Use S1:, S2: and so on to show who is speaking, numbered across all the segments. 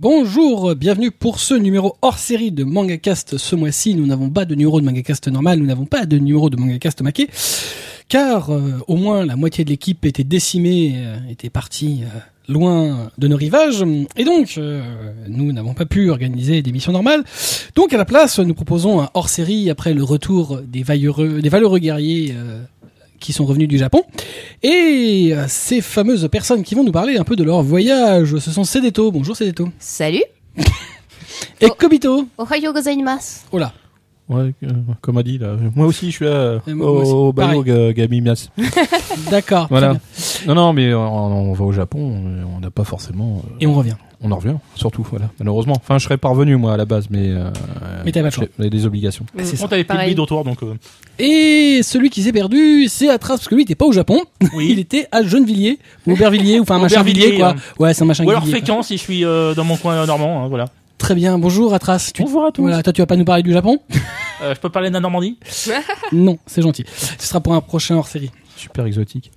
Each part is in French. S1: Bonjour, bienvenue pour ce numéro hors série de MangaCast. Ce mois-ci, nous n'avons pas de numéro de MangaCast normal, nous n'avons pas de numéro de MangaCast maqué, car euh, au moins la moitié de l'équipe était décimée, euh, était partie euh, loin de nos rivages, et donc euh, nous n'avons pas pu organiser d'émission normale. Donc à la place, nous proposons un hors série après le retour des valeureux, des valeureux guerriers euh, qui sont revenus du Japon. Et euh, ces fameuses personnes qui vont nous parler un peu de leur voyage, ce sont Sedeto. Bonjour Sedeto.
S2: Salut
S1: Et
S2: Oh.
S1: Kobito.
S2: Ohayo gozaimasu
S1: Oh là.
S3: Ouais, euh, comme a dit là. Moi aussi, je suis là.
S1: Et Euh, moi aussi.
S3: Au
S1: Pareil.
S3: Bayou Ga- Gabimias.
S1: D'accord. très
S3: Voilà.
S1: bien.
S3: Non, non, mais euh, on, on va au Japon. euh, On n'a pas forcément. euh,
S1: Et on revient.
S3: On en revient, surtout. Voilà. Malheureusement. Enfin, je serais parvenu moi à la base, mais. euh,
S1: Mais t'avais pas le choix.
S3: j'ai des obligations.
S1: Ah,
S2: Euh,
S1: c'est ça.
S4: On t'avait plus de
S2: Pareil.
S4: billes d'autour, donc. euh,
S1: Et celui qui s'est perdu, c'est Atras, parce que lui, il était pas au Japon. il était à Gennevilliers, ou Aubervilliers, ou enfin, Machinvilliers,
S4: Aubervilliers, hein.
S1: quoi. Ouais, c'est un machin
S4: Ou alors
S1: Villiers, quoi.
S4: Fécamp si je suis euh, dans mon coin euh, normand, hein, voilà.
S1: Très bien. Bonjour, Atras. Tu...
S4: Bonjour à tous.
S1: Voilà, toi, tu vas pas nous parler du Japon?
S4: Euh, je peux parler de la Normandie
S1: non, c'est gentil. Ce sera pour un prochain hors série.
S3: Super exotique.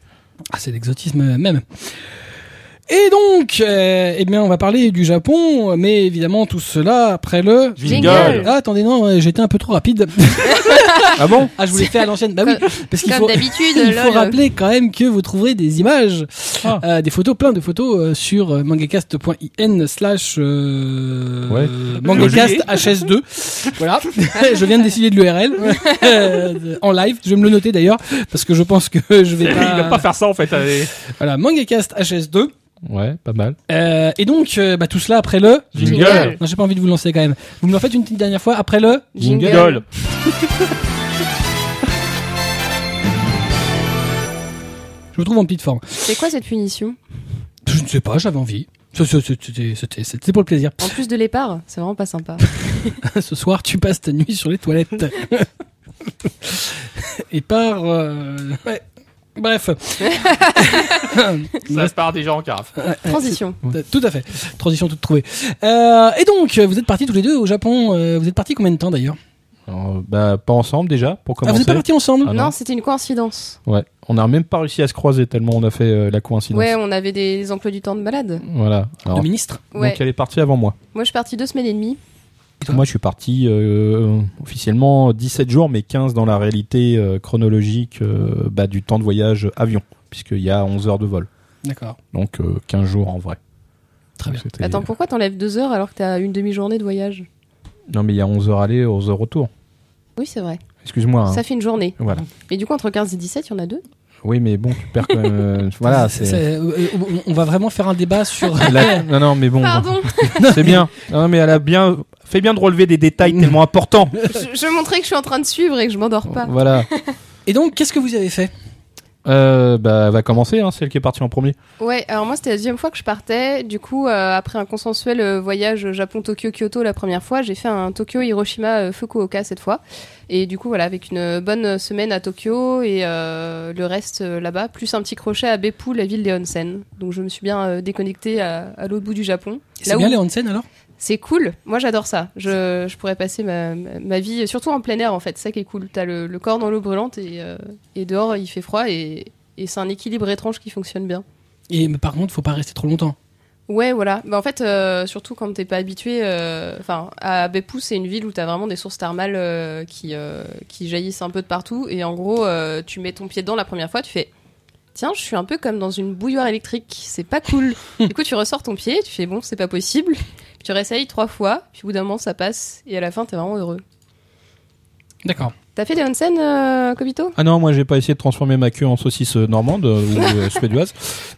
S1: Ah, c'est l'exotisme euh, même. Et donc, euh, eh bien, on va parler du Japon, mais évidemment, tout cela après le.
S2: Jingle.
S1: Ah, attendez, non, euh, j'étais un peu trop rapide.
S3: Ah bon
S1: ah, je voulais faire à l'ancienne. Bah oui, parce qu'il
S2: Comme
S1: faut.
S2: d'habitude,
S1: Il faut
S2: lol.
S1: rappeler quand même que vous trouverez des images,
S3: Ah.
S1: euh, des photos, plein de photos euh, sur euh, mangacast.in slash euh,
S3: Ouais.
S1: mangacast hs2. voilà, je viens de décider de l'URL euh, en live. Je vais me le noter d'ailleurs parce que je pense que je vais
S4: Il va
S1: pas.
S4: pas faire ça en fait. euh,
S1: Voilà, mangacast hs2.
S3: Ouais, pas mal.
S1: Euh, et donc, euh, bah, tout cela après le.
S2: Jingle.
S1: Non, j'ai pas envie de vous lancer quand même. Vous me le faites une petite dernière fois après le.
S4: Jingle.
S1: Je vous trouve en petite forme.
S2: C'est quoi cette punition
S1: Je ne sais pas, j'avais envie. Ça, ça, C'était c'était- c'était pour le plaisir.
S2: En plus de l'épar, c'est vraiment pas sympa.
S1: Ce soir, tu passes ta nuit sur les toilettes. Et par. euh, ouais. Bref.
S4: Ça se part déjà en carafe.
S2: Transition.
S1: Tout à fait. Transition toute trouvée. Euh, et donc, vous êtes partis tous les deux au Japon. euh, vous êtes partis combien de temps d'ailleurs
S3: Alors, bah, pas ensemble déjà, pour
S1: Ah, Vous
S3: commencer.
S1: êtes pas partis ensemble
S3: Ah non.
S2: non, c'était une coïncidence.
S3: ouais. On n'a même pas réussi à se croiser tellement on a fait euh, la coïncidence.
S2: Ouais, on avait des emplois du temps de malade.
S3: Voilà. Alors,
S1: Le ministre
S2: Ouais.
S3: Donc elle est partie avant moi.
S2: Moi, je suis partie deux semaines et demie.
S3: Moi, je suis parti euh, officiellement 17 jours, mais 15 dans la réalité euh, chronologique euh, bah, du temps de voyage avion, puisqu'il y a 11 heures de vol.
S1: D'accord.
S3: Donc euh, 15 jours en vrai.
S1: Très bien.
S3: C'était-
S2: Attends, pourquoi t'enlèves deux heures alors que t'as une demi-journée de voyage
S3: Non, mais il y a 11 heures aller, 11 heures retour.
S2: Oui, c'est vrai.
S3: Excuse-moi. hein.
S2: Ça fait une journée.
S3: Voilà.
S2: Et du coup, entre 15 et 17, il y en a deux.
S3: Oui, mais bon, tu perds quand même. euh, voilà,
S1: C'est-
S3: c'est.
S1: c'est- euh, on- on va vraiment faire un débat sur.
S3: La- Non, non, mais bon,
S2: Pardon,
S3: c'est bien. Non, mais elle a bien fait bien de relever des détails tellement importants.
S2: je, je montrais que je suis en train de suivre et que je m'endors pas.
S3: Voilà.
S1: Et donc, qu'est-ce que vous avez fait
S3: Euh, bah, elle va commencer, hein, celle qui est partie en premier.
S2: Ouais, alors moi c'était la deuxième fois que je partais. Du coup, euh, après un consensuel euh, voyage Japon-Tokyo-Kyoto la première fois, j'ai fait un Tokyo-Hiroshima-Fukuoka cette fois. Et du coup, voilà, avec une bonne semaine à Tokyo et euh, le reste euh, là-bas, plus un petit crochet à Beppu, la ville des onsen. Donc je me suis bien euh, déconnectée à, à l'autre bout du Japon.
S1: C'est bien les onsen alors
S2: C'est cool, moi j'adore ça. Je, je pourrais passer ma, ma ma vie, surtout en plein air en fait, c'est ça qui est cool. T'as le, le corps dans l'eau brûlante et, euh, et dehors il fait froid et, et c'est un équilibre étrange qui fonctionne bien.
S1: Et mais par contre, faut pas rester trop longtemps.
S2: Ouais, voilà. Bah, en fait, euh, surtout quand t'es pas habitué, euh, enfin, à Beppu, c'est une ville où t'as vraiment des sources thermales euh, qui euh, qui jaillissent un peu de partout. Et en gros, euh, tu mets ton pied dedans la première fois, tu fais, tiens, je suis un peu comme dans une bouilloire électrique. C'est pas cool. du coup, tu ressors ton pied, tu fais bon, c'est pas possible. Puis tu réessayes trois fois, puis au bout d'un moment, ça passe. Et à la fin, t'es vraiment heureux.
S1: D'accord.
S2: T'as fait des onsen, euh, Kobito
S3: Ah non, moi j'ai pas essayé de transformer ma queue en saucisse euh, normande euh, ou euh, suédoise.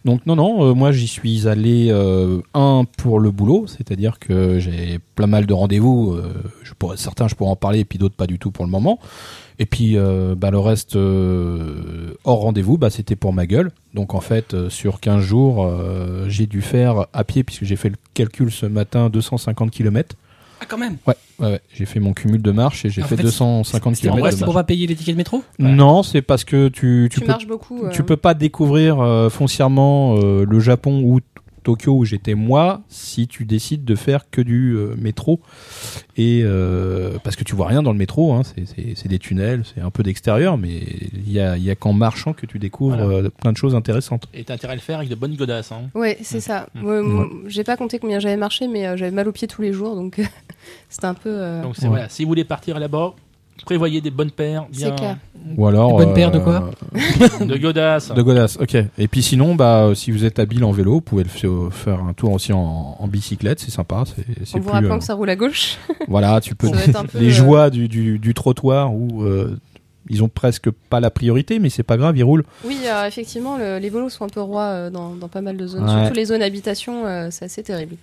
S3: Donc non, non, euh, moi j'y suis allé euh, un pour le boulot, c'est-à-dire que j'ai plein mal de rendez-vous. euh, je pourrais, certains je pourrais en parler, et puis d'autres pas du tout pour le moment. Et puis euh, bah, le reste euh, hors rendez-vous, bah, c'était pour ma gueule. Donc en fait, euh, sur 15 jours, euh, j'ai dû faire à pied, puisque j'ai fait le calcul ce matin, 250 km.
S1: Ah, quand même
S3: Ouais, ouais, ouais. j'ai fait mon cumul de marche et j'ai
S1: En
S3: fait,
S1: fait,
S3: 250
S1: C'était
S3: km.
S1: en vrai, c'est pour pas payer les tickets de métro
S3: Non, c'est parce que tu, tu
S2: Tu
S3: peux
S2: marches beaucoup. euh.
S3: tu peux pas découvrir euh, foncièrement euh, le Japon ou t- Tokyo où j'étais moi si tu décides de faire que du euh, métro et euh, parce que tu vois rien dans le métro hein, c'est- c'est c'est des tunnels c'est un peu d'extérieur mais il y a, il y a qu'en marchant que tu découvres
S4: Voilà.
S3: euh, plein de choses intéressantes
S4: Et t'as intérêt à le faire avec de bonnes godasses. Hein.
S2: Ouais, Mmh. c'est ça.
S4: Mm.
S2: Ouais, moi, J'ai pas compté combien j'avais marché, mais euh, j'avais mal aux pieds tous les jours, donc c'était un peu. euh,
S4: Donc c'est
S3: Ouais.
S4: voilà, si vous voulez partir là-bas, prévoyez des bonnes paires
S2: c'est
S4: bien
S2: clair.
S3: ou alors euh,
S1: Des bonnes paires de quoi
S4: de godasses.
S3: De godasses, ok. Et puis sinon, bah, euh, si vous êtes habile en vélo, vous pouvez le f- faire un tour aussi en, en bicyclette, c'est sympa. c'est c'est
S2: En vous
S3: plus,
S2: rappelant
S3: euh,
S2: que ça roule à gauche.
S3: Voilà, tu peux.
S2: Ça doit être un peu,
S3: les
S2: euh,
S3: joies du, du, du trottoir où euh, ils ont presque pas la priorité, mais c'est pas grave, ils roulent.
S2: Oui, euh, effectivement, le- les volos sont un peu rois euh, dans, dans pas mal de zones.
S3: Ouais.
S2: Surtout les zones habitation, euh, c'est assez terrible.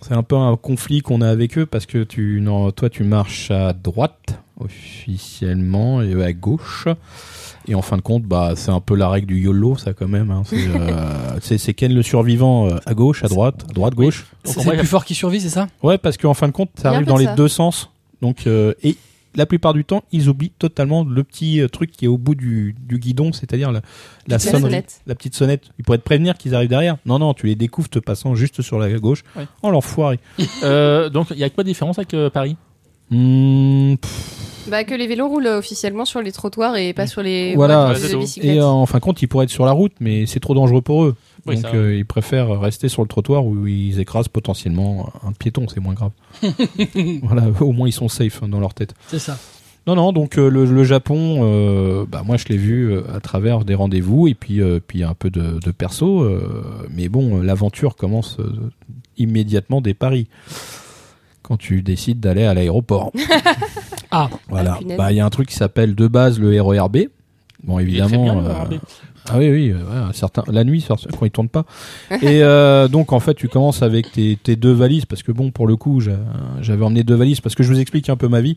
S3: C'est un peu un conflit qu'on a avec eux parce que tu, non, toi, tu marches à droite officiellement et eux à gauche. Et en fin de compte, bah, c'est un peu la règle du YOLO, ça quand même. hein. C'est, euh, C'est c'est Ken le survivant euh, à gauche, à droite, à droite, gauche.
S4: Donc,
S1: C'est
S4: en
S1: c'est
S4: vrai,
S1: le plus fort qui survit, c'est ça
S3: Ouais, parce qu'en fin de compte, ça
S2: Il y a un
S3: arrive
S2: peu
S3: dans
S2: de
S3: les
S2: ça.
S3: deux sens. Donc, euh, et la plupart du temps, ils oublient totalement le petit euh, truc qui est au bout du, du guidon, c'est-à-dire la, la,
S2: petite
S3: sonnerie,
S2: sonnette.
S3: la petite sonnette. Ils pourraient te prévenir qu'ils arrivent derrière. Non, non, tu les découvres te passant juste sur la gauche.
S4: Ouais.
S3: Oh l'enfoiré.
S4: Euh, donc il y a quoi de différence avec euh, Paris
S3: Mmh, pff,
S2: Bah, que les vélos roulent euh, officiellement sur les trottoirs et pas sur les
S3: Mm. Voilà.
S2: voies de- de
S4: Et,
S2: bicyclette.
S3: et euh, en fin de compte, ils pourraient être sur la route, mais c'est trop dangereux pour eux.
S4: Oui,
S3: Donc,
S4: ça-
S3: euh, ils préfèrent rester sur le trottoir où ils écrasent potentiellement un piéton, c'est moins grave. voilà, au moins ils sont safe hein, dans leur tête.
S1: C'est ça.
S3: Non, non, donc euh, le, le Japon, euh, bah, moi je l'ai vu euh, à travers des rendez-vous et puis, euh, puis un peu de, de perso. euh, mais bon, euh, l'aventure commence euh, immédiatement dès Paris. Quand tu décides d'aller à l'aéroport.
S1: Ah.
S2: Ah,
S3: voilà. Bah, Il
S2: punaise.
S3: y a un truc qui s'appelle de base le RERB. Bon,
S4: il est très
S3: évidemment.
S4: bien, le E
S3: euh,
S4: Barbé.
S3: ah oui, oui, euh, ouais, certains, la nuit, sur- quand ils tournent pas. Et euh, donc, en fait, tu commences avec tes, tes deux valises, parce que bon, pour le coup, j'a- j'avais emmené deux valises, parce que je vous explique un peu ma vie.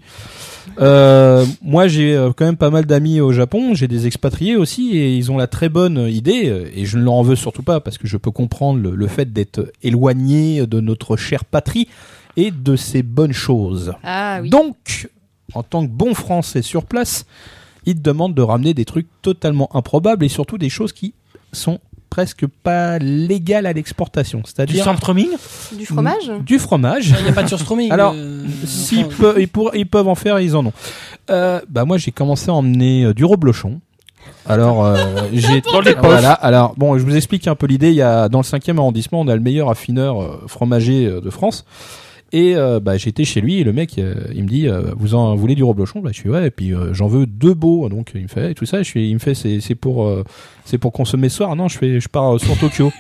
S3: Euh, moi, j'ai euh, quand même pas mal d'amis au Japon, j'ai des expatriés aussi, et ils ont la très bonne idée, euh, et je ne leur en veux surtout pas, parce que je peux comprendre le, le fait d'être éloigné de notre chère patrie et de ses bonnes choses.
S2: Ah oui.
S3: Donc, en tant que bon français sur place, ils te demandent de ramener des trucs totalement improbables et surtout des choses qui sont presque pas légales à l'exportation.
S4: Du
S3: C'est-à-dire
S4: centre-mine
S2: Du fromage
S3: du fromage.
S1: Il n'y a pas de surstroming.
S3: Alors,
S1: euh,
S3: S'ils
S1: enfin,
S3: peu- ils, pour- ils peuvent en faire, ils en ont. Euh, bah moi j'ai commencé à emmener euh, du reblochon. Alors euh, j'ai
S4: Dans les poches.
S3: voilà. Alors bon, je vous explique un peu l'idée. Il y a dans le 5e arrondissement, on a le meilleur affineur euh, fromager euh, de France. Et euh, bah, j'étais chez lui et le mec euh, il me dit euh, vous en voulez du reblochon bah, je suis ouais et puis euh, j'en veux deux beaux donc il me fait et tout ça je suis il me fait c'est c'est pour euh, c'est pour consommer ce soir non je fais je pars euh, sur Tokyo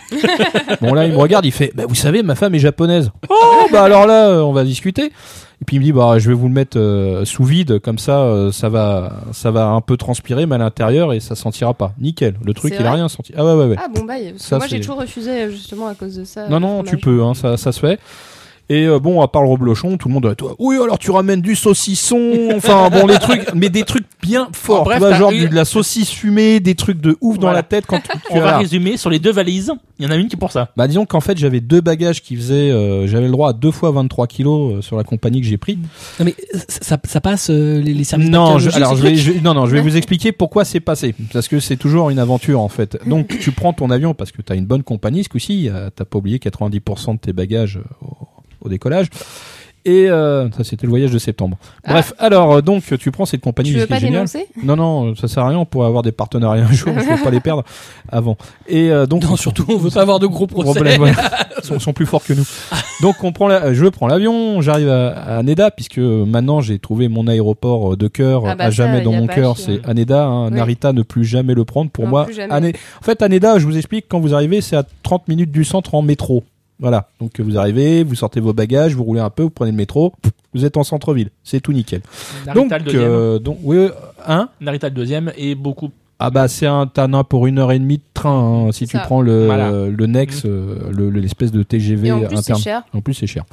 S3: bon là il me regarde il fait bah, vous savez ma femme est japonaise oh bah alors là euh, on va discuter et puis il me dit bah je vais vous le mettre euh, sous vide comme ça euh, ça va ça va un peu transpirer mais à l'intérieur et ça sentira pas. Nickel. Le truc
S2: C'est
S3: il a
S2: vrai
S3: rien senti. Ah ouais ouais ouais.
S2: Ah bon bah, parce que
S3: Ça,
S2: moi j'ai
S3: c'est-
S2: toujours refusé euh, justement à cause de ça.
S3: non
S2: le
S3: non,
S2: fromage.
S3: tu peux hein, ça ça se fait. Et euh, bon, à part le reblochon, tout le monde euh, toi oui, alors tu ramènes du saucisson, enfin bon les trucs mais des trucs bien forts,
S4: En bref,
S3: tu vois,
S4: t'as
S3: genre
S4: eu-
S3: du- de la saucisse fumée, des trucs de ouf dans
S4: Voilà.
S3: la tête quand tu, tu
S4: On
S3: as
S4: va
S3: la-
S4: résumer sur les deux valises. Il y en a une qui est pour ça.
S3: Bah disons qu'en fait, j'avais deux bagages qui faisaient euh, j'avais le droit à deux fois 23 kilos euh, sur la compagnie que j'ai pris.
S1: Non, mais ça, ça passe euh, les, les services
S3: Non, je,
S1: bactériologiques,
S3: alors
S1: ces
S3: je vais, je vais- non, non, je vais vous expliquer pourquoi c'est passé. Parce que c'est toujours une aventure en fait.
S2: Mm.
S3: Donc tu prends ton avion parce que t'as une bonne compagnie ce coup-ci. euh, T'as pas oublié 90% de tes bagages euh, au, au décollage. Et euh, ça c'était le voyage de septembre. Bref, alors euh, donc tu prends cette compagnie.
S2: Ah. Tu
S3: ce
S2: veux
S3: qui est
S2: pas
S3: génial.
S2: dénoncer
S3: Non, non, ça sert à rien. On pourrait avoir des partenariats un jour. Je veux pas les perdre avant. Et euh, donc
S1: Non, surtout, on veut pas avoir de gros procès.
S3: problème, ouais. Ils sont, sont plus forts que nous. Donc on prend la, je prends l'avion, j'arrive à, à Neda puisque euh, maintenant j'ai trouvé mon aéroport euh, de cœur euh,
S2: Ah bah
S3: à
S2: ça,
S3: jamais dans
S2: y a
S3: mon
S2: pas
S3: cœur,
S2: à chier.
S3: c'est Aneda. hein.
S2: Oui.
S3: Narita ne plus jamais le prendre pour
S2: Non,
S3: moi.
S2: plus jamais.
S3: Ane- En fait Aneda, je vous explique quand vous arrivez, c'est à 30 minutes du centre en métro. Voilà, donc euh, vous arrivez, vous sortez vos bagages, vous roulez un peu, vous prenez le métro, pff, vous êtes en centre-ville, c'est tout nickel.
S4: Narita le
S3: donc,
S4: deuxième.
S3: euh, donc oui, euh, hein
S4: Narita le deuxième est beaucoup.
S3: ah bah c'est un t'en as pour une heure et demie de train hein, si
S2: C'est
S3: tu
S2: ça.
S3: prends le
S4: Voilà.
S3: le Nex euh, le- le- l'espèce de TGV
S2: Et en plus c'est
S3: interne.
S2: cher
S3: En plus, c'est cher.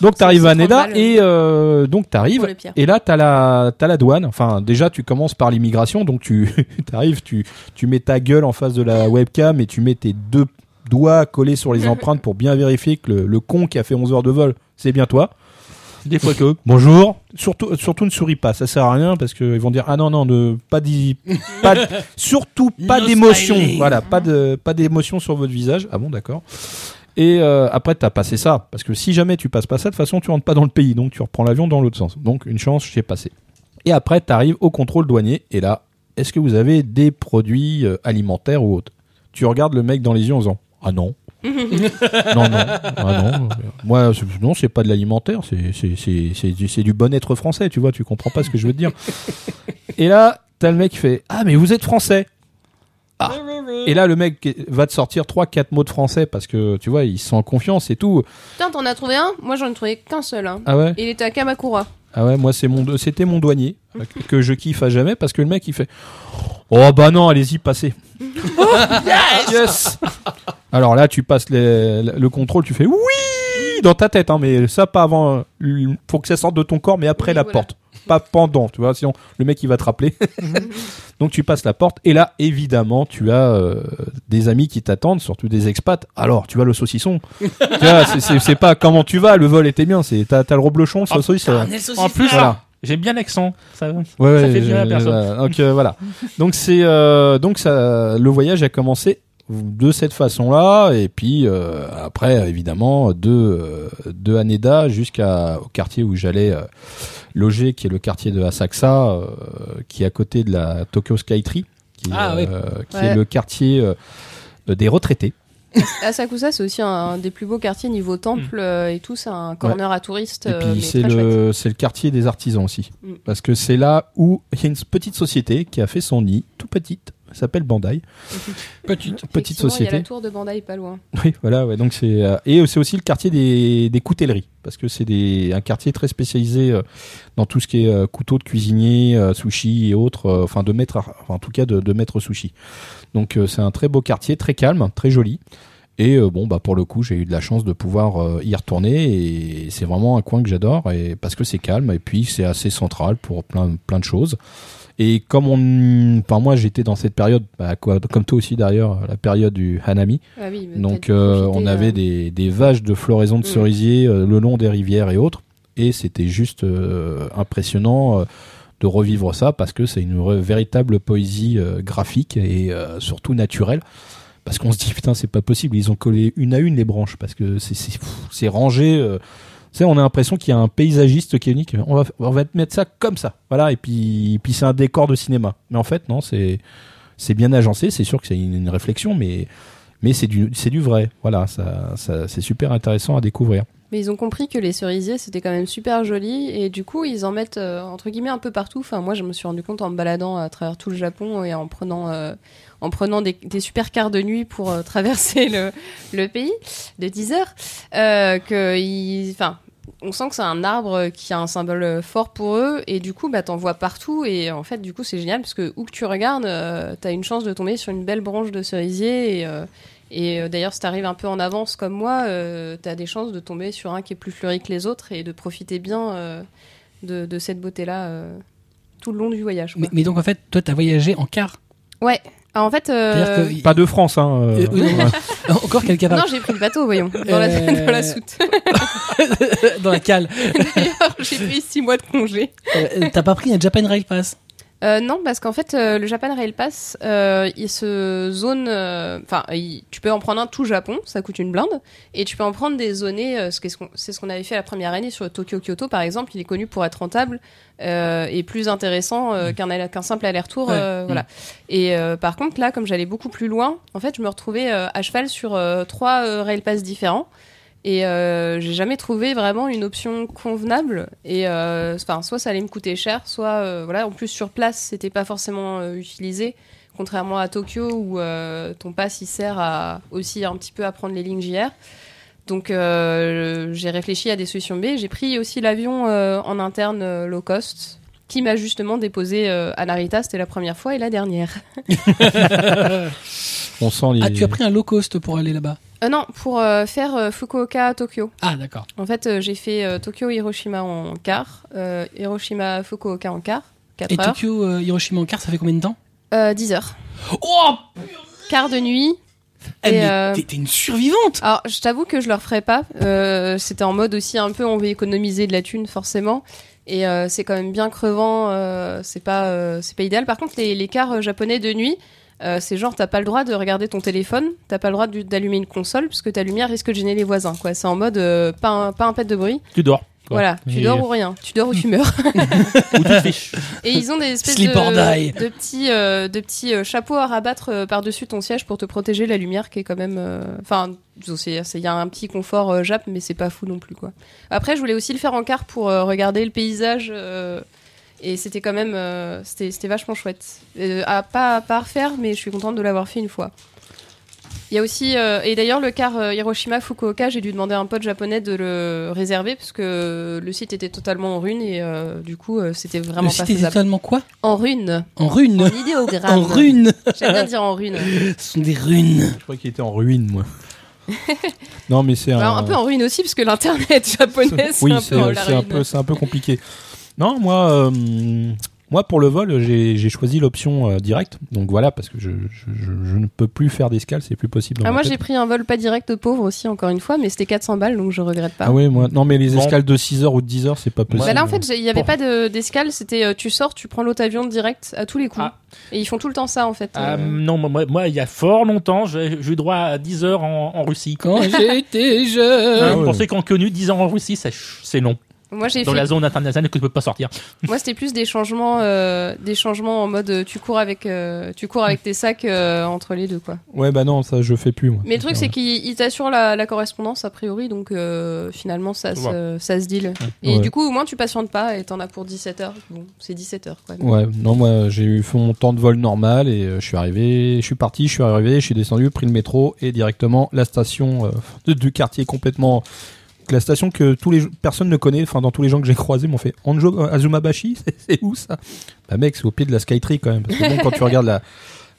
S3: Donc, t'arrives
S2: c'est
S3: à
S2: trop
S3: Neda
S2: mal.
S3: et euh, donc
S2: pour
S3: t'arrives.
S2: le pire.
S3: Et là, t'as la, t'as la douane. Enfin, déjà, tu commences par l'immigration, donc tu t'arrives, tu, tu mets ta gueule en face de la webcam et tu mets tes deux doigts collés sur les empreintes pour bien vérifier que le, le con qui a fait 11 heures de vol, c'est bien toi.
S4: Des fois que.
S3: Bonjour. Surtout, surtout ne souris pas, ça sert à rien parce qu'ils vont dire ah non non, ne, pas d'i- pas, d- surtout pas
S1: No
S3: d'émotion.
S1: smiling.
S3: Voilà, pas de, pas d'émotion sur votre visage. Ah bon, d'accord. Et euh, après, t'as passé ça. Parce que si jamais tu passes pas ça, de toute façon, tu rentres pas dans le pays. Donc, tu reprends l'avion dans l'autre sens. Donc, une chance, j'ai passé. Et après, t'arrives au contrôle douanier. Et là, est-ce que vous avez des produits euh, alimentaires ou autres Tu regardes le mec dans les yeux en disant Ah non. non, non. Ah non. Moi, c'est- non, c'est pas de l'alimentaire. C'est, c'est, c'est, c'est du, c'est du bon être français. Tu vois, tu comprends pas ce que je veux te dire. Et là, t'as le mec qui fait Ah, mais vous êtes français Ah. Et là, le mec qui- va te sortir 3-4 mots de français parce que tu vois, il se sent en confiance et tout.
S2: Putain, t'en as trouvé un Moi, j'en ai trouvé qu'un seul. hein.
S3: Ah ouais
S2: Il était à Kamakura.
S3: Ah ouais, moi, c'est mon, do- c'était mon douanier euh, que- que je kiffe à jamais parce que le mec, il fait Oh bah non, allez-y, passez. yes, Alors là, tu passes les- le contrôle, tu fais Oui dans ta tête, hein, mais ça, pas avant. euh, l- Faut que ça sorte de ton corps, mais après
S2: Oui,
S3: la
S2: voilà.
S3: porte. Pas pendant, tu vois, sinon le mec, il va te rappeler. Donc tu passes la porte et là évidemment tu as euh, des amis qui t'attendent, surtout des expats. Alors tu vas le saucisson. tu vois, c'est- c'est c'est pas comment tu vas, le vol était bien, c'est t'as t'as le reblochon, le
S2: Ah,
S3: saucisson.
S4: En plus,
S3: Voilà.
S4: j'aime bien l'accent. Ça,
S3: Ouais,
S4: Ça
S3: ouais,
S4: fait du bien à
S3: je-
S4: personne.
S3: voilà. donc euh, voilà. Donc c'est euh, donc ça, le voyage a commencé de cette façon-là et puis euh, après évidemment de euh, de Haneda jusqu'à au quartier où j'allais euh, loger, qui est le quartier de Asakusa, euh, qui est à côté de la Tokyo Skytree, qui, est,
S1: Ah, ouais.
S3: euh, qui
S2: Ouais.
S3: est le quartier euh, des retraités.
S2: Asakusa, c'est aussi un, des plus beaux quartiers niveau temple euh, et tout. C'est un corner à touristes.
S3: Mm. Et
S2: euh, mais
S3: puis c'est
S2: très chouette.
S3: le, c'est le quartier des artisans aussi.
S2: Mm.
S3: Parce que c'est là où il y a une petite société qui a fait son nid, tout petite, elle s'appelle Bandai.
S1: Petite.
S3: Petite
S2: Effectivement, Il y a la
S3: société.
S2: tour de Bandai pas loin.
S3: Oui, voilà, ouais, donc c'est euh, et c'est aussi le quartier des, des coutelleries parce que c'est des un quartier très spécialisé euh, dans tout ce qui est euh, couteau de cuisinier, euh, sushi et autres, euh, enfin de maître, à- enfin, en tout cas de, de maître sushi. Donc euh, c'est un très beau quartier, très calme, très joli. Et euh, bon bah pour le coup j'ai eu de la chance de pouvoir euh, y retourner et c'est vraiment un coin que j'adore et parce que c'est calme et puis c'est assez central pour plein plein de choses. Et comme on, enfin moi j'étais dans cette période, bah, quoi, comme toi aussi d'ailleurs, la période du hanami.
S2: Ah oui, mais t'as
S3: Donc
S2: dû
S3: euh,
S2: profiter,
S3: on
S2: euh,
S3: avait des, des vaches de floraison de
S2: Mm.
S3: cerisier euh, le long des rivières et autres. Et c'était juste euh, impressionnant euh, de revivre ça parce que c'est une re- véritable poésie euh, graphique et euh, surtout naturelle. Parce qu'on se dit putain c'est pas possible, ils ont collé une à une les branches parce que c'est- c'est pff, c'est rangé. euh, tu sais, on a l'impression qu'il y a un paysagiste qui est unique. On va, on va te mettre ça comme ça. Voilà, et puis, puis c'est un décor de cinéma. Mais en fait, non, c'est, c'est bien agencé. C'est sûr que c'est une, une réflexion, mais, mais c'est du, c'est du vrai. Voilà, ça, ça- c'est super intéressant à découvrir.
S2: Mais ils ont compris que les cerisiers c'était quand même super joli et du coup ils en mettent euh, entre guillemets un peu partout. Enfin moi je me suis rendu compte en me baladant à travers tout le Japon et en prenant euh, en prenant des, des super quarts de nuit pour euh, traverser le, le pays de 10 heures euh, que ils enfin on sent que c'est un arbre qui a un symbole fort pour eux et du coup bah t'en vois partout et en fait du coup c'est génial parce que où que tu regardes euh, t'as une chance de tomber sur une belle branche de cerisier et euh, et euh, d'ailleurs, si t'arrives un peu en avance comme moi, euh, t'as des chances de tomber sur un qui est plus fleuri que les autres et de profiter bien euh, de, de cette beauté-là euh, tout le long du voyage. quoi.
S1: Mais, mais donc en fait, toi, t'as voyagé en car.
S2: Ouais. Ah, en fait, euh,
S1: C'est-à-dire que-
S3: Pas de France, hein. euh,
S1: Euh, oui, non, Encore quelqu'un
S2: non, j'ai pris le bateau, voyons, dans la,
S1: Euh,
S2: dans la soute.
S1: dans la cale.
S2: D'ailleurs, j'ai pris six mois de congé.
S1: Euh, T'as pas pris un Japan Rail Pass
S2: Euh, non, parce qu'en fait, euh, le Japan Rail Pass, euh, il se zone. euh, Enfin, il- tu peux en prendre un tout Japon, ça coûte une blinde, et tu peux en prendre des zonés. euh, ce qu'est- ce qu'on- c'est ce qu'on avait fait la première année sur le Tokyo Kyoto, par exemple. Il est connu pour être rentable euh, et plus intéressant euh, qu'un aller- qu'un simple aller-retour.
S1: Ouais.
S2: euh, Voilà. Et euh, par contre, là, comme j'allais beaucoup plus loin, en fait, je me retrouvais euh, à cheval sur euh, trois euh, Rail Pass différents. Et euh, j'ai jamais trouvé vraiment une option convenable. Et euh, enfin, soit ça allait me coûter cher, soit euh, voilà. En plus sur place, c'était pas forcément euh, utilisé, contrairement à Tokyo où euh, ton pass il sert à aussi un petit peu à prendre les lignes JR. Donc euh, j'ai réfléchi à des solutions B. J'ai pris aussi l'avion euh, en interne euh, low cost qui m'a justement déposé euh, à Narita. C'était la première fois et la dernière.
S3: on sent les.
S1: Ah, tu as pris un low cost pour aller là-bas
S2: Euh, non, pour euh, faire euh, Fukuoka à Tokyo.
S1: Ah, d'accord.
S2: En fait, euh, j'ai fait euh, Tokyo-Hiroshima en quart, euh, Hiroshima-Fukuoka en quart, 4
S1: Et
S2: heures,
S1: Tokyo, euh, Hiroshima en car, ça fait combien de temps
S2: euh, 10 heures.
S1: Oh
S2: Quart de nuit.
S1: eh,
S2: Et,
S1: mais
S2: euh,
S1: t'es- T'es une survivante
S2: Alors, je t'avoue que je le referai pas. Euh, C'était en mode aussi un peu, on veut économiser de la thune, forcément. Et euh, c'est quand même bien crevant, euh, c'est pas, euh, c'est pas idéal. Par contre, les, les quarts euh, japonais de nuit, Euh, c'est genre, t'as pas le droit de regarder ton téléphone, t'as pas le droit du- d'allumer une console, parce que ta lumière risque de gêner les voisins. Quoi. C'est en mode euh, pas, un, pas un pet de bruit.
S4: Tu dors. quoi.
S2: Voilà, tu
S4: Et-
S2: dors ou rien, tu dors ou tu meurs.
S4: Ou tu te fiches.
S2: Et ils ont des espèces
S1: Sleep
S2: de,
S1: or die.
S2: de petits, euh, de petits euh, chapeaux à rabattre euh, par-dessus ton siège pour te protéger la lumière qui est quand même. euh, Enfin, disons, c'est- c'est- il y a un petit confort euh, Jap, mais c'est pas fou non plus quoi. Après, je voulais aussi le faire en car pour euh, regarder le paysage. euh, et c'était quand même, euh, c'était c'était vachement chouette. Euh, à pas, pas à refaire, mais je suis contente de l'avoir fait une fois. Il y a aussi, euh, et d'ailleurs le car euh, Hiroshima Fukuoka, j'ai dû demander à un pote japonais de le réserver parce que le site était totalement en ruine et euh, du coup euh, c'était
S1: Le
S2: vraiment pas
S1: site est
S2: faisable.
S1: totalement quoi
S2: En rune.
S1: En runes.
S2: En idéogramme.
S1: En runes.
S2: J'aime bien dire en rune.
S1: Ce sont des runes.
S3: Je crois qu'il était en ruine, moi. non, mais c'est
S2: Alors, Bah, un peu en ruine aussi, parce que l'internet japonais, c'est
S3: oui,
S2: un
S3: c'est euh,
S2: peu en la
S3: c'est un
S2: ruine.
S3: peu, c'est un peu compliqué. Non, moi, euh, moi pour le vol, j'ai j'ai choisi l'option euh, directe. Donc voilà, parce que je, je- je- je ne peux plus faire d'escale, c'est plus possible. dans
S2: Ah,
S3: ma
S2: moi,
S3: tête.
S2: j'ai pris un vol pas direct aux pauvres aussi, encore une fois, mais c'était 400 balles, donc je regrette pas.
S3: Ah oui, moi, non, mais les
S4: Bon.
S3: escales de 6 heures ou de 10 heures, c'est pas possible.
S2: Bah là, en fait, j'ai- il n'y avait
S4: Pour-
S2: pas de- d'escale, c'était euh, tu sors, tu prends l'autre avion direct à tous les coups.
S4: Ah.
S2: Et ils font tout le temps ça, en fait.
S4: Ah,
S2: euh.
S3: hum.
S4: non, moi- moi, moi, il y a fort longtemps, j'ai j'ai eu droit à 10 heures en, en Russie.
S1: Quand j'étais
S4: Hein,
S1: jeune.
S3: Ah ouais.
S4: Pour ceux qui ont connu 10 ans en Russie, ça ch- c'est long.
S2: Moi, j'ai
S4: Dans
S2: fait
S4: la zone internationale que tu peux pas sortir.
S2: Moi, c'était plus des changements, euh, des changements en mode euh, tu cours avec, euh, tu cours avec tes sacs euh, entre les deux, quoi.
S3: Ouais, bah non, ça, je fais plus. Moi.
S2: Mais le truc, c'est qu'ils ils t'assurent la, la correspondance a priori, donc euh, finalement, ça, se, ça se deal. Et
S3: Ouais.
S2: du coup, au moins, tu patientes pas et t'en as pour 17 heures. Bon, c'est 17 heures, quoi.
S3: Ouais, non, moi j'ai eu fait mon temps de vol normal et euh, je suis arrivé, je suis parti, je suis arrivé, je suis descendu, pris le métro et directement la station euh, de- du quartier complètement. La station que tous les personne ne connaît, enfin dans tous les gens que j'ai croisés m'ont fait Anjo euh, Azumabashi, c'est- c'est où ça Bah mec, c'est au pied de la Skytree quand même. Parce que bon, quand tu regardes la,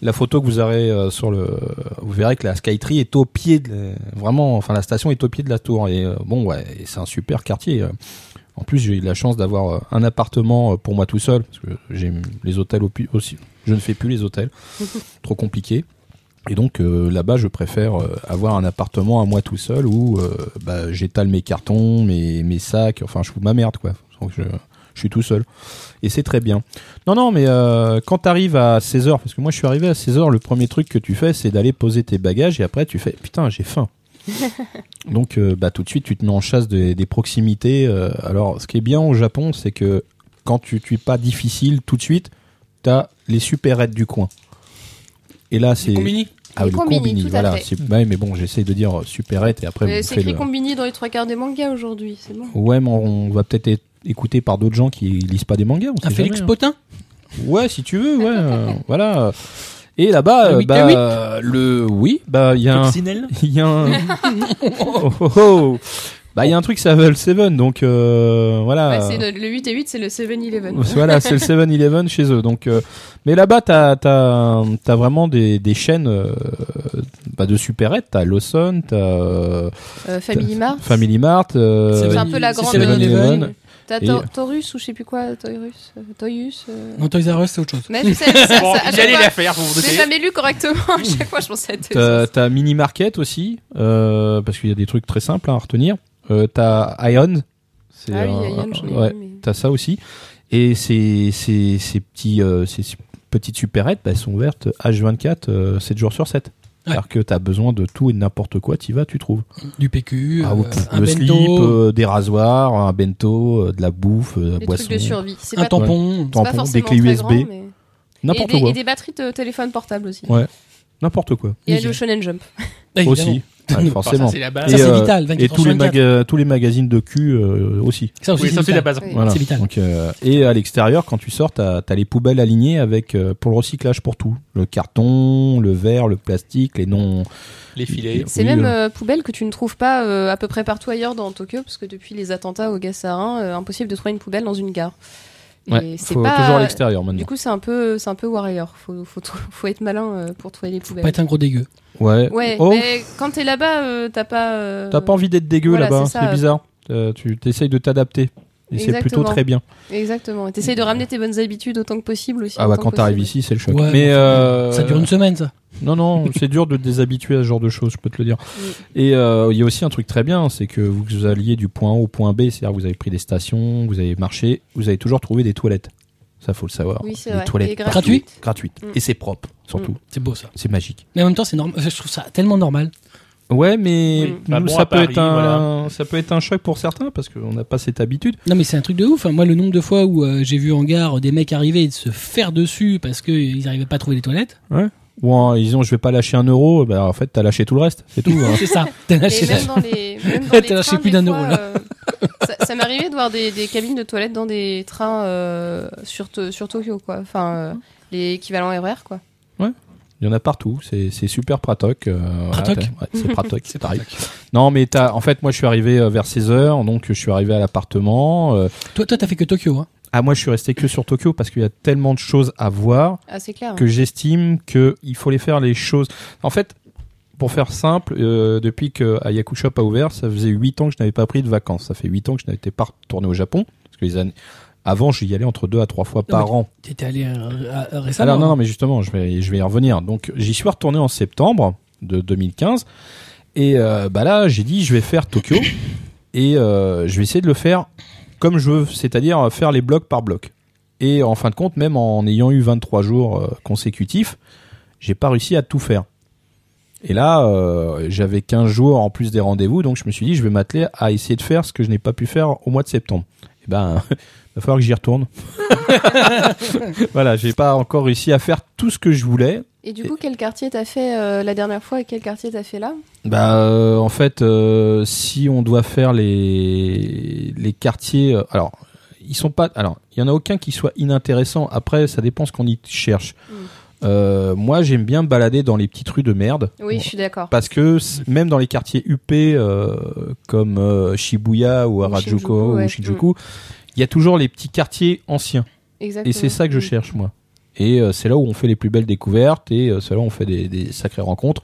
S3: la photo que vous aurez euh, sur le, vous verrez que la Skytree est au pied de, la- vraiment, enfin la station est au pied de la tour et euh, bon ouais, et c'est un super quartier. euh. En plus, j'ai eu la chance d'avoir euh, un appartement euh, pour moi tout seul, parce que j'ai les hôtels au pu- aussi. Je ne fais plus les hôtels, trop compliqué. Et donc euh, là-bas, je préfère euh, avoir un appartement à moi tout seul où euh, bah, j'étale mes cartons, mes, mes sacs, enfin je fous ma merde quoi. Donc, je, je suis tout seul. Et c'est très bien. Non, non, mais euh, quand t'arrives à 16h, parce que moi je suis arrivé à 16h, le premier truc que tu fais, c'est d'aller poser tes bagages et après tu fais putain, j'ai faim. Donc, euh, bah, tout de suite, tu te mets en chasse des, des proximités. euh, alors, ce qui est bien au Japon, c'est que quand tu tu es pas difficile, tout de suite, t'as les supérettes du coin. Et là, c'est.
S1: Combini.
S3: Ah,
S2: Les
S3: le
S2: combini,
S3: combini,
S2: tout à
S3: voilà.
S2: fait.
S3: c'est- ouais, mais bon, j'essaye de dire euh, supérette et après,
S2: Mais
S3: on
S2: c'est
S3: fait
S2: écrit
S3: le.
S2: combini dans les trois quarts des mangas aujourd'hui, c'est bon.
S3: Ouais, mais on va peut-être être écouté par d'autres gens qui lisent pas des mangas. on
S1: Un
S3: sait
S1: Ah, Félix
S3: jamais, hein.
S1: Potin
S3: Ouais, si tu veux, ouais, euh, voilà. Et là-bas,
S1: Le
S3: euh,
S1: huit-
S3: bah,
S1: le huit
S3: euh, le oui, bah il y a un,
S4: Coccinelle
S3: il y a un, Oh, oh, oh. bah il y a un truc ça le Seven, donc euh,
S2: Ouais,
S3: voilà.
S2: c'est le, le 8 et 8, c'est le 7-Eleven.
S3: Voilà, c'est le 7-Eleven chez eux. Donc, euh, mais là-bas, t'as as, vraiment des, des chaînes euh, bah, de supérettes. T'as Lawson, t'as euh,
S2: Euh, Family Mart.
S3: Family Mart, euh,
S2: C'est un peu la grande-
S1: C'est 7-Eleven.
S3: Seven-Eleven.
S2: T'as
S3: Et-
S2: Tor- Taurus ou je sais plus quoi, Taurus. euh, Toyus. euh.
S1: Non, Toys R Us, c'est autre chose.
S2: Mais je sais, ça, ça,
S4: Bon,
S2: à chaque
S4: j'allais
S2: fois-
S4: la faire pour vous
S2: J'ai
S4: doter.
S2: jamais lu correctement à chaque fois, je pensais être.
S3: T'as t'as Mini Market aussi, euh, parce qu'il y a des trucs très simples hein, à retenir. Euh, T'as Ion. c'est
S2: Ah oui,
S3: un-
S2: Ion, j'en ai
S3: ouais,
S2: vu, mais-
S3: T'as ça aussi. Et ces, ces, ces, petits, euh, ces su- petites supérettes, bah, elles sont ouvertes H24, 7 jours sur 7. Alors que t'as besoin de tout et de n'importe quoi, t'y vas, tu trouves.
S1: Du PQ,
S3: Ah,
S1: euh,
S3: ouais,
S1: un
S3: le
S1: bento,
S3: slip, euh, des rasoirs, un bento, euh, de la bouffe, euh, de la
S2: Des
S3: boisson,
S2: trucs de survie. C'est
S1: un
S2: pas, c'est
S1: tampon.
S2: pas
S3: tampons, des
S2: forcément
S3: clés
S2: très
S3: USB,
S2: grand, mais- et,
S3: n'importe
S2: des,
S3: quoi.
S2: et des batteries de téléphone portable aussi.
S3: Ouais. N'importe quoi.
S2: Et
S1: Nickel.
S2: le Shonen Jump.
S1: Ah, évidemment.
S3: Aussi. Ouais,
S1: Enfin,
S4: Enfin, ça,
S3: forcément.
S4: c'est la
S1: Ça,
S4: base.
S3: Et,
S1: c'est
S3: euh,
S1: vital. 24
S3: Et tous les,
S1: sur 24.
S3: maga- tous les magazines de cul euh, aussi.
S1: Ça aussi,
S4: Oui, ça,
S1: c'est
S4: c'est la
S1: vital.
S4: base.
S2: Oui.
S3: Voilà.
S1: C'est vital.
S3: Donc, euh, et à l'extérieur, quand tu sors, t'as as les poubelles alignées avec euh, pour le recyclage pour tout, le carton, le verre, le plastique, les non.
S4: Les filets.
S2: C'est
S3: Oui,
S2: même
S3: euh,
S2: euh, poubelle que tu ne trouves pas euh, à peu près partout ailleurs dans Tokyo, parce que depuis les attentats au gaz sarin, euh, impossible de trouver une poubelle dans une gare.
S3: ouais,
S2: et euh, c'est
S3: faut
S2: pas-
S3: toujours à l'extérieur
S2: Du
S3: maintenant.
S2: coup, c'est un peu, c'est un peu warrior. Faut, faut, tr- faut être malin euh, pour trouver les
S1: Pas
S2: poubelles.
S1: être un gros dégueu.
S3: Ouais.
S2: Ouais,
S3: Oh,
S2: mais quand t'es là-bas, euh, t'as pas. euh,
S3: t'as pas envie d'être dégueu
S2: voilà,
S3: là-bas,
S2: c'est ça.
S3: c'est bizarre. Euh, tu t'essayes de t'adapter. Et c'est plutôt
S2: Exactement.
S3: très bien.
S2: Exactement. Et T'essayes de ramener tes bonnes habitudes autant que possible aussi.
S3: Ah bah
S2: autant
S3: quand
S2: que
S3: t'arrives
S2: possible.
S3: ici, c'est le choc.
S1: Ouais,
S3: mais euh,
S1: Ça dure une semaine, ça.
S3: Non, non, c'est dur de te déshabituer à ce genre de choses, je peux te le dire.
S2: Oui.
S3: Et euh, il y a aussi un truc très bien, c'est que vous, que vous alliez du point A au point B, c'est-à-dire que vous avez pris des stations, vous avez marché, vous avez toujours trouvé des toilettes. Ça, faut le savoir.
S2: Oui, c'est
S3: Les
S2: vrai.
S3: toilettes
S2: Et
S3: partout.
S1: gratuites.
S3: Gratuites.
S2: Mm.
S3: Et c'est propre, surtout.
S1: C'est beau ça.
S3: C'est magique.
S1: Mais en même temps, c'est normal. Je trouve ça tellement normal.
S3: Ouais, mais
S2: Mm.
S4: Bah bon,
S3: ça,
S4: à
S3: peut
S4: Paris,
S3: être un, ça peut être un choc pour certains parce qu'on n'a pas cette habitude.
S1: Non, mais c'est un truc de ouf. hein. Moi, le nombre de fois où euh, j'ai vu en gare des mecs arriver et se faire dessus parce qu'ils n'arrivaient pas à trouver les toilettes.
S3: Ou en disant je vais pas lâcher un euro, bah, en fait t'as lâché tout le reste, c'est tout. hein.
S1: Ah, C'est ça. T'as lâché
S2: Et
S1: ça.
S2: même dans les, même dans les
S1: T'as lâché
S2: trains,
S1: plus
S2: des
S1: d'un
S2: fois,
S1: euro, là.
S2: euh, ça ça m'est arrivé de voir des, des cabines de toilettes dans des trains euh, sur, To- sur Tokyo, quoi. Enfin, euh, l'équivalent RER, E quoi.
S3: Il y en a partout, c'est c'est super pratok. euh, voilà,
S1: Pratok.
S3: t'as- ouais, c'est pratok, c'est pareil. Non, mais t'as- en fait, moi je suis arrivé euh, vers 16h, donc je suis arrivé à l'appartement. euh,
S1: Toi, toi, t'as fait que Tokyo. Hein.
S3: ah, moi je suis resté que sur Tokyo parce qu'il y a tellement de choses à voir
S2: Ah, c'est clair.
S3: que j'estime qu'il faut les faire les choses. En fait, pour faire simple, euh, depuis que Ayaku Shop a ouvert, ça faisait 8 ans que je n'avais pas pris de vacances. Ça fait 8 ans que je n'étais pas retourné au Japon. Parce que les années... Avant, j'y allais entre 2 à 3 fois par
S1: mais-
S3: an.
S1: T'étais allé euh, à- à-
S3: Alors,
S1: récemment.
S3: non, non, mais justement, je vais, je vais y revenir. Donc, j'y suis retourné en septembre de 2015. Et euh, bah là, j'ai dit, je vais faire Tokyo. et euh, je vais essayer de le faire comme je veux, c'est-à-dire euh, faire les blocs par bloc. Et en fin de compte, même en ayant eu 23 jours euh, consécutifs, j'ai pas réussi à tout faire. Et là, euh, j'avais 15 jours en plus des rendez-vous, donc je me suis dit, je vais m'atteler à essayer de faire ce que je n'ai pas pu faire au mois de septembre. Et ben, va falloir que j'y retourne. voilà, j'ai pas encore réussi à faire tout ce que je voulais.
S2: Et du coup, quel quartier t'as fait euh, la dernière fois et quel quartier t'as fait là
S3: Bah, euh, en fait, euh, si on doit faire les les quartiers, euh, alors ils sont pas, alors il y en a aucun qui soit inintéressant. Après, ça dépend ce qu'on y cherche.
S2: Mm.
S3: Euh, moi, j'aime bien me balader dans les petites rues de merde.
S2: Oui, je suis d'accord.
S3: Parce que c- même dans les quartiers huppés euh, comme euh, Shibuya ou Harajuku
S2: Shinjuku,
S3: ou
S2: ouais. Mm.
S3: Shinjuku, il y a toujours les petits quartiers anciens.
S2: Exactement.
S3: Et c'est ça que je
S2: Mm.
S3: cherche, moi. Et euh, c'est là où on fait les plus belles découvertes et euh, c'est là où on fait des, des sacrées rencontres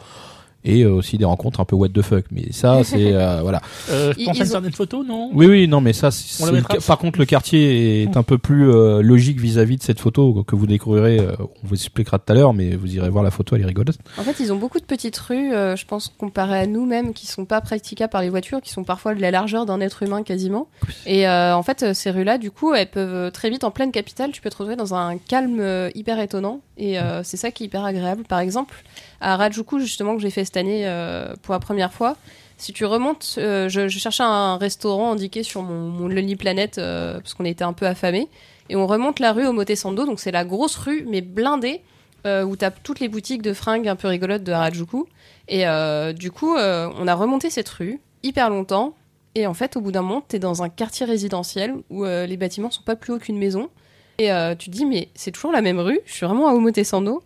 S3: et euh, aussi des rencontres un peu what the fuck. Mais ça, c'est. euh, voilà.
S4: Euh,
S2: Ils-
S4: pense
S2: ils
S4: à
S2: ont-
S4: certaines photos, non
S3: Oui, oui, non, mais ça, c'est.
S4: On la
S3: c'est le
S4: mettra
S3: ca- Par contre, le quartier est un peu plus euh, logique vis-à-vis de cette photo que vous découvrirez. euh, on vous expliquera tout à l'heure, mais vous irez voir la photo, elle est rigolote.
S2: En fait, ils ont beaucoup de petites rues, euh, je pense, comparé à nous-mêmes, qui sont pas praticables par les voitures, qui sont parfois de la largeur d'un être humain quasiment. Et euh, en fait, euh, ces rues-là, du coup, elles peuvent euh, très vite, en pleine capitale, tu peux te retrouver dans un calme euh, hyper étonnant. Et euh, c'est ça qui est hyper agréable. Par exemple, à Rajuku, justement, que j'ai fait cette année euh, pour la première fois, si tu remontes, euh, je, je cherchais un restaurant indiqué sur mon, mon Lonely Planet, euh, parce qu'on était un peu affamés. Et on remonte la rue au Omotesando, donc c'est la grosse rue, mais blindée, euh, où t'as toutes les boutiques de fringues un peu rigolotes de Harajuku. Et euh, du coup, euh, on a remonté cette rue hyper longtemps. Et en fait, au bout d'un moment, t'es dans un quartier résidentiel où euh, les bâtiments sont pas plus hauts qu'une maison. Et euh, tu te dis, mais c'est toujours la même rue, je suis vraiment à Omotesando.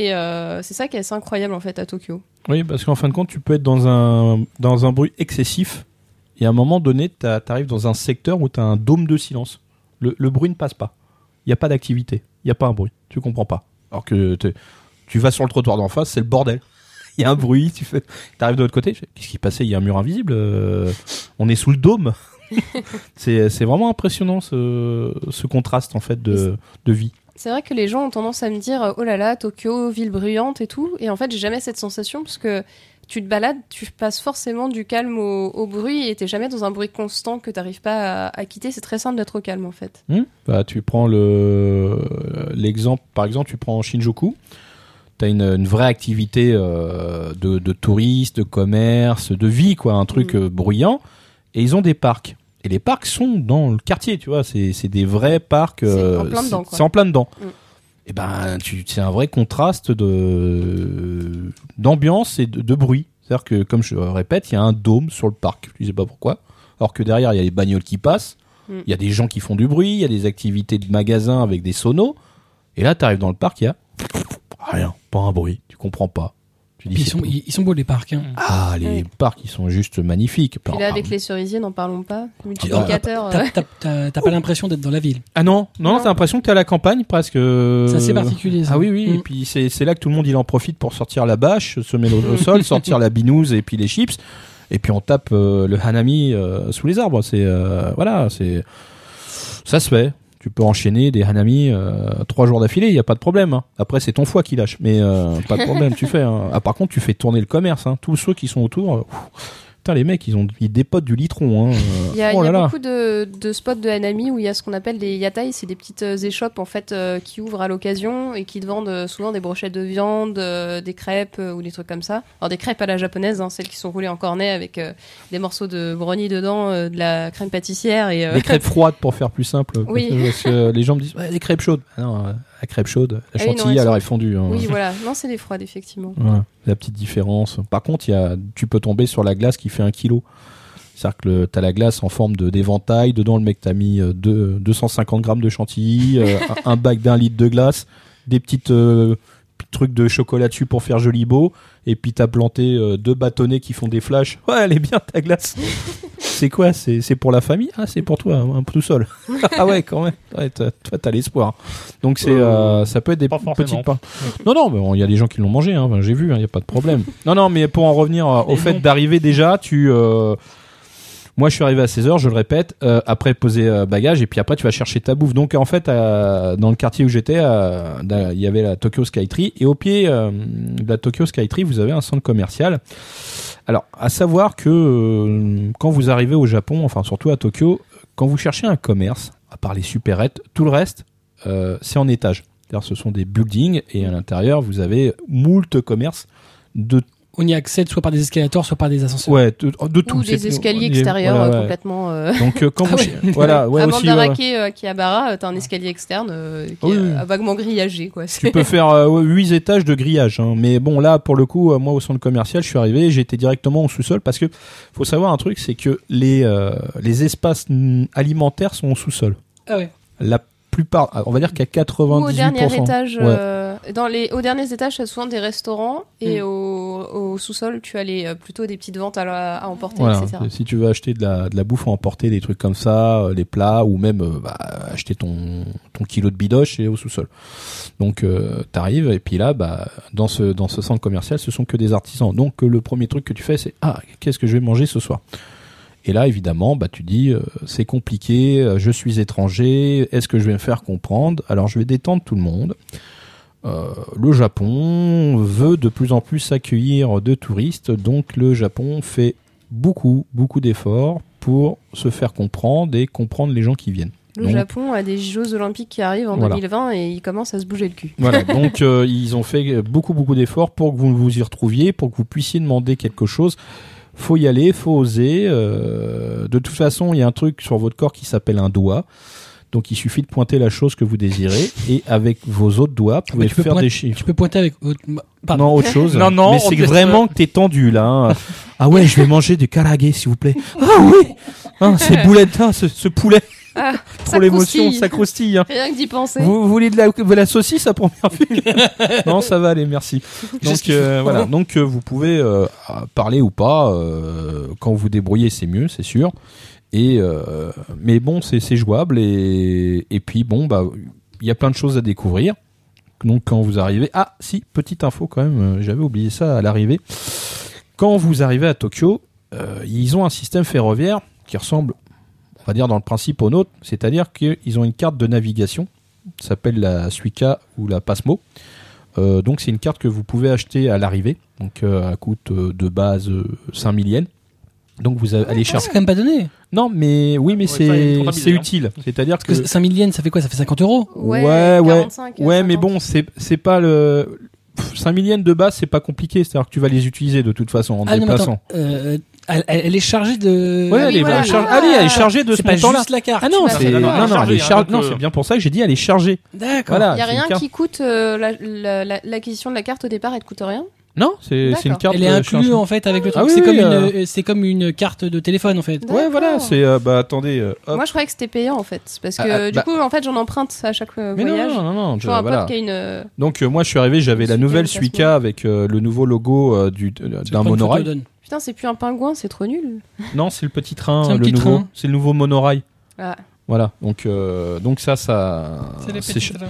S2: Et euh, c'est ça qui est assez incroyable en fait à Tokyo.
S3: Oui, parce qu'en fin de compte, tu peux être dans un, dans un bruit excessif et à un moment donné, t'as- t'arrives dans un secteur où tu as un dôme de silence. Le, le bruit ne passe pas. Il n'y a pas d'activité. Il n'y a pas un bruit. Tu comprends pas. Alors que t'es- tu vas sur le trottoir d'en face, c'est le bordel. Il y a un bruit. Tu fais... arrives de l'autre côté. tu fais, Qu'est-ce qui se passait Il y a un mur invisible. euh, on est sous le dôme. c'est c'est vraiment impressionnant ce, ce contraste en fait de, de vie.
S2: C'est vrai que les gens ont tendance à me dire oh là là Tokyo ville bruyante et tout et en fait j'ai jamais cette sensation parce que tu te balades tu passes forcément du calme au, au bruit et t'es jamais dans un bruit constant que t'arrives pas à, à quitter c'est très simple d'être au calme en fait
S3: Hmm. Bah, tu prends le l'exemple, par exemple, tu prends Shinjuku. Tu as une, une vraie activité euh, de, de touristes, de commerce, de vie, quoi, un truc
S2: Mm.
S3: euh, bruyant. Et ils ont des parcs. Et les parcs sont dans le quartier, tu vois. C'est c'est des vrais parcs.
S2: C'est en
S3: euh,
S2: plein
S3: c'est-
S2: dedans, quoi.
S3: C'est en plein dedans.
S2: Mm.
S3: Et ben, tu- c'est un vrai contraste de d'ambiance et de, de bruit. C'est-à-dire que, comme je répète, il y a un dôme sur le parc. Je sais pas pourquoi. Alors que derrière, il y a les bagnoles qui passent. Il y a des gens qui font du bruit, il y a des activités de magasins avec des sonos. Et là, tu arrives dans le parc, il y a rien, pas un bruit, tu comprends pas. Tu dis,
S1: Puis ils
S3: c'est
S1: sont,
S3: pas-
S1: ils, ils sont beaux les parcs. hein.
S3: Ah, les
S2: Ouais.
S3: parcs, ils sont juste magnifiques.
S2: puis
S3: Par-
S2: là
S3: ah,
S2: avec les cerisiers n'en parlons pas
S1: T'as-
S2: multiplicateur euh,
S1: T'as t'as- t'as pas l'impression d'être dans la ville.
S3: Ah non, non,
S2: Non.
S3: t'as l'impression que t'es à la campagne presque.
S1: C'est assez
S3: euh,
S1: particulier. ça.
S3: Ah oui, oui,
S1: Mm.
S3: et puis c'est c'est là que tout le monde il en profite pour sortir la bâche, se mettre au, au sol, sortir la binouse et puis les chips. Et puis on tape euh, le hanami euh, sous les arbres. C'est euh, voilà, c'est ça se fait. Tu peux enchaîner des hanami euh, trois jours d'affilée, il n'y a pas de problème. hein. Après c'est ton foie qui lâche, mais euh, pas de problème, tu fais. hein. Ah, par contre tu fais tourner le commerce, hein. tous ceux qui sont autour. euh, pff, putain, les mecs, ils, ont, ils dépotent du litron. Hein.
S2: Il y a,
S3: oh
S2: il y
S3: là
S2: a
S3: là.
S2: beaucoup de, de spots de Hanami où il y a ce qu'on appelle des yatai, c'est des petites euh, échoppes en fait euh, qui ouvrent à l'occasion et qui te vendent euh, souvent des brochettes de viande, euh, des crêpes euh, ou des trucs comme ça. Alors des crêpes à la japonaise, hein, celles qui sont roulées en cornet avec euh, des morceaux de brownie dedans, euh, de la crème pâtissière et euh,
S3: Des crêpes froides pour faire plus simple.
S2: Oui.
S3: Parce que, euh, les gens me disent ouais, des crêpes chaudes. Ah non, euh, la crêpe chaude,
S2: Ah
S3: la
S2: oui, non,
S3: chantilly,
S2: elles
S3: alors
S2: sont-
S3: elle est fondue. hein.
S2: oui voilà, non c'est des froides effectivement.
S3: Voilà, la petite différence. Par contre, il y a, tu peux tomber sur la glace qui fait un kilo. C'est-à-dire que le- t'as la glace en forme de d'éventail. Dedans, le mec t'a mis euh, deux- 250 grammes de chantilly, euh, un, un bac d'un litre de glace, des petites euh, petits trucs de chocolat dessus pour faire joli beau. Et puis t'as planté euh, deux bâtonnets qui font des flashs. Ouais, elle est bien ta glace. c'est quoi C'est c'est pour la famille Ah, c'est pour toi, un peu tout seul. ah ouais, quand même. Ouais, t'as- toi, t'as l'espoir. Donc c'est, euh, ça peut être des
S4: Pas forcément.
S3: petites pains. Non, non, mais bon, il y a des gens qui l'ont mangé, hein, ben, j'ai vu, il n'y a pas de problème. non, non, mais pour en revenir euh, au
S4: Mais
S3: fait
S4: non.
S3: d'arriver déjà, tu. euh, moi, je suis arrivé à 16h, je le répète, euh, après poser euh, bagage, et puis après, tu vas chercher ta bouffe. Donc, en fait, à- dans le quartier où j'étais, à- da- il y avait la Tokyo Skytree, et au pied euh, de la Tokyo Skytree, vous avez un centre commercial. Alors, à savoir que euh, quand vous arrivez au Japon, enfin, surtout à Tokyo, quand vous cherchez un commerce, à part les supérettes, tout le reste, euh, c'est en étage. C'est-à-dire, ce sont des buildings et à l'intérieur, vous avez moult commerces de,
S1: On y accède soit par des escalators, soit par des ascenseurs.
S3: ouais, de, de tout.
S2: Ou
S3: C'est-
S2: des escaliers
S3: on est-
S2: extérieurs
S3: voilà,
S2: euh,
S3: ouais.
S2: complètement. euh,
S3: Donc, euh, quand
S1: Ah
S3: vous.
S1: ouais.
S3: Voilà, ouais,
S2: à
S3: aussi. ouais. Ah
S2: Mandarake, euh, Akihabara, euh, t'as un escalier externe euh, qui
S3: Oui,
S2: est
S3: oui.
S2: euh, vaguement grillagé quoi.
S3: Tu peux faire 8 étages de grillage. hein. Mais bon, là, pour le coup, euh, moi, au centre commercial, je suis arrivé, j'étais directement au sous-sol parce que faut savoir un truc, c'est que les, euh, les espaces mm, alimentaires sont au sous-sol.
S1: Ah ouais.
S3: La plupart, on va dire qu'à 98%.
S2: Ou au dernier étage.
S3: Ouais. Mm.
S2: euh, dans les, aux derniers étages, tu as souvent des restaurants et au, au sous-sol, tu as les, euh, plutôt des petites ventes à, la- à emporter,
S3: Voilà,
S2: etc.
S3: si tu veux acheter de la, de la bouffe à emporter, des trucs comme ça, euh, les plats, ou même euh, bah, acheter ton, ton kilo de bidoche et au sous-sol. Donc euh, t'arrives et puis là, bah, dans ce dans ce centre commercial, ce sont que des artisans. Donc euh, le premier truc que tu fais, c'est ah qu'est-ce que je vais manger ce soir. Et là, évidemment, bah, tu dis, euh, c'est compliqué, euh, je suis étranger, est-ce que je vais me faire comprendre Alors, je vais détendre tout le monde. Euh, le Japon veut de plus en plus accueillir euh, de touristes, donc le Japon fait beaucoup, beaucoup d'efforts pour se faire comprendre et comprendre les gens qui viennent.
S2: Le
S3: Donc-
S2: Japon a des Jeux Olympiques qui arrivent en
S3: Voilà.
S2: 2020 et ils commencent à se bouger le cul.
S3: Voilà, donc euh, ils ont fait beaucoup beaucoup d'efforts pour que vous vous y retrouviez, pour que vous puissiez demander quelque chose. Faut y aller, faut oser. euh, de toute façon, il y a un truc sur votre corps qui s'appelle un doigt. Donc il suffit de pointer la chose que vous désirez et avec vos autres doigts, vous
S1: Mais
S3: pouvez
S1: tu peux
S3: faire
S1: pointer-
S3: des chiffres.
S1: Tu peux pointer avec. autre- Pardon.
S3: Non, autre chose.
S4: Non, non,
S3: Mais
S4: on
S3: c'est
S4: te laisse-
S3: vraiment que t'es tendu là. hein. Ah ouais, je vais manger du karagé, s'il vous plaît. Ah oui, Hein, ces boulettes, hein, ce, ce poulet
S2: Ah,
S3: pour l'émotion,
S2: croustille.
S3: ça croustille. hein.
S2: Rien que d'y penser.
S3: Vous, vous voulez de la, de la saucisse à première vue Non, ça va aller, merci. Donc
S1: Juste-
S3: euh, voilà, donc euh, vous pouvez euh, à- parler ou pas. euh, quand vous débrouillez, c'est mieux, c'est sûr. Et euh, mais bon, c'est c'est jouable et, et puis bon bah il y a plein de choses à découvrir. Donc quand vous arrivez, ah si petite info quand même, euh, j'avais oublié ça à l'arrivée. Quand vous arrivez à Tokyo, euh, ils ont un système ferroviaire qui ressemble, on va dire dans le principe au nôtre, c'est-à-dire qu'ils ont une carte de navigation ça s'appelle la Suica ou la Pasmo. Euh, donc c'est une carte que vous pouvez acheter à l'arrivée, donc euh, elle coûte euh, de base euh, 5000 yens. Donc vous a- allez
S1: Ah, c'est
S3: chercher.
S1: quand même pas donné.
S3: Non, mais oui, mais
S4: Ouais, ça, il y a une
S3: c'est
S4: rentabilité,
S3: c'est
S4: hein.
S3: utile. C'est-à-dire que
S1: Parce que 5000 yens, ça fait quoi Ça fait 50 euros
S3: Ouais, ouais.
S2: 45,
S3: ouais, mais
S2: 50.
S3: bon, c'est c'est pas le 5000 yens de base, c'est pas compliqué. C'est-à-dire que tu vas les utiliser de toute façon en te
S1: Ah non, mais
S3: déplaçant.
S1: attends. Euh, elle, elle- elle est chargée de.
S3: Ouais,
S2: Ah oui,
S3: elle est
S2: voilà.
S3: charge- allez, elle est chargée de ce
S1: C'est pas
S3: montant-là.
S1: juste la carte. Bah,
S3: Ah non,
S2: tu vas-
S3: c'est non,
S4: Non, non,
S3: non,
S4: elle est
S3: elle est
S4: chargée, hein,
S3: char-
S4: donc,
S3: non,
S4: euh,
S3: c'est bien pour ça que j'ai dit elle est chargée.
S1: D'accord.
S3: Voilà.
S2: Il n'y a
S3: c'est une
S2: rien
S3: carte.
S2: qui coûte euh, la- la- la- l'acquisition de la carte au départ, elle te coûte rien.
S3: Non, c'est c'est une
S2: D'accord.
S3: carte.
S1: Elle est
S3: euh,
S1: inclue
S3: chargée.
S1: en fait avec le
S3: Ah
S1: truc.
S3: oui,
S1: c'est
S3: oui,
S1: comme,
S3: euh.
S1: une- euh, c'est comme une carte de téléphone en fait.
S3: Ouais,
S2: D'accord.
S3: voilà, c'est euh, bah attendez. euh, hop.
S2: Moi, je croyais que c'était payant en fait, parce que
S3: Ah, ah,
S2: du
S3: bah-
S2: coup, en fait, j'en emprunte à chaque euh,
S3: Mais non,
S2: voyage.
S3: non, non, non,
S2: Je
S3: je-
S2: vois un
S3: voilà.
S2: pote qui a une. euh,
S3: Donc euh, moi je suis arrivé, j'avais la
S2: Suica
S3: nouvelle
S2: ou Pasmo.
S3: Suica avec euh, le nouveau logo euh, du euh, d'un
S1: Prends une photo,
S3: monorail.
S1: donne.
S2: Putain, c'est plus un pingouin, c'est trop nul.
S3: Non, c'est le petit train, euh,
S1: C'est un
S3: le
S1: petit
S3: nouveau,
S1: train.
S3: c'est le nouveau monorail.
S2: Ah.
S3: Voilà. Donc euh, donc ça ça
S1: C'est les
S3: c'est
S1: petits
S3: ch-
S1: trains.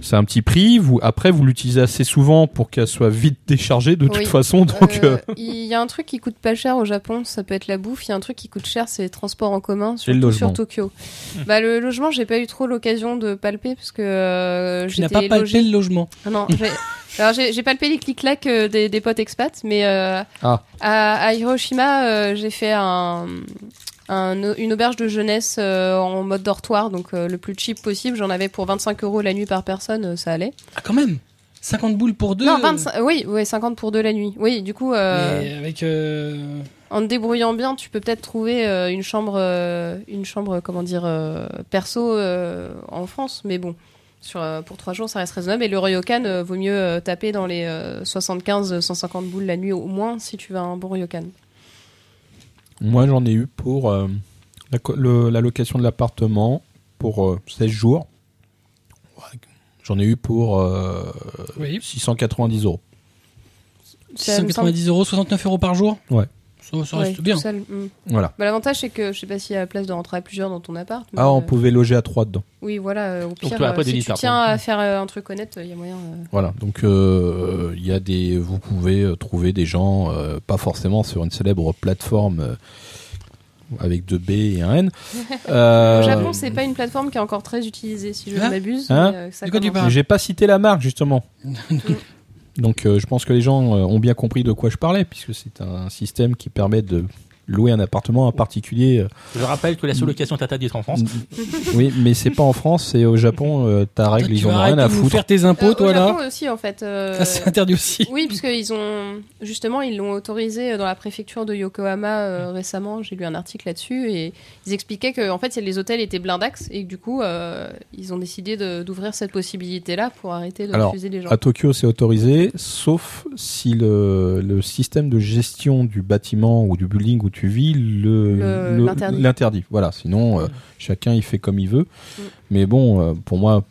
S3: C'est un petit prix. Vous, après, vous l'utilisez assez souvent pour qu'elle soit vite déchargée de
S2: Oui.
S3: toute façon. Donc,
S2: Euh,
S3: euh,
S2: Il y a un truc qui coûte pas cher au Japon, ça peut être la bouffe. Il y a un truc qui coûte cher, c'est les transports en commun,
S3: Et le
S2: surtout
S3: logement.
S2: sur Tokyo. Bah, le logement, j'ai pas eu trop l'occasion de palper parce que euh,
S1: Tu n'as
S2: j'étais
S1: pas palpé
S2: logée.
S1: le logement.
S2: Ah Non, j'ai- alors j'ai j'ai palpé les clics-clacs euh, des, des potes expats, mais euh,
S3: Ah.
S2: à, à Hiroshima, euh, j'ai fait un, un au- une auberge de jeunesse euh, en mode dortoir, donc euh, le plus cheap possible. J'en avais pour 25 euros la nuit par personne, euh, ça allait.
S1: Ah, quand même 50 boules pour deux
S2: Non, 25, euh, oui, ouais, 50 pour deux la nuit. Oui, du coup. euh,
S1: mais avec. euh,
S2: En te débrouillant bien, tu peux peut-être trouver euh, une chambre, euh, une chambre, comment dire, euh, perso euh, en France. Mais bon, sur, euh, pour trois jours, ça reste raisonnable. Et le Ryokan, euh, vaut mieux euh, taper dans les 75-150 boules la nuit au moins si tu veux un bon Ryokan.
S3: moi, j'en ai eu pour euh, la, co- le- la location de l'appartement pour euh, 16 jours. Ouais, J'en ai eu pour euh,
S1: Oui.
S3: 690 euros.
S2: Ça me semble-
S1: 690 euros, 69 euros par jour
S3: Ouais.
S1: Ça, ça
S2: Ouais,
S1: reste
S2: tout
S1: bien.
S2: seul, mm.
S3: Voilà.
S2: Bah, L'avantage, c'est que je sais pas s'il y a la place de rentrer à plusieurs dans ton appart. mais,
S3: Ah, on
S2: euh,
S3: pouvait loger à 3 dedans.
S2: Oui, voilà. euh, au pire,
S4: toi,
S2: euh,
S4: après,
S2: si
S4: Denis,
S2: tu
S4: par
S2: tiens
S4: contre.
S2: à faire euh, un truc honnête, il y a moyen. euh,
S3: Voilà. Donc, euh, il y a des, vous pouvez euh, trouver des gens, euh, pas forcément sur une célèbre plateforme euh, avec deux B et un N. Euh,
S2: Au Japon, c'est pas une plateforme qui est encore très utilisée, si je ne
S1: Hein
S2: m'abuse.
S3: Hein
S2: mais, euh, ça
S1: De quoi tu
S2: commence.
S1: parles
S3: J'ai pas cité la marque justement. Donc euh, je pense que les gens euh, ont bien compris de quoi je parlais puisque c'est un système qui permet de louer un appartement à un particulier. euh,
S4: Je rappelle que la sous-location est interdite en France.
S3: oui, mais c'est pas en France, c'est au Japon. euh, ta
S1: Toi,
S3: règle, ils
S1: tu
S3: en
S1: vas
S3: ont
S1: arrêter
S3: rien à
S1: de nous
S3: foutre.
S1: faire tes impôts,
S2: Euh,
S1: toi,
S2: au
S1: là.
S2: Japon aussi, en fait. euh,
S1: Ça, c'est interdit aussi.
S2: Oui, parce qu'ils ont justement, ils l'ont autorisé euh, dans la préfecture de Yokohama euh, récemment. J'ai lu un article là-dessus et ils expliquaient que en fait, les hôtels étaient blindax et que du coup, euh, ils ont décidé de- d'ouvrir cette possibilité-là pour arrêter de
S3: Alors,
S2: refuser les gens.
S3: À Tokyo, c'est autorisé, sauf si le, le système de gestion du bâtiment ou du building où tu vis le-
S2: Le-
S3: le-
S2: l'interdit.
S3: l'interdit. Voilà, sinon euh, chacun il fait comme il veut.
S2: Mm.
S3: Mais bon, euh, pour moi,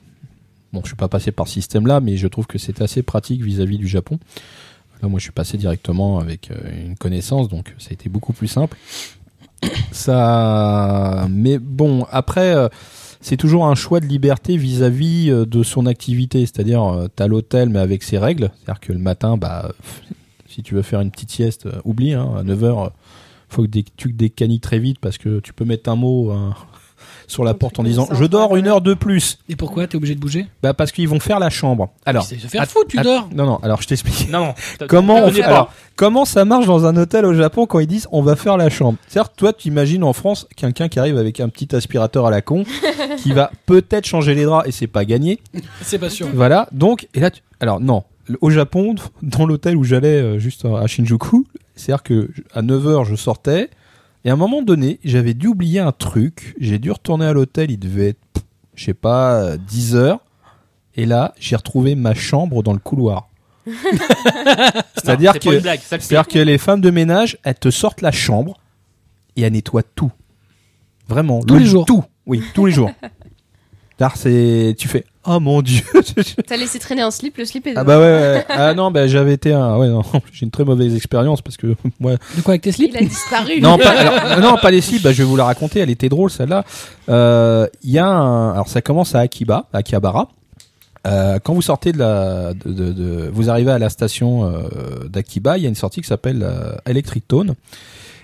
S3: bon, je suis pas passé par ce système-là, mais je trouve que c'est assez pratique vis-à-vis du Japon. Là, moi, je suis passé directement avec euh, une connaissance, donc ça a été beaucoup plus simple. Ça, mais bon, après. euh, c'est toujours un choix de liberté vis-à-vis euh, de son activité. C'est-à-dire, euh, t'as l'hôtel, mais avec ses règles. C'est-à-dire que le matin, bah, si tu veux faire une petite sieste, euh, oublie, hein, à 9h, faut que dé- tu décanis très vite parce que tu peux mettre un mot hein, sur la
S2: Un
S3: porte en
S2: truc
S3: disant
S2: comme ça,
S3: Je
S2: en
S3: dors
S2: train de-
S3: une heure de plus.
S1: Et pourquoi T'es obligé de bouger
S3: Bah, parce qu'ils vont faire la chambre. Alors,
S1: C'est se faire
S3: att-
S1: foutre, tu
S3: att-
S1: dors.
S3: Non, non, alors je t'explique.
S4: Non, non.
S3: Comment,
S4: T'as
S3: on
S4: donné
S3: fait-
S4: pas.
S3: alors, comment ça marche dans un hôtel au Japon quand ils disent on va faire la chambre C'est-à-dire, toi, tu imagines en France quelqu'un qui arrive avec un petit aspirateur à la con qui va peut-être changer les draps et c'est pas gagné.
S1: C'est pas sûr.
S3: Voilà, donc, et là, tu- alors non, Le- au Japon, dans l'hôtel où j'allais euh, juste à Shinjuku, c'est-à-dire que je- à 9h, je sortais, et à un moment donné, j'avais dû oublier un truc, j'ai dû retourner à l'hôtel, il devait être, pff, je sais pas, euh, 10h, et là, j'ai retrouvé ma chambre dans le couloir.
S4: Non,
S3: c'est-à-dire
S4: c'est
S3: que,
S4: pas une blague, ça le
S3: c'est-à-dire que les femmes de ménage, elles te sortent la chambre, et elles nettoient tout. Vraiment.
S1: Tous
S3: le-
S1: les jours.
S3: Tout, oui, tous les jours. Là, c'est, tu fais, oh mon dieu,
S2: T'as laissé traîner un slip, le slip est.
S3: ah bah ouais, ouais. ah non bah j'avais été un ouais non j'ai une très mauvaise expérience parce que moi
S1: De quoi avec tes slips
S2: Il a disparu.
S3: non pas alors, non pas les cibles bah, je vais vous la raconter elle était drôle celle-là Euh, il y a un alors ça commence à Akiba à Akihabara Euh, quand vous sortez de la de, de- de- vous arrivez à la station euh, d'Akiba il y a une sortie qui s'appelle euh, Electric Tone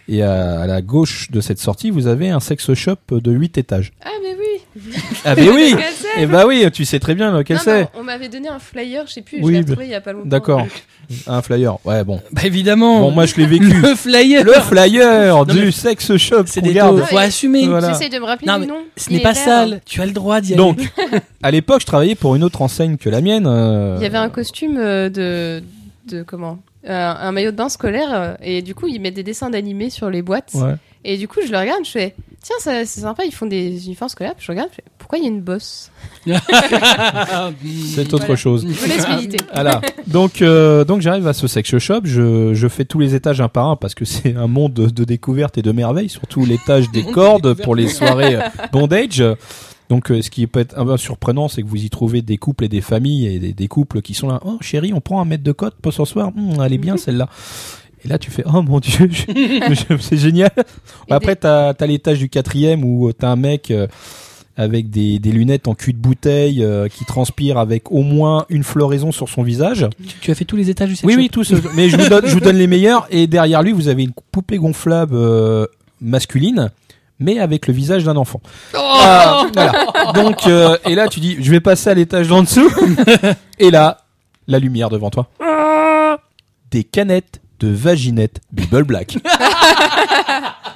S3: et euh, à, à la gauche de cette sortie vous avez un sex shop de 8 étages
S2: Ah mais oui.
S3: ah mais oui
S2: Lequel c'est
S3: et bah oui tu sais très bien lequel
S2: Non,
S3: c'est
S2: non, on m'avait donné un flyer, je sais plus,
S3: Oui,
S2: je l'ai
S3: bah-
S2: retrouvé il y a pas longtemps.
S3: d'accord un flyer ouais bon
S1: Bah évidemment.
S3: bon moi je l'ai vécu
S1: le flyer.
S3: Le flyer
S1: Non, mais-
S3: du sex shop
S1: C'est
S3: qu'on
S1: des
S3: garde.
S1: taux. Faut
S2: Ouais.
S1: assumer.
S3: Voilà.
S2: J'essaie de me rappeler
S1: Non,
S2: du
S1: mais
S2: nom.
S1: Ce
S2: Il
S1: n'est pas
S2: vert.
S1: sale. Tu as le droit d'y aller.
S3: Donc, à l'époque, je travaillais pour une autre enseigne que la mienne. euh,
S2: Il y avait un costume euh, de, de comment Euh, un maillot de bain scolaire euh, et du coup ils mettent des dessins d'animés sur les boîtes
S3: ouais.
S2: et du coup je le regarde je fais tiens ça- c'est sympa ils font des uniformes scolaires Puis je regarde je fais, pourquoi il y a une bosse
S1: Ah,
S3: C'est autre
S2: Voilà.
S3: chose.
S2: je vous laisse méditer
S3: Voilà. Donc, euh, donc j'arrive à ce sex shop. Je, je fais tous les étages un par un parce que c'est un monde de, de découvertes et de merveilles, surtout l'étage des
S1: Monde de
S3: cordes
S1: découvertes.
S3: pour les soirées euh, bondage. Donc, euh, ce qui peut être un peu surprenant, c'est que vous y trouvez des couples et des familles et des, des couples qui sont là. Oh, chérie, on prend un mètre de côte pour ce soir. Hum, elle est bien celle-là. Et là, tu fais oh mon dieu, je- je- c'est génial.
S2: Et
S3: Après, t'as as, l'étage du quatrième où euh, t'as un mec. euh, avec des, des lunettes en cul de bouteille euh, qui transpire avec au moins une floraison sur son visage.
S1: Tu, tu as fait tous les étages du sex
S3: Oui,
S1: shop
S3: oui, tout ce- Mais je vous, donne, je vous donne les meilleurs. Et derrière lui, vous avez une poupée gonflable euh, masculine, mais avec le visage d'un enfant. Ah, voilà. Donc, euh, et là, tu dis, je vais passer à l'étage d'en dessous. et là, la lumière devant toi. Des canettes de vaginette Bible Black.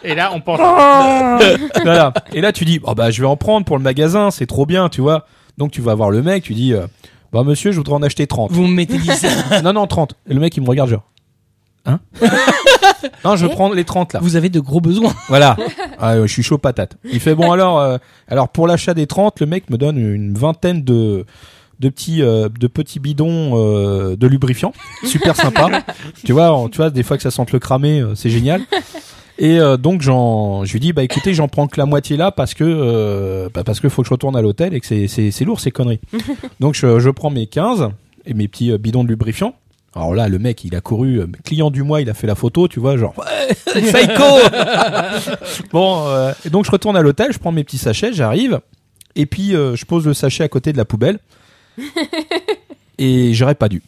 S4: Et là, on pense.
S3: voilà. Et là, tu dis, oh bah, je vais en prendre pour le magasin, c'est trop bien, tu vois. Donc, tu vas voir le mec, tu dis, euh, bah, monsieur, je voudrais en acheter 30.
S1: Vous me mettez 10.
S3: non, non, 30. Et le mec, il me regarde, genre, hein Non, je veux prendre les 30 là.
S1: Vous avez de gros besoins.
S3: Voilà. Ah, ouais, je suis chaud patate. Il fait bon alors euh, alors pour l'achat des 30, le mec me donne une vingtaine de de petits euh, de petits bidons euh, de lubrifiant, super sympa. tu vois, on- tu vois des fois que ça sente le cramé, euh, c'est génial. Et euh, donc j'en je lui dis bah écoutez, j'en prends que la moitié là parce que euh, bah, parce que faut que je retourne à l'hôtel et que c'est c'est c'est lourd ces conneries. donc je je prends mes 15 et mes petits euh, bidons de lubrifiant. Alors là, le mec, il a couru, euh, client du mois, il a fait la photo, tu vois, genre, ouais, psycho Bon, euh, et donc je retourne à l'hôtel, je prends mes petits sachets, j'arrive, et puis euh, je pose le sachet à côté de la poubelle. Et j'aurais pas dû.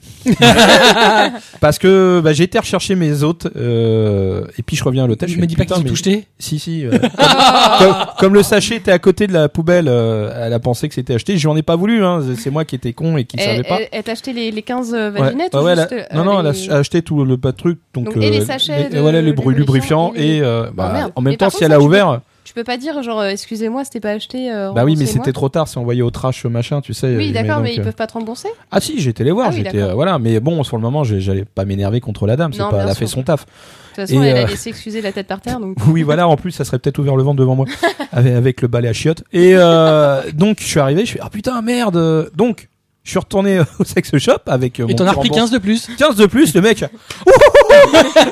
S3: Parce que bah, j'ai été rechercher mes hôtes, euh, et puis je reviens à l'hôtel.
S1: Je
S3: fais,
S1: me dis pas qu'ils
S3: putain,
S1: ont
S3: mais-
S1: tout jeté.
S3: Si, si. euh,
S2: Ah.
S3: comme, comme- comme le sachet était à côté de la poubelle, euh, elle a pensé que c'était acheté, j'en ai pas voulu, hein, c'est- c'est moi qui étais con et qui savais
S2: Elle
S3: pas.
S2: elle- elle t'a acheté les, les 15
S3: Ouais.
S2: vaginettes
S3: Ouais,
S2: ou
S3: ouais,
S2: juste,
S3: elle
S2: euh,
S3: a- Non, non, elle a
S2: les-
S3: ach- acheté tout le pas de truc. Donc, euh,
S2: Donc, et les sachets de-
S3: voilà, les
S2: de
S3: bruits
S2: lubrifiants
S3: lubrifiants.
S2: et Ah,
S3: Et, euh, bah,
S2: merde.
S3: en même
S2: Mais
S3: temps,
S2: par
S3: si
S2: contre,
S3: elle
S2: ça,
S3: a
S2: tu
S3: ouvert,
S2: Tu peux pas dire, genre, euh, excusez-moi, c'était pas acheté. euh,
S3: bah oui, mais
S2: remboursez-moi.
S3: c'était trop tard si on voyait au trash machin, tu sais.
S2: Oui, d'accord,
S3: donc,
S2: mais ils
S3: euh,
S2: peuvent pas te rembourser.
S3: Ah si, j'étais les voir,
S2: Ah oui,
S3: j'étais
S2: d'accord.
S3: euh, voilà, mais bon, sur le moment, j'ai- j'allais pas m'énerver contre la dame, c'est
S2: Non,
S3: pas,
S2: bien
S3: elle a
S2: sûr.
S3: fait son
S2: De
S3: taf.
S2: toute façon,
S3: Et,
S2: elle a
S3: euh,
S2: laissé excuser la tête par terre, donc.
S3: Oui, voilà, en plus, ça serait peut-être ouvert le ventre devant moi avec, avec le balai à chiottes. Et euh, donc, je suis arrivé, je fais ah putain, merde. euh, Donc, je suis retourné euh, au sex shop avec euh,
S1: Et
S3: mon
S1: t'en as repris
S3: petit remboursement.
S1: 15 de plus.
S3: 15 de plus, le mec.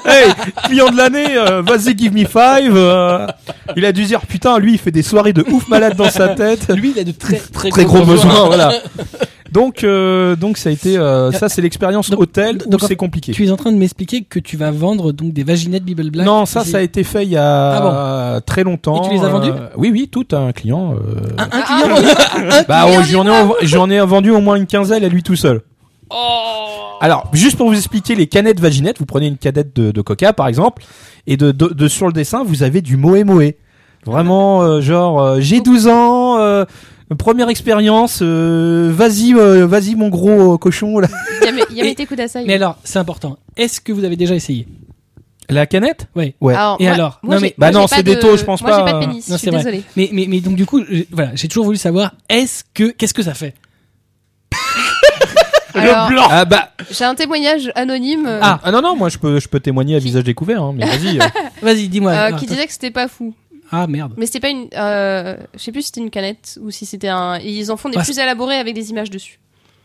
S3: hey, client de l'année, euh, vas-y, give me five. euh. il a dû dire, putain, lui, il fait des soirées de ouf malade dans sa tête.
S1: Lui, il a de très, très,
S3: Très gros besoin, voilà. Donc, euh, donc ça a été, euh, ça, c'est l'expérience
S1: Donc-
S3: hôtel où
S1: donc, en-
S3: c'est compliqué.
S1: Tu es en train de m'expliquer que tu vas vendre donc des vaginettes Bible Black.
S3: Non, ça,
S1: C'est-
S3: ça a été fait il y a très longtemps.
S1: Et tu les as
S3: Euh,
S1: vendues
S3: Oui, oui, tout à un client. euh.
S2: Ah,
S1: Un client. un
S3: bah,
S1: client
S3: oh, j'en ai, env- j'en ai vendu au moins une quinzaine à lui tout seul.
S2: Oh,
S3: Alors, juste pour vous expliquer les canettes vaginettes, vous prenez une canette de, de coca par exemple, et de, de- de- sur le dessin, vous avez du moé moé. Vraiment, euh, genre, euh, j'ai 12 ans, euh, première expérience, euh, vas-y, euh, vas-y mon gros euh, cochon. là.
S2: Yam- Yamete
S1: Mais
S2: Kudasai.
S1: alors, c'est important. Est-ce que vous avez déjà essayé
S3: La canette
S1: Ouais.
S3: Ouais.
S1: Et
S2: moi-
S1: alors
S2: moi,
S1: Non,
S2: j'ai-
S1: mais-
S3: Bah
S2: moi,
S3: non,
S2: j'ai
S3: c'est
S2: pas
S3: des
S2: de-
S3: taux, je pense
S2: Moi,
S3: pas,
S2: j'ai pas
S3: euh,
S2: de pénis,
S1: non, c'est
S2: je suis
S1: vrai.
S2: désolée.
S1: Mais, mais, mais donc du coup, je- voilà, j'ai toujours voulu savoir est-ce que qu'est-ce que ça fait
S2: Alors,
S4: blanc
S3: Ah bah
S2: j'ai un témoignage anonyme euh,
S3: ah, non non moi je peux je peux témoigner à visage découvert hein, mais vas-y euh.
S1: Vas-y, dis-moi.
S2: euh,
S1: Alors,
S2: qui
S1: attends.
S2: disait que c'était pas fou.
S1: Ah merde.
S2: Mais c'était pas une. euh, je sais plus si c'était une canette ou si c'était un. Ils en font des
S1: Ah,
S2: plus élaborés avec des images dessus.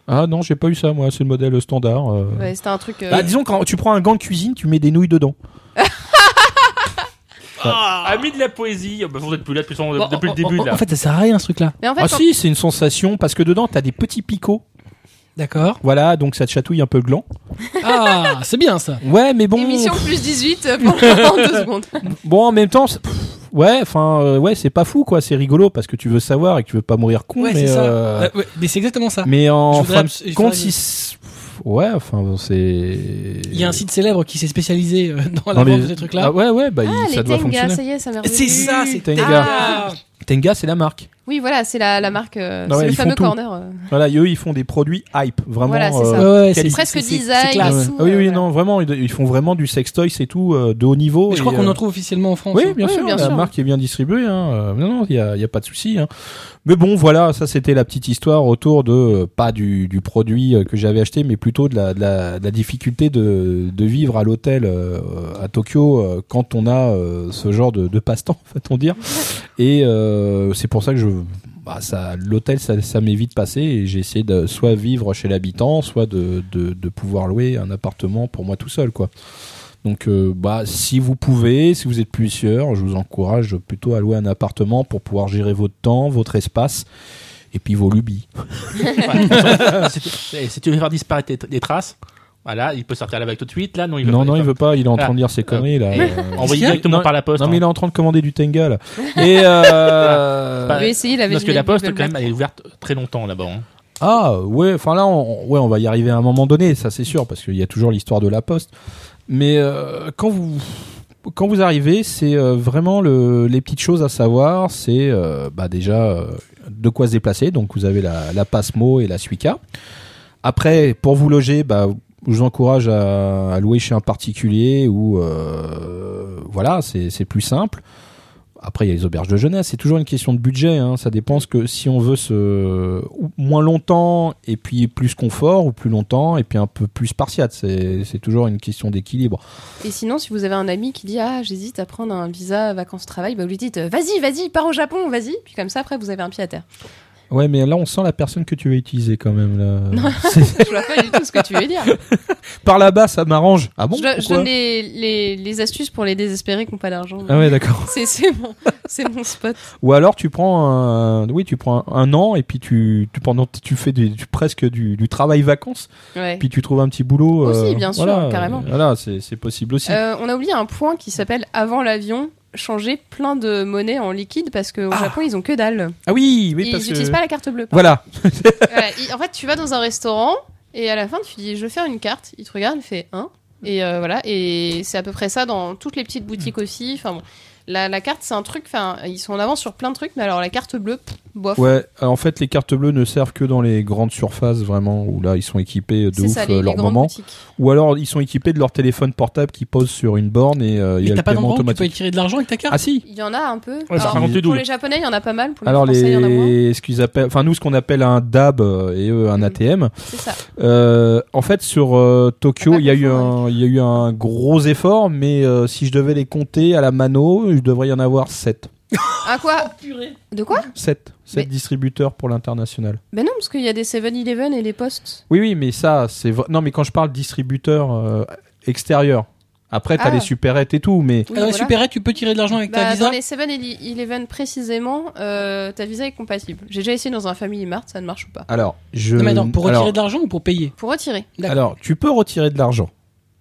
S3: ah non j'ai pas eu ça moi c'est le modèle standard euh.
S2: Ouais, c'était un truc. euh,
S3: Bah, disons quand tu prends un gant de cuisine tu mets des nouilles dedans Ah.
S4: Amis de la poésie. Ah bah, vous êtes plus là depuis, son-
S1: Bon,
S4: depuis
S1: en-
S4: le début
S1: en,
S4: là.
S1: en fait, ça sert à rien ce truc-là.
S2: Mais en fait,
S3: ah
S2: quand-
S3: si c'est une sensation parce que dedans t'as des petits picots
S1: D'accord.
S3: voilà donc ça te chatouille un peu le gland
S1: Ah, c'est bien ça.
S3: ouais mais bon
S2: émission plus 18 euh, pendant 2 secondes.
S3: bon en même temps c'est- pff, ouais enfin euh, ouais c'est pas fou quoi c'est rigolo parce que tu veux savoir et que tu veux pas mourir con
S1: Ouais,
S3: mais
S1: c'est ça.
S3: euh,
S1: Euh, ouais, mais c'est exactement ça.
S3: mais
S1: Je
S3: en
S1: voudrais
S3: fin
S1: abs- il
S3: de compte
S1: faudrait-
S3: si c'est- pff, ouais enfin bon, c'est
S1: Il y a un site célèbre qui s'est spécialisé euh, dans la
S3: Non, mais-
S1: vente de ces trucs-là.
S3: Ah ouais ouais bah il-
S2: Ah, les
S3: ça doit
S2: Tenga,
S3: fonctionner
S2: ça y est, ça m'est
S1: C'est
S2: revenu.
S1: ça, c'est
S3: Tenga.
S1: Ah.
S3: Tenga c'est la marque
S2: Oui, voilà, c'est la, la marque. euh,
S3: Ah ouais,
S2: c'est le
S3: ils font
S2: fameux
S3: tout.
S2: corner. euh.
S3: Voilà, et eux, ils font des produits hype, vraiment.
S2: Voilà,
S3: euh,
S2: c'est ça.
S1: Ouais, ouais,
S3: C'est
S2: presque
S1: c'est- c'est
S2: design.
S1: classe.
S2: Ouais.
S3: Ah
S2: sous,
S3: oui,
S2: euh,
S3: oui,
S2: voilà.
S3: non, vraiment, ils, ils font vraiment du sextoy, c'est tout, euh, de haut niveau.
S1: Mais je crois
S3: et,
S1: qu'on
S3: euh,
S1: en trouve officiellement en France.
S3: Oui,
S1: hein.
S3: bien
S2: Oui,
S3: sûr,
S2: bien
S3: la
S2: sûr.
S3: marque est bien distribuée. Hein. euh, Non, non, il n'y a, il y a pas de souci. Hein. Mais bon, voilà, ça c'était la petite histoire autour de euh, pas du, du produit euh, que j'avais acheté, mais plutôt de la, de la, de la difficulté de, de vivre à l'hôtel euh, à Tokyo euh, quand on a euh, ce genre de, de passe-temps, va-t-on dire. Et euh, c'est pour ça que je bah, ça, l'hôtel, ça, ça m'est vite passé et j'ai essayé de soit vivre chez l'habitant, soit de, de, de pouvoir louer un appartement pour moi tout seul, quoi. Donc, euh, bah, si vous pouvez, si vous êtes plusieurs, je vous encourage plutôt à louer un appartement pour pouvoir gérer votre temps, votre espace et puis vos lubies.
S4: Ouais, de toute façon, si, tu, eh, si tu veux faire disparaître des- des traces, Voilà, il peut sortir la vague tout de suite, là. Non, il veut
S3: Non,
S4: pas,
S3: non, il veut pas. Il est en
S4: Ah.
S3: train de dire ses conneries là.
S4: Et,
S3: Euh,
S4: Envoyé
S1: Tiens.
S4: directement
S3: Non,
S4: par la poste.
S3: Non, mais il est
S4: hein.
S3: en train de commander du Tenga là. Et euh,
S4: Pas-
S2: Je vais essayer la
S4: Parce que
S2: vérité
S4: la
S2: de
S4: poste,
S2: Google
S4: quand même,
S2: Maps.
S4: elle est ouverte très longtemps là-bas. hein.
S3: Ah ouais, enfin là, on, on- ouais, on va y arriver à un moment donné, ça c'est sûr, parce qu'il y a toujours l'histoire de la poste. Mais euh, quand vous quand vous arrivez, c'est euh, vraiment le, les petites choses à savoir. C'est euh, bah, déjà euh, de quoi se déplacer. Donc vous avez la, la Passmo et la Suica. Après, pour vous loger, bah, je vous encourage à, à louer chez un particulier ou euh, voilà, c'est c'est plus simple. Après, il y a les auberges de jeunesse. C'est toujours une question de budget. hein. Ça dépend ce que si on veut ce ou moins longtemps et puis plus confort ou plus longtemps et puis un peu plus spartiate. C'est c'est toujours une question d'équilibre.
S2: Et sinon, si vous avez un ami qui dit Ah, j'hésite à prendre un visa vacances-travail, bah vous lui dites Vas-y, vas-y, pars au Japon, vas-y. Puis comme ça, après, vous avez un pied à terre.
S3: Ouais, mais là, on sent la personne que tu veux utiliser quand même. Là.
S2: je vois pas du tout ce que tu veux dire.
S3: Par là-bas, ça m'arrange. Ah bon
S2: je, je
S3: pourquoi
S2: donne les, les, les astuces pour les désespérés qui n'ont pas d'argent.
S3: Ah ouais, d'accord.
S2: C'est- C'est mon, c'est mon spot.
S3: Ou alors, tu prends un, oui, tu prends un, un an et puis tu, tu pendant, tu fais du, du- presque du, du travail vacances.
S2: Ouais.
S3: Puis tu trouves un petit boulot.
S2: Aussi, bien sûr,
S3: voilà,
S2: carrément.
S3: euh, Voilà, c'est c'est possible aussi.
S2: Euh, on a oublié un point qui s'appelle Avant l'avion, changer plein de monnaie en liquide parce qu'au
S3: Ah.
S2: Japon, ils ont que dalle.
S3: ah oui,
S2: Et
S3: oui,
S2: ils
S3: parce
S2: n'utilisent
S3: que.
S2: pas la carte bleue.
S3: Voilà.
S2: Voilà, il- en fait, tu vas dans un restaurant et à la fin, tu dis Je veux faire une carte. Il te regarde, il fait un. Et euh, voilà, et c'est à peu près ça dans toutes les petites
S3: Mm.
S2: boutiques aussi. Enfin bon, la, la carte, c'est un truc. Enfin, ils sont en avance sur plein de trucs, mais alors la carte bleue, pff, bof.
S3: Ouais, alors, en fait, les cartes bleues ne servent que dans les grandes surfaces, vraiment, où là, ils sont équipés de
S2: c'est
S3: ouf
S2: ça,
S3: euh,
S2: les, les
S3: leur
S2: grandes
S3: moment.
S2: boutiques.
S3: Ou alors, ils sont équipés de leur téléphone portable qui pose sur une borne et euh, il
S1: Et
S3: y a le
S1: t'as pas
S3: paiement
S1: d'endroit où tu peux y
S3: automatique.
S1: tirer de l'argent avec ta carte
S3: Ah si
S2: Il y en a un peu.
S4: Ouais, ça
S2: Alors,
S4: raconte les
S2: pour
S4: doubles.
S2: les japonais, il y en a pas mal. Pour les
S3: alors
S2: français, il y en a moins.
S3: les, ce qu'ils appellent, enfin nous ce qu'on appelle un DAB euh, et eux un
S2: Mhm.
S3: ATM.
S2: C'est ça.
S3: Euh, en fait sur euh, Tokyo,
S2: Faut pas
S3: il y a eu
S2: confondre
S3: un, il y a eu un gros effort, mais euh, si je devais les compter à la mano, je devrais y en avoir 7
S2: À Ah,
S3: Ah.
S2: quoi
S1: Euh,
S2: De quoi
S3: 7
S2: Mais-
S3: distributeurs pour l'international.
S2: Ben non, parce qu'il y a des 7-Eleven et les postes.
S3: Oui oui, mais ça c'est vrai- non mais quand je parle distributeur euh, extérieur. Après t'as
S2: Ah.
S3: les supérettes et tout, mais
S1: Dans
S2: Oui,
S1: la
S2: voilà.
S1: supérette, tu peux tirer de l'argent avec ta
S2: Bah,
S1: visa
S2: dans les 7-Eleven précisément, euh, ta visa est compatible. J'ai déjà essayé dans un Family Mart, ça ne marche pas.
S3: alors je
S1: Non, mais attends, pour retirer
S3: Euh, alors,
S1: de l'argent ou pour payer
S2: Pour retirer.
S1: D'accord.
S3: alors tu peux retirer de l'argent.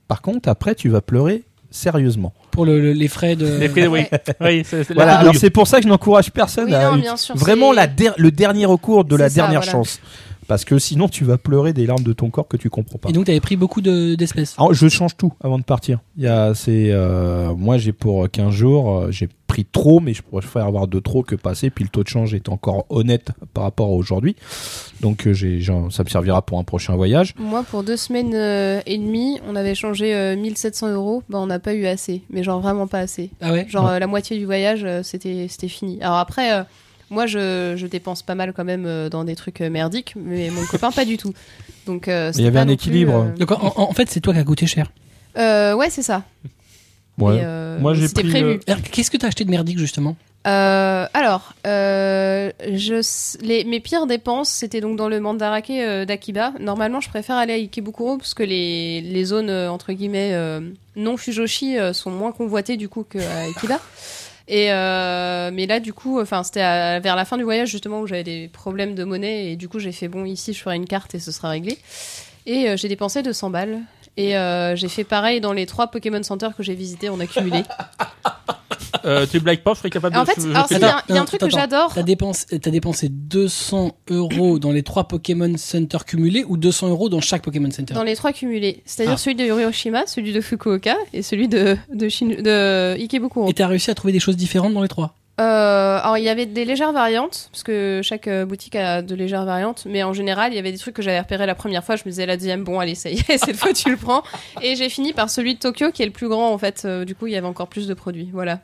S3: Par contre après tu vas pleurer sérieusement.
S1: Pour le- le- les frais de.
S4: Les frais, Eh oui. oui c'est- c'est la
S3: Voilà, alors
S4: douille.
S3: c'est pour ça que je n'encourage personne
S2: Oui,
S3: à
S2: non,
S3: ut-
S2: bien sûr,
S3: vraiment
S2: c'est-
S3: la der- le dernier recours de la
S2: C'est ça,
S3: dernière
S2: voilà.
S3: chance parce que sinon tu vas pleurer des larmes de ton corps que tu comprends pas.
S1: Et donc, t'avais pris beaucoup de- d'espèces.
S3: Alors, Ah, je change tout avant de partir. Il y a c'est euh, moi j'ai pour 15 jours, euh, j'ai pris trop mais je préfère avoir de trop que passer puis le taux de change est encore honnête par rapport à aujourd'hui. Donc euh, j'ai j'en- ça me servira pour un prochain voyage.
S2: Moi, pour deux semaines euh, et demie, on avait changé euh, 1700 euros. Bah, on n'a pas eu assez, mais genre vraiment pas assez.
S1: Ah ouais
S2: Genre euh, la moitié du voyage, euh, c'était c'était fini. Alors après, euh, moi, je, je dépense pas mal quand même euh, dans des trucs euh, merdiques, mais mon copain pas du tout. Donc euh, c'était
S3: Il y avait
S2: pas
S3: un
S2: non plus,
S3: équilibre.
S2: euh,
S1: Donc, en, en- en fait, c'est toi qui a coûté cher.
S2: euh, ouais, c'est ça.
S3: Ouais.
S2: Et, euh,
S3: Moi, j'ai
S2: c'était
S3: pris,
S2: prévu.
S3: euh,
S1: Alors, Qu'est-ce que t'as acheté de merdique, justement
S2: Euh, alors, euh, je, s- les, mes pires dépenses, c'était donc dans le mandaraké euh, d'Akiba. Normalement, je préfère aller à Ikebukuro parce que les, les zones, euh, entre guillemets, euh, non Fujoshi euh, sont moins convoitées du coup qu'à Akiba. Et euh, mais là, du coup, enfin, c'était à- vers la fin du voyage justement où j'avais des problèmes de monnaie et du coup, j'ai fait bon ici, je ferai une carte et ce sera réglé. Et euh, j'ai dépensé 200 balles. Et euh, j'ai fait pareil dans les trois Pokémon Center que j'ai visités en accumulé.
S4: Euh, tu blagues pas, je serais capable
S1: Ah,
S2: En
S1: bah,
S4: de.
S2: fait,
S4: je- je
S2: alors,
S4: fais
S2: s'il y
S4: bien.
S2: a un- il y a un
S1: Attends,
S2: truc que
S1: attends.
S2: j'adore,
S1: T'as dépensé, euh, t'as dépensé 200 euros dans les trois Pokémon Center cumulés ou 200 euros dans chaque Pokémon Center
S2: Dans les trois cumulés. C'est-à-dire
S1: Ah.
S2: celui de Hiroshima, celui de Fukuoka et celui de, de, Shin- de Ikebukuro.
S1: Et t'as réussi à trouver des choses différentes dans les trois
S2: Euh, alors, il y avait des légères variantes, parce que chaque euh, boutique a de légères variantes, mais en général, il y avait des trucs que j'avais repérés la première fois. Je me disais la deuxième, bon, allez, ça y est, cette fois tu le prends. Et j'ai fini par celui de Tokyo, qui est le plus grand, en fait. Euh, du coup, il y avait encore plus de produits. Voilà.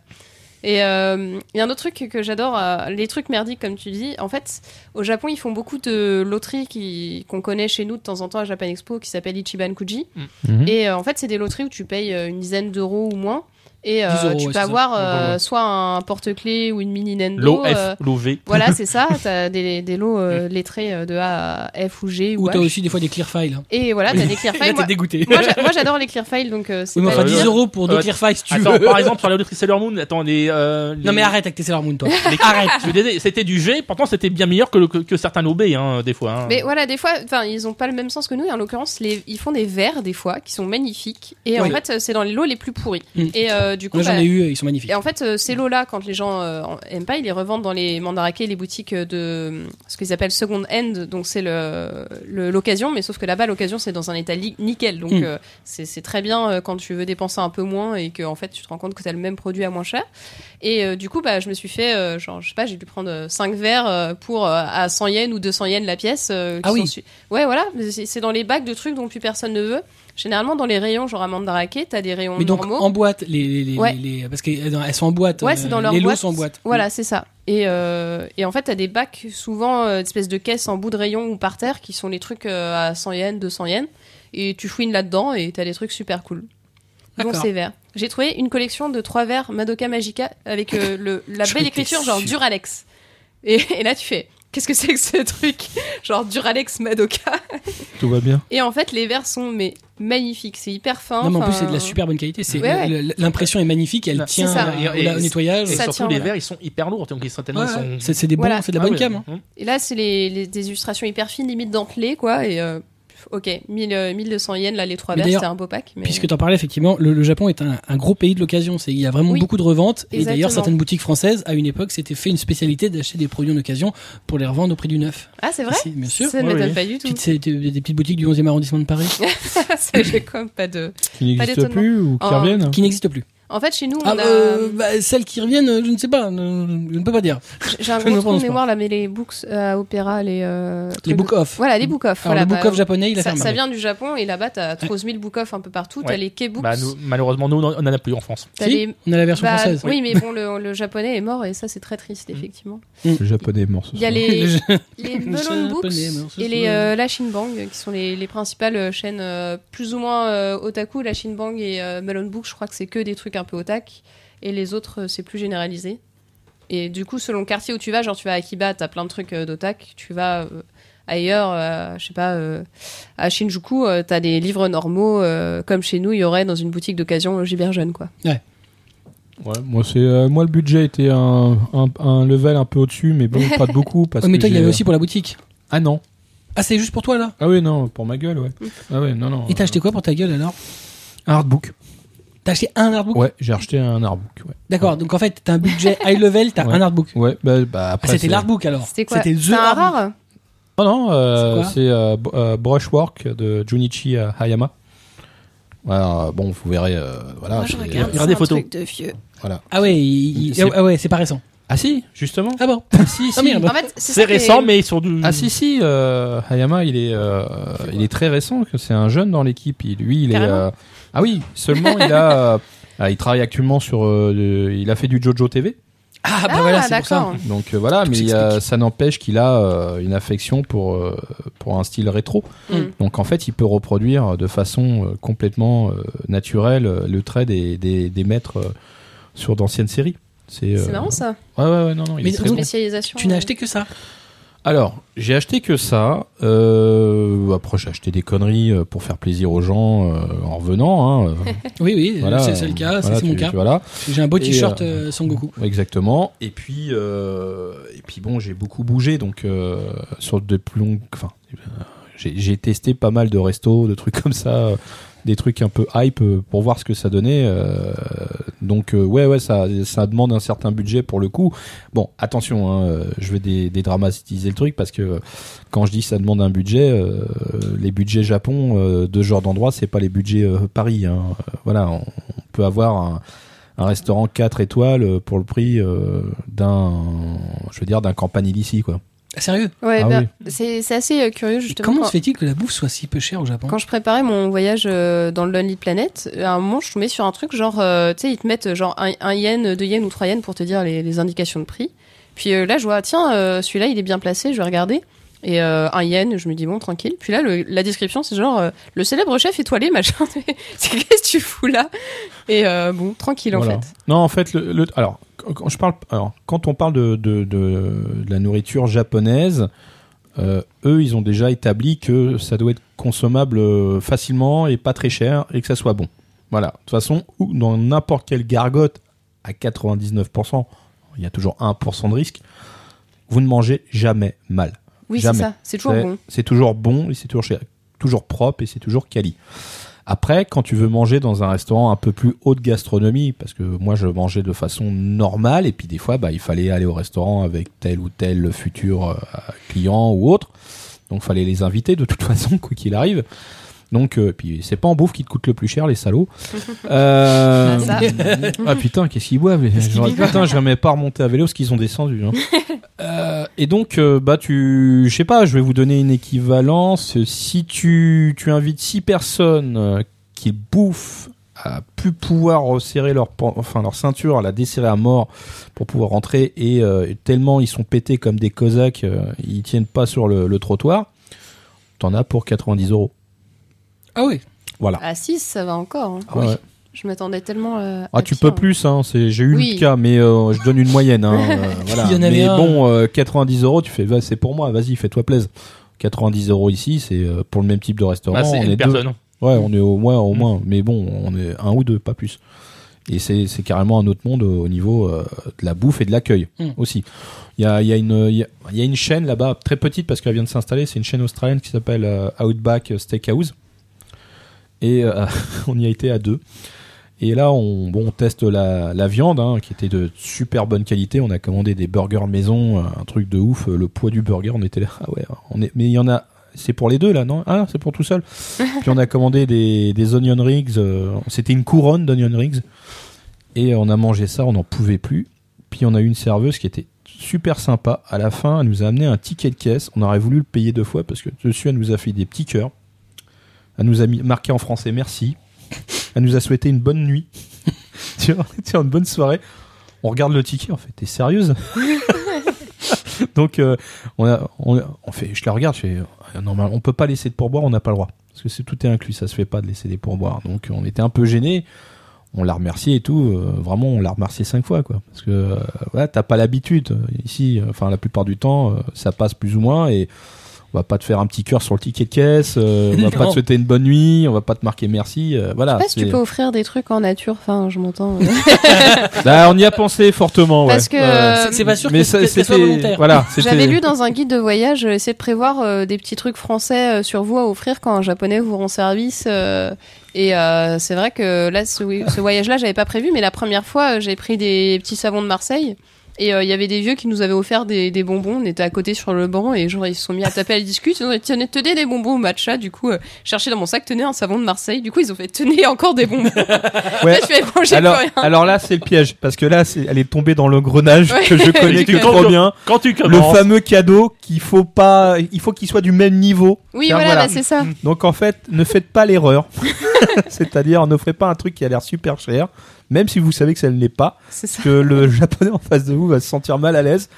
S2: Et euh, il y a un autre truc que j'adore, euh, les trucs merdiques, comme tu dis. En fait, au Japon, ils font beaucoup de loteries qui- qu'on connaît chez nous de temps en temps à Japan Expo, qui s'appelle Ichiban Kuji.
S3: Mhm.
S1: Hmm.
S2: Et euh, en fait, c'est des loteries où tu payes euh, une dizaine euh, d'euros ou moins. Et euh,
S1: 10 euros,
S2: tu
S1: ouais,
S2: peux
S1: c'est ça.
S2: avoir euh,
S4: Ouais.
S2: soit un porte-clés ou une mini Nendo.
S4: L'OF,
S2: euh,
S4: l'OV.
S2: voilà, c'est ça. T'as des, des lots euh, lettrés euh, de A à F ou G ou,
S1: Hmm. Ou t'as
S2: H.
S1: aussi des fois des clear files. hein.
S2: Et voilà, t'as des clear
S1: Là, t'es
S2: files. Moi,
S1: dégoûté.
S2: moi, j'a- moi, j'adore les clear files, donc euh, c'est
S1: Oui, mais
S2: pas
S1: enfin,
S4: Euh,
S2: dire.
S1: 10 euros pour deux
S4: euh,
S1: clear files, si tu
S4: Attends,
S1: veux.
S4: par exemple, sur la loterie Sailor Moon, attends, les. euh, les-
S1: Non, mais arrête avec tes Sailor Moon, toi.
S4: les- Je suis désolé, C'était du G, pourtant c'était bien meilleur que, le- que, que certains OB, hein, des fois. hein.
S2: Mais voilà, des fois, enfin, ils ont pas le même sens que nous. Et en l'occurrence, les, ils font des verres des fois qui sont magnifiques. Et en
S1: Oui.
S2: fait, c'est dans les lots les plus pourris.
S1: Mm.
S2: Et euh, du coup,
S1: Moi, j'en
S2: bah,
S1: ai eu, ils sont magnifiques.
S2: Et en fait, euh, ces lots-là, quand les gens euh, en- aiment pas, ils les revendent dans les mandarakés, les boutiques euh, de euh, ce qu'ils appellent second hand. Donc c'est le le- l'occasion, mais sauf que là-bas, l'occasion c'est dans un état li- nickel. Donc
S1: Mm.
S2: euh, c'est c'est très bien euh, quand tu veux dépenser un peu moins et que en fait tu te rends compte que t'as le même produit à moins cher. Et euh, du coup, bah je me suis fait, euh, genre je sais pas, j'ai dû prendre 5 verres euh, pour euh, à 100 yens ou 200 yens la pièce. euh, qui
S1: Ah oui.
S2: sont su- Ouais, voilà. Mais C'est c'est dans les bacs de trucs dont plus personne ne veut. Généralement dans les rayons, genre à mandarakés, t'as des rayons
S1: Mais donc,
S2: normaux.
S1: en boîte, les, les, les-
S2: Ouais.
S1: les- parce qu'elles elles sont en boîte.
S2: Ouais,
S1: euh,
S2: c'est dans leur
S1: Les lots
S2: boîte.
S1: sont en boîte. Mm.
S2: Voilà, c'est ça. Et, euh, et en fait, t'as des bacs, souvent, euh, une espèce de caisse en bout de rayon ou par terre, qui sont les trucs euh, à 100 yens, 200 yens. Et tu fouines là-dedans et t'as des trucs super cool. Dont
S1: D'accord.
S2: ces verres. J'ai trouvé une collection de trois verres Madoka Magica avec euh, le, la
S1: J'en
S2: belle
S1: étais
S2: écriture, genre
S1: sûr.
S2: Duralex. Et, et là, tu fais. Qu'est-ce que c'est que ce truc Genre Duralex Madoka.
S3: Tout va bien.
S2: Et en fait, les verres sont mais magnifiques. C'est hyper fin.
S1: Non, mais en plus,
S2: enfin,
S1: c'est de la super bonne qualité. C'est
S2: Ouais, ouais.
S1: le- L'impression est magnifique, elle
S4: Non,
S1: tient
S2: c'est ça.
S1: au-
S4: Et-
S1: au
S4: et-
S1: nettoyage.
S4: Et
S2: ça
S4: surtout,
S2: tient,
S4: les
S2: voilà.
S4: verres, ils sont hyper lourds, donc ils sont tellement.
S1: Ouais,
S4: ils sont...
S1: C'est c'est des bons,
S2: Voilà.
S1: c'est de la
S4: Ah
S1: bonne
S4: oui,
S1: cam. hein.
S4: hein.
S2: Et là, c'est les, les- des illustrations hyper fines, limite dentelées, quoi. Et euh, ok, 1000, euh, 1200 yens, là, les trois
S1: Mais
S2: verres,
S1: d'ailleurs,
S2: c'était un beau pack. Mais...
S1: Puisque tu en parlais, effectivement, le, le Japon est un, un gros pays de l'occasion. C'est- Il y a vraiment
S2: Oui.
S1: beaucoup de reventes. Et
S2: Exactement.
S1: d'ailleurs, certaines boutiques françaises, à une époque, c'était fait une spécialité d'acheter des produits en occasion pour les revendre au prix du neuf.
S2: Ah, c'est vrai
S1: Ici, Bien sûr.
S2: Ça ne
S4: Ouais,
S2: m'étonne
S4: oui.
S2: pas du tout.
S1: Petites- c'est des, des petites boutiques du 11e arrondissement de Paris
S2: Ça, J'ai comme pas de.
S3: Qui n'existe
S2: d'étonnement. Oh,
S3: plus ou qui
S2: En-
S3: reviennent
S1: qui n'existent plus.
S2: En fait, chez nous, on
S1: Ah,
S2: a.
S1: euh, bah, celles qui reviennent, euh, je ne sais pas, euh, je ne peux pas dire.
S2: J'ai un
S1: ne
S2: gros trou
S1: prononce
S2: de
S1: pas.
S2: mémoire là, mais les books à opéra, les. euh,
S1: Les
S2: trucs-
S1: book off.
S2: Voilà, les book off.
S1: Alors,
S2: voilà,
S1: le book
S2: bah,
S1: off japonais, il a
S2: ça,
S1: fermé.
S2: ça vient du Japon et là-bas, t'as 13 000 book off un peu partout. T'as
S4: Ouais.
S2: les K-books.
S4: Bah, nous, malheureusement, nous, on en a plus en France.
S2: t'as
S1: Si,
S2: les...
S1: On a la version
S2: bah,
S1: française. Mm.
S2: oui, mais bon, le, le japonais est mort et ça, c'est très triste, effectivement.
S3: Le japonais est mort ce
S2: Il y a
S3: soir.
S2: les.
S1: Le-
S2: les
S1: Le
S2: Melon
S1: japonais,
S2: Books
S1: mais on se
S2: et
S1: souvient.
S2: les euh, la Shinbang euh, qui sont les, les principales euh, chaînes euh, plus ou moins euh, otaku la Shinbang et euh, Melon Books je crois que c'est que des trucs un peu otak et les autres euh, c'est plus généralisé et du coup selon le quartier où tu vas genre tu vas à Akiba t'as plein de trucs euh, d'otak tu vas euh, ailleurs euh, je sais pas euh, à Shinjuku euh, t'as des livres normaux euh, comme chez nous il y aurait dans une boutique d'occasion euh, Gibert Jeune quoi
S3: Ouais, moi, c'est, euh, moi, le budget était un, un, un level un peu au-dessus, mais bon, pas de beaucoup. Parce
S1: Ouais, Oh, mais
S3: que
S1: toi, il y
S3: j'ai-
S4: euh,
S3: euh,
S1: avait aussi pour la boutique.
S3: Ah non.
S1: Ah, c'est juste pour toi là
S3: Ah oui, non, pour ma gueule,
S2: Mm.
S3: ouais. Ah ouais, non,
S4: Oh,
S3: non.
S1: Et t'as acheté quoi pour ta gueule alors
S3: Un artbook.
S1: T'as acheté un artbook
S3: Ouais, j'ai acheté un artbook. Ouais,
S1: D'accord, donc en fait, t'as un budget high level, t'as
S3: Ouais.
S1: un artbook.
S3: ouais bah, bah,
S1: Ah,
S3: après.
S1: c'était
S3: c'est-
S1: l'artbook alors
S2: c'était quoi
S1: C'était
S2: c'est
S1: The
S2: un
S1: Artbook.
S2: rare
S3: Non, non, euh,
S1: C'est quoi
S3: c'est euh, b- euh, Brushwork de Junichi euh, Hayama. Alors, euh, bon, vous verrez. euh, voilà.
S2: Moi, je
S3: c'est-
S2: regarde.
S4: Regardez des photos.
S3: Voilà.
S1: Ah ouais, il- il-
S3: C'est-
S1: ah ouais, c'est pas récent.
S3: Ah si, justement.
S1: Ah bon
S3: Ah si,
S1: Ah
S3: si.
S1: merde.
S2: en fait c'est
S4: C'est
S2: ça qui est-
S4: récent, mais sur du.
S3: Ah si, si. euh, Hayama, il est, euh, il est très récent. que C'est un jeune dans l'équipe. Il- Lui, il est.
S2: Carrément.
S3: euh, ah oui, seulement il a. euh, ah, il travaille actuellement sur. euh, le- il a fait du JoJo TV.
S1: Ah bah
S2: ah,
S1: voilà, c'est pour ça.
S2: d'accord
S3: Donc euh, voilà, mais il y a- ça n'empêche qu'il a euh, une affection pour, euh, pour un style rétro.
S2: Mm.
S3: Donc en fait, il peut reproduire de façon euh, complètement euh, naturelle euh, le trait des, des, des maîtres euh, sur d'anciennes séries. C'est euh,
S2: c'est marrant ça
S3: Ouais, ouais, ouais, non, non, il
S1: Mais
S3: est très
S1: donc-
S3: bon.
S2: spécialisation
S1: Tu n'as
S2: euh.
S1: acheté que ça.
S3: Alors, j'ai acheté que ça. Euh, après, j'ai acheté des conneries euh, pour faire plaisir aux gens euh, en revenant. Hein.
S1: Oui, oui,
S3: Voilà, euh,
S1: c'est c'est le cas,
S3: voilà,
S1: c'est mon
S3: tu-
S1: cas.
S3: tu- Voilà.
S1: J'ai un beau
S3: Et,
S1: t-shirt
S3: euh,
S1: euh, Sangoku.
S3: Exactement. Et puis, euh, et puis bon, j'ai beaucoup bougé, donc euh, sur de plus longues. Enfin, euh, j'ai j'ai testé pas mal de restos, de trucs comme ça, euh, des trucs un peu hype euh, pour voir ce que ça donnait. euh, donc euh, ouais, ouais, ça, ça demande un certain budget pour le coup. Bon, attention, hein, euh, je vais dé- dédramatiser le truc parce que euh, quand je dis ça demande un budget, euh, les budgets Japon euh, de ce genre d'endroit, c'est pas les budgets euh, Paris. hein. Euh, Voilà, on, on peut avoir un un restaurant 4 étoiles euh, pour le prix euh, d'un je veux dire d'un campanile ici quoi.
S1: Ah, Sérieux
S2: Ouais,
S3: Ah
S2: ben, c'est c'est assez euh, curieux
S1: Et
S2: justement.
S1: Comment
S2: quand,
S1: se fait-il que la bouffe soit si peu chère au Japon
S2: quand je préparais mon voyage euh, dans le Lonely Planet, à un moment je tombais sur un truc genre, euh, tu sais, ils te mettent euh, genre un, un yen, deux yens ou trois yens pour te dire les, les indications de prix. Puis euh, là je vois, ah, tiens, euh, celui-là il est bien placé, je vais regarder. Et euh, un yen, je me dis bon, tranquille. Puis là, le- la description, c'est genre euh, le célèbre chef étoilé, machin. c'est qu'est-ce que tu fous là Et euh, bon, tranquille
S3: Voilà.
S2: en fait.
S3: Non, en fait, le, le- alors, quand- quand je parle, alors, quand on parle de, de, de- de la nourriture japonaise, euh, eux, ils ont déjà établi que ça doit être consommable euh, facilement et pas très cher et que ça soit bon. Voilà. De toute façon, ou- dans n'importe quelle gargote, à 99%, il y a toujours 1% de risque, vous ne mangez jamais mal.
S2: Oui, c'est
S3: Jamais.
S2: ça. C'est toujours
S3: C'est-
S2: bon.
S3: C'est toujours bon, et c'est toujours, cher- toujours propre et c'est toujours quali. Après, quand tu veux manger dans un restaurant un peu plus haute gastronomie, parce que moi je mangeais de façon normale, et puis des fois bah, il fallait aller au restaurant avec tel ou tel futur euh, client ou autre, donc fallait les inviter de toute façon, quoi qu'il arrive. Donc, euh, puis c'est pas en bouffe qui te coûte le plus cher, les salauds. Euh,
S2: Ah,
S3: ah putain, qu'est-ce qu'ils boivent les gens Putain, je remets pas remonter à vélo ce qu'ils ont descendu. hein. Euh, et donc, euh, bah tu, je sais pas, je vais vous donner une équivalence. Si tu, tu invites six personnes euh, qui bouffent à plus pouvoir resserrer leur, pan- enfin leur ceinture, à la desserrer à mort pour pouvoir rentrer, et euh, tellement ils sont pétés comme des cosaques, euh, ils tiennent pas sur le, le trottoir. T'en as pour 90 euros.
S1: Ah oui.
S3: Voilà.
S2: À 6, ça va encore. hein.
S3: Ah Ouais.
S2: Je m'attendais tellement. euh,
S3: Ah,
S2: à
S3: tu
S2: pire.
S3: peux plus, hein. c'est- j'ai eu
S2: Oui.
S3: le cas, mais euh, je donne une moyenne. Hein, euh, voilà.
S1: Il y en avait
S3: mais
S1: un.
S3: bon, euh, 90 euros, tu fais, va, c'est pour moi, vas-y, fais-toi plaisir. 90 euros ici, c'est euh, pour le même type de restaurant.
S4: Bah, c'est
S3: on
S4: une
S3: est deux.
S4: personne.
S3: Ouais, on est au moins, au moins, mais bon, on est un ou deux, pas plus. Et c'est c'est carrément un autre monde au au niveau euh, de la bouffe et de l'accueil
S1: Mm.
S3: aussi. Il y a, il y, a une- il y a- il y a une chaîne là-bas, très petite parce qu'elle vient de s'installer, c'est une chaîne australienne qui s'appelle euh, Outback Steakhouse. Et euh, on y a été à deux. Et là, on, bon, on teste la, la viande, hein, qui était de super bonne qualité. On a commandé des burgers maison, euh, un truc de ouf. Le poids du burger, on était là. Ah ouais, on est, mais il y en a. C'est pour les deux là, non Ah, c'est pour tout seul. Puis on a commandé des, des onion rings. euh, C'était une couronne d'onion rings. Et on a mangé ça, on n'en pouvait plus. Puis on a eu une serveuse qui était super sympa. À la fin, elle nous a amené un ticket de caisse. On aurait voulu le payer deux fois parce que dessus, elle nous a fait des petits cœurs. Elle nous a mis- marqué en français merci. Elle nous a souhaité une bonne nuit. tu vois, tu vois, une bonne soirée. On regarde le ticket, en fait. T'es sérieuse Donc, euh, on, a, on, a- on fait, je la regarde, je fais, euh, normal, on peut pas laisser de pourboire, on n'a pas le droit. Parce que c'est tout est inclus, ça se fait pas de laisser des pourboires. Donc, on était un peu gêné. On l'a remercié et tout. euh, vraiment, on l'a remercié cinq fois, quoi. Parce que, euh, voilà, t'as pas l'habitude. Ici, euh, enfin, la plupart du temps, euh, ça passe plus ou moins et on va pas te faire un petit cœur sur le ticket de caisse, euh, on va pas
S1: Non.
S3: te souhaiter une bonne nuit, on va pas te marquer merci, euh, voilà.
S2: Je sais pas si tu
S3: c'est-
S2: peux offrir des trucs en nature. Enfin, je m'entends. euh.
S3: Bah, on y a pensé fortement, ouais.
S2: Parce que.
S3: Euh,
S2: euh,
S1: C'est- c'est pas sûr
S3: mais
S1: que
S3: ça-
S1: que ce soit
S3: c'était-
S1: volontaire.
S3: Voilà,
S2: J'avais
S3: c'était-
S2: lu dans un guide de voyage, euh, essayez de prévoir euh, des petits trucs français euh, sur vous à offrir quand un japonais vous rend service. euh, et euh, c'est vrai que là, ce, ce voyage-là, j'avais pas prévu, mais la première fois, euh, j'ai pris des petits savons de Marseille. Et euh, il y avait des vieux qui nous avaient offert des, des bonbons. On était à côté sur le banc et genre ils se sont mis à taper à la discute. Ils ont dit tenez, tenez des bonbons au matcha. Du coup, euh, cherchez dans mon sac, tenez un savon de Marseille. Du coup, ils ont fait tenez encore des bonbons.
S3: Ouais.
S2: Je fais bon, j'ai
S3: alors,
S2: plus rien.
S3: alors là, c'est le piège, parce que là, c'est- elle est tombée dans le grenage
S2: Ouais.
S3: que je connais que
S4: Exactement.
S3: trop bien.
S4: Quand tu
S3: Le
S4: commences.
S3: fameux cadeau qu'il faut pas, il faut qu'il soit du même niveau.
S2: Oui,
S3: Tiens,
S2: voilà,
S3: voilà.
S2: bah, c'est ça.
S3: Donc en fait, ne faites pas l'erreur. C'est-à-dire, n'offrez pas un truc qui a l'air super cher, même si vous savez que ça ne l'est pas,
S2: C'est ça.
S3: que le japonais en face de vous va se sentir mal à l'aise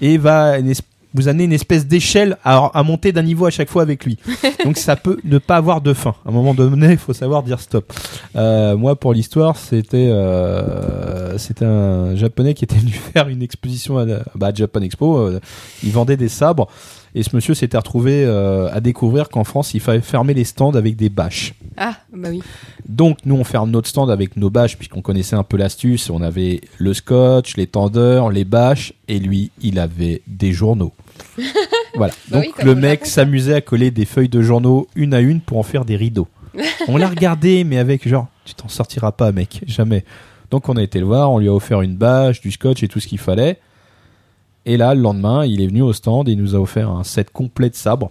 S3: et va une es- vous amener une espèce d'échelle à, à monter d'un niveau à chaque fois avec lui. Donc ça peut ne pas avoir de fin. À un moment donné, il faut savoir dire stop. Euh, moi, pour l'histoire, c'était euh, c'était un japonais qui était venu faire une exposition à, la- bah, à Japan Expo. euh, il vendait des sabres. Et ce monsieur s'était retrouvé euh, à découvrir qu'en France, il fallait fermer les stands avec des bâches.
S2: Ah, bah oui.
S3: Donc nous on ferme notre stand avec nos bâches puisqu'on connaissait un peu l'astuce. On avait le scotch, les tendeurs, les bâches et lui il avait des journaux. voilà.
S2: Bah
S3: Donc
S2: oui, comme
S3: le
S2: au
S3: mec
S2: Japon,
S3: s'amusait à coller des feuilles de journaux une à une pour en faire des rideaux. on l'a regardé mais avec genre tu t'en sortiras pas mec jamais. Donc on a été le voir, on lui a offert une bâche, du scotch et tout ce qu'il fallait. Et là le lendemain il est venu au stand et il nous a offert un set complet de sabres.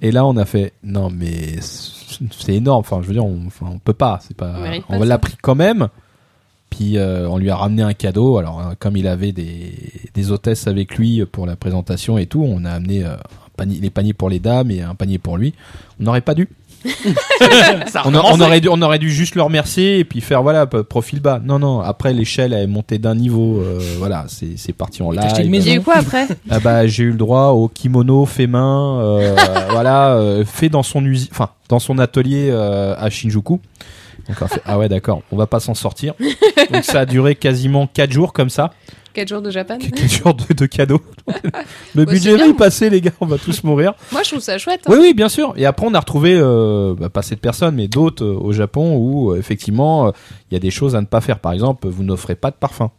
S3: Et là, on a fait non, mais c'est énorme. Enfin, je veux dire, on, enfin, on peut pas. C'est pas.
S2: On mérite pas
S3: On l'a
S2: ça.
S3: pris quand même. Puis euh, on lui a ramené un cadeau. Alors, hein, comme il avait des, des hôtesses avec lui pour la présentation et tout, on a amené euh, un panier- les paniers pour les dames et un panier pour lui. On n'aurait pas dû.
S2: Ah,
S4: Ça
S3: On, a- on aurait dû, on aurait dû juste le remercier et puis faire voilà p- profil bas. Non non. Après l'échelle elle est montée d'un niveau. euh, voilà, c'est c'est parti en
S1: T'as acheté une
S3: live.
S1: maison.
S2: J'ai eu quoi après
S3: Ah bah j'ai eu le droit au kimono fait main, euh, voilà, euh, fait dans son usine, enfin dans son atelier euh, à Shinjuku. Donc, en fait, ah ouais d'accord, on va pas s'en sortir. Donc ça a duré quasiment 4 jours comme ça,
S2: 4 jours de Japan
S3: 4 jours de, de cadeaux. Le
S2: Bah,
S3: budget
S2: c'est
S3: va
S2: bien.
S3: y passer les gars, on va tous mourir.
S2: Moi, je trouve ça chouette. hein.
S3: Oui oui bien sûr. Et après on a retrouvé euh, bah, pas cette personne mais d'autres euh, au Japon où euh, effectivement euh, il y a des choses à ne pas faire. Par exemple vous n'offrez pas de parfum.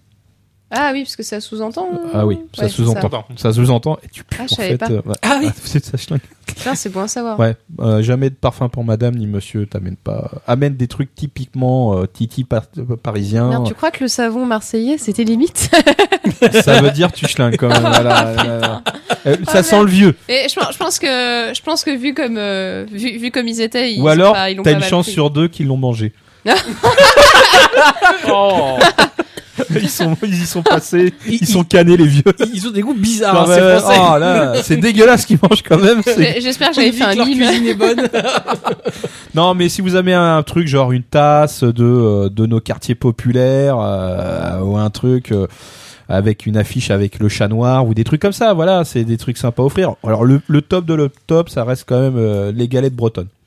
S2: Ah oui, parce que ça sous-entend. euh,
S3: Ah oui ça
S2: ouais, c'est
S3: sous-entend.
S4: ça.
S3: Ça sous-entend et tu pues
S2: Ah, je
S3: en
S2: savais
S3: fait.
S2: pas.
S3: euh, ouais.
S1: Ah oui.
S3: c'est ça, je l'ai-
S2: Putain, c'est bon à savoir.
S3: Ouais, euh, jamais de parfum pour madame ni monsieur, t'amènes pas. Amène des trucs typiquement euh, titi par- euh, parisien.
S2: Merde, tu crois que le savon marseillais, c'était limite
S3: Ça veut dire tu chlins quand même. Voilà, voilà. Euh,
S2: Ah,
S3: ça
S2: merde.
S3: sent le vieux.
S2: Et je, pense- je pense que je pense que vu comme euh, vu, vu comme ils étaient, ils
S3: Ou
S2: sont
S3: alors,
S2: pas- ils l'ont
S3: t'as
S2: pas
S3: une
S2: mal
S3: chance
S2: pris.
S3: sur deux qu'ils l'ont mangé. Oh. ils, sont, ils y sont passés, ils sont canés les vieux.
S1: Ils ont des goûts bizarres,
S3: Non,
S1: hein,
S3: mais-
S1: ces Français.
S3: oh, là, c'est dégueulasse qu'ils mangent quand même. c'est-
S2: J'ai- J'espère
S1: On
S2: que j'avais
S1: dit
S2: fait un
S1: que leur
S2: mime.
S1: cuisine est bonne.
S3: Non, mais si vous avez un truc genre une tasse de euh, de nos quartiers populaires euh, ou un truc euh, avec une affiche avec le chat noir ou des trucs comme ça, voilà, c'est des trucs sympas à offrir. Alors le, le top de le top, ça reste quand même euh, les galettes bretonnes.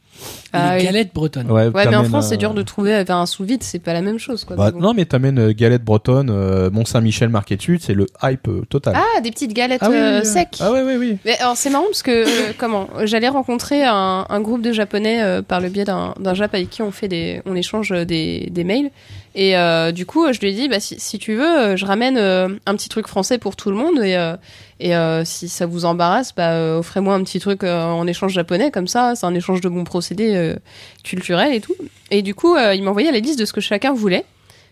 S2: Ah
S1: les
S2: oui.
S1: galettes bretonnes.
S2: Ouais, mais en
S3: t'amènes,
S2: France, c'est
S3: euh,
S2: dur de trouver avec un sous vide, c'est pas la même chose quoi.
S3: bah,
S2: mais bon.
S3: non, mais t'amènes euh, galette bretonne, euh, Mont Saint-Michel marqué dessus, c'est le hype euh, total.
S2: Ah, des petites galettes
S3: Ah oui,
S2: euh,
S3: oui, oui.
S2: secs.
S3: Ah ouais, ouais, oui.
S2: Mais alors c'est marrant parce que euh, comment j'allais rencontrer un, un groupe de japonais euh, par le biais d'un d'un Jap avec qui on fait des on échange euh, des, des mails et euh, du coup euh, je lui ai dit bah si, si tu veux euh, je ramène euh, un petit truc français pour tout le monde et euh, et euh, si ça vous embarrasse bah euh, offrez-moi un petit truc euh, en échange japonais comme ça c'est un échange de bons procédés euh, culturels et tout et du coup euh, il m'envoyait la liste de ce que chacun voulait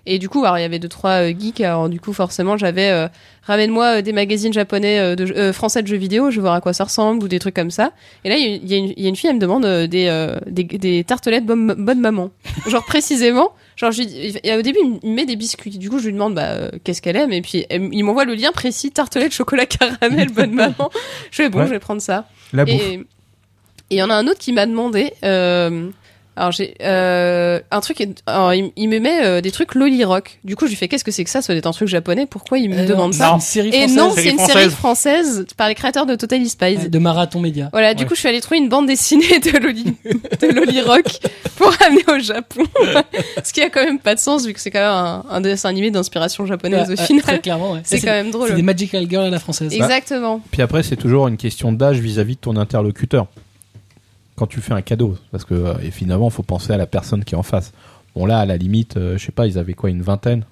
S2: et du coup alors il y avait deux trois euh, geeks alors du coup forcément j'avais euh, ramène-moi euh, des magazines japonais euh, de, jeux- euh, français de jeux vidéo, je veux voir à quoi ça ressemble ou des trucs comme ça. Et là, il y a une- il y, a une- il y a une fille, elle me demande euh, des, euh, des, des tartelettes bonne, bonne maman. Genre précisément. Genre, je lui dis- et au début, il me met des biscuits. Du coup, je lui demande bah, euh, qu'est-ce qu'elle aime. Et puis, elle m- il m'envoie le lien précis tartelettes chocolat caramel bonne maman. Je fais bon,
S3: Ouais.
S2: je vais prendre ça.
S3: La bouffe.
S2: Et et il y en a un autre qui m'a demandé. euh, alors j'ai euh, un truc. alors, il, il me met euh, des trucs loli rock. Du coup, je lui fais qu'est-ce que c'est que ça Ça doit être un truc japonais. Pourquoi il me
S1: Euh,
S2: demande
S1: c'est
S2: ça
S1: une série
S2: Et
S1: française
S2: non,
S4: Série
S2: c'est une série française par les créateurs de Total Spies.
S1: de Marathon Média.
S2: Voilà, du
S1: Ouais.
S2: coup, je suis allée trouver une bande dessinée de Loli, de Loli Rock pour amener au Japon. Ce qui a quand même pas de sens vu que c'est quand même un, un dessin animé d'inspiration
S1: Ouais,
S2: japonaise au
S1: ouais, Euh, Très
S2: final.
S1: clairement, ouais.
S2: C'est
S1: Ça,
S2: quand même
S1: c'est
S2: drôle.
S1: des Magical Girls à la française.
S2: Exactement.
S3: Puis après, c'est toujours une question d'âge vis-à-vis de ton interlocuteur. Quand tu fais un cadeau, parce que euh, et finalement, faut penser à la personne qui est en face. Bon là, à la limite, euh, je sais pas, ils avaient quoi, une vingtaine.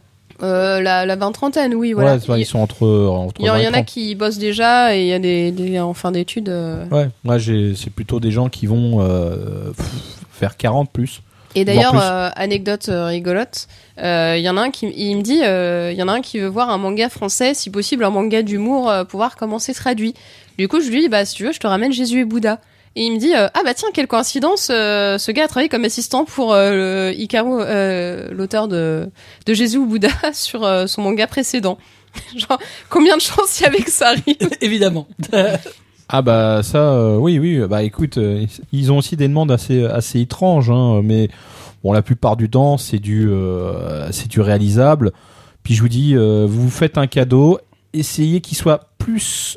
S2: Euh, la, la vingt-trentaine, oui,
S3: Voilà,
S2: voilà.
S3: ils sont entre euh, entre.
S2: Il y, en-
S3: 20
S2: il
S3: et
S2: y en a
S3: 30.
S2: qui bossent déjà et il y a des, des- en fin d'études. euh.
S3: Ouais, moi j'ai- c'est plutôt des gens qui vont euh, pff, faire 40 plus.
S2: Et d'ailleurs,
S3: plus.
S2: euh, anecdote euh, rigolote, euh, il y en a un qui il me dit, euh, il y en a un qui veut voir un manga français, si possible un manga d'humour, euh, pour voir comment c'est traduit. Du coup, je lui dis, bah si tu veux, je te ramène Jésus et Bouddha. Et il me dit, euh, ah bah tiens, quelle coïncidence, euh, ce gars a travaillé comme assistant pour euh, le Icaro, euh, l'auteur de, de Jésus ou Bouddha, sur euh, son manga précédent. Genre, combien de chances il y avait que ça arrive
S1: Bah, Évidemment.
S3: Ah bah ça, euh, oui, oui, bah écoute, euh, ils ont aussi des demandes assez, assez étranges, hein, mais bon, la plupart du temps, c'est du, euh, c'est du réalisable. Puis je vous dis, euh, vous faites un cadeau, essayez qu'il soit plus...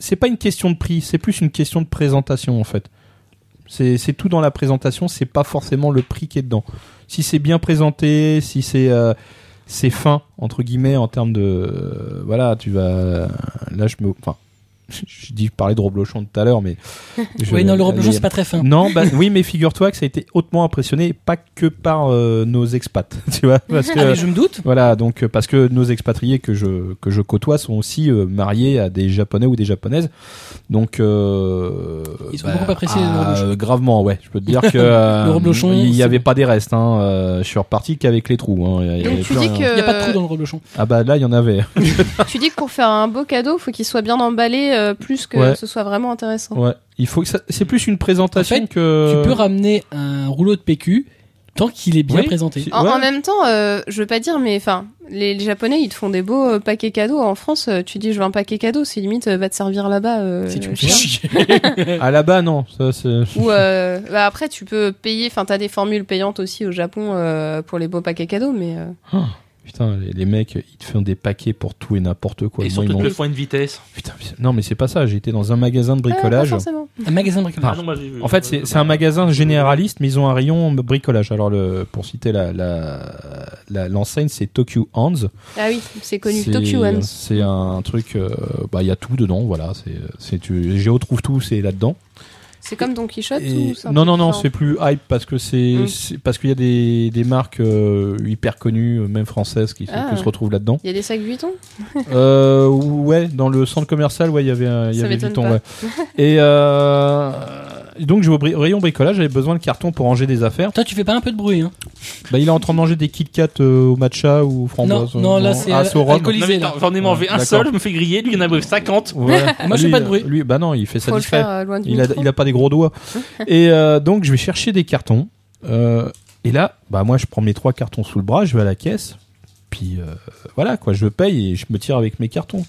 S3: C'est pas une question de prix, c'est plus une question de présentation en fait. C'est c'est tout dans la présentation, c'est pas forcément le prix qui est dedans. Si c'est bien présenté, si c'est euh, c'est fin entre guillemets en termes de euh, voilà, tu vas là je me enfin je- je dis parler de Roblochon tout à l'heure mais je-
S1: Oui, non, le reblochon,
S3: les-
S1: c'est pas très fin.
S3: non, bah, oui, mais figure-toi que ça a été hautement impressionné, pas que par euh, nos expats, tu vois, parce
S1: Ah, mais
S3: que
S1: je me doute.
S3: voilà, donc euh, parce que nos expatriés que je que je côtoie sont aussi euh, mariés à des japonais ou des japonaises, donc euh,
S1: Ils ont beaucoup apprécié le
S3: ah,
S1: reblochon.
S3: euh, gravement, ouais, je peux te dire que euh,
S1: Le reblochon,
S3: il n'y
S1: c'est-
S3: avait pas des restes, hein, euh, je suis reparti qu'avec les trous. Hein, il y a- il y avait
S2: Donc tu
S3: plus
S2: dis
S3: rien.
S1: Il
S2: que
S1: n'y a pas de trou dans le reblochon.
S3: ah bah là il y en avait.
S2: tu dis que pour faire un beau cadeau, faut qu'il soit bien emballé, euh, plus que
S3: Ouais.
S2: ce soit vraiment intéressant.
S3: Ouais, il faut que ça... c'est plus une présentation
S1: En fait,
S3: que
S1: Tu peux ramener un rouleau de PQ tant qu'il est bien
S3: Oui.
S1: présenté.
S3: Si-
S2: En,
S3: ouais.
S2: en même temps, euh, je veux pas dire, mais enfin, les, les Japonais, ils te font des beaux euh, paquets cadeaux. En France, euh, tu dis, je veux un paquet cadeau, c'est limite, euh, va te servir là-bas. euh,
S1: Si tu me
S2: je sais
S1: fais
S2: pas.
S1: chier.
S3: Ah là-bas, non. Ça, c'est...
S2: Ou euh, bah, après, tu peux payer. Enfin, t'as des formules payantes aussi au Japon euh, pour les beaux paquets cadeaux, mais euh,
S3: Putain, les, les mecs, ils te font des paquets pour tout et n'importe quoi.
S4: Et
S3: Moi,
S4: surtout,
S3: ils
S4: ils
S3: m'ont-
S4: le font à une vitesse.
S3: Putain, mais c'est- non, mais c'est pas ça. J'étais dans un magasin de
S2: ah, pas
S3: bricolage.
S2: forcément.
S1: Un magasin de
S4: Ah
S1: bricolage.
S4: non, moi, j'ai-
S3: en fait, c'est, c'est un magasin généraliste, mais ils ont un rayon bricolage. Alors, le, pour citer la, la- la- l'enseigne, c'est Tokyo Hands.
S2: Ah oui, c'est connu.
S3: C'est- euh,
S2: Tokyo Hands.
S3: C'est un truc, euh, bah, il y a tout dedans, voilà. C'est, c'est, tu, Géo trouve tout, c'est là-dedans.
S2: C'est comme Don Quichotte
S3: Et-
S2: ou c'est un
S3: non,
S2: truc
S3: non, non,
S2: différent
S3: c'est plus hype parce que c'est,
S2: Mm.
S3: c'est- parce qu'il y a des, des marques euh, hyper connues, même françaises, qui, se-
S2: Ah.
S3: qui se retrouvent là-dedans.
S2: Il y a des sacs Vuitton
S3: Euh, ouais, dans le centre commercial, ouais, il y avait, un- il y
S2: Ça
S3: avait
S2: m'étonne
S3: Vuitton,
S2: pas.
S3: ouais. Et euh, donc, je vais au bri- rayon bricolage, j'avais besoin de carton pour ranger des affaires.
S1: Toi, tu fais pas un peu de bruit, hein
S3: Bah, il est en train de manger des Kit Kat euh, au matcha ou au framboise.
S1: Non, non,
S3: euh,
S1: là,
S3: bon.
S1: c'est
S3: Ah,
S1: al-
S3: au rhum.
S1: alcoolisé.
S4: Non, mais attends, j'en ai mangé
S3: Ouais,
S4: un
S3: d'accord.
S4: seul, je me fais griller, lui il en a 50.
S3: Ouais.
S1: Moi, je fais
S3: Lui,
S1: pas de bruit.
S3: euh, Lui, bah non, il fait ça
S2: Faut le faire euh, loin du
S3: Il a,
S2: métro.
S3: il a pas des gros doigts. et euh, donc, je vais chercher des cartons. Euh, et là, bah moi, je prends mes trois cartons sous le bras, je vais à la caisse. Puis euh, voilà, quoi, je paye et je me tire avec mes cartons.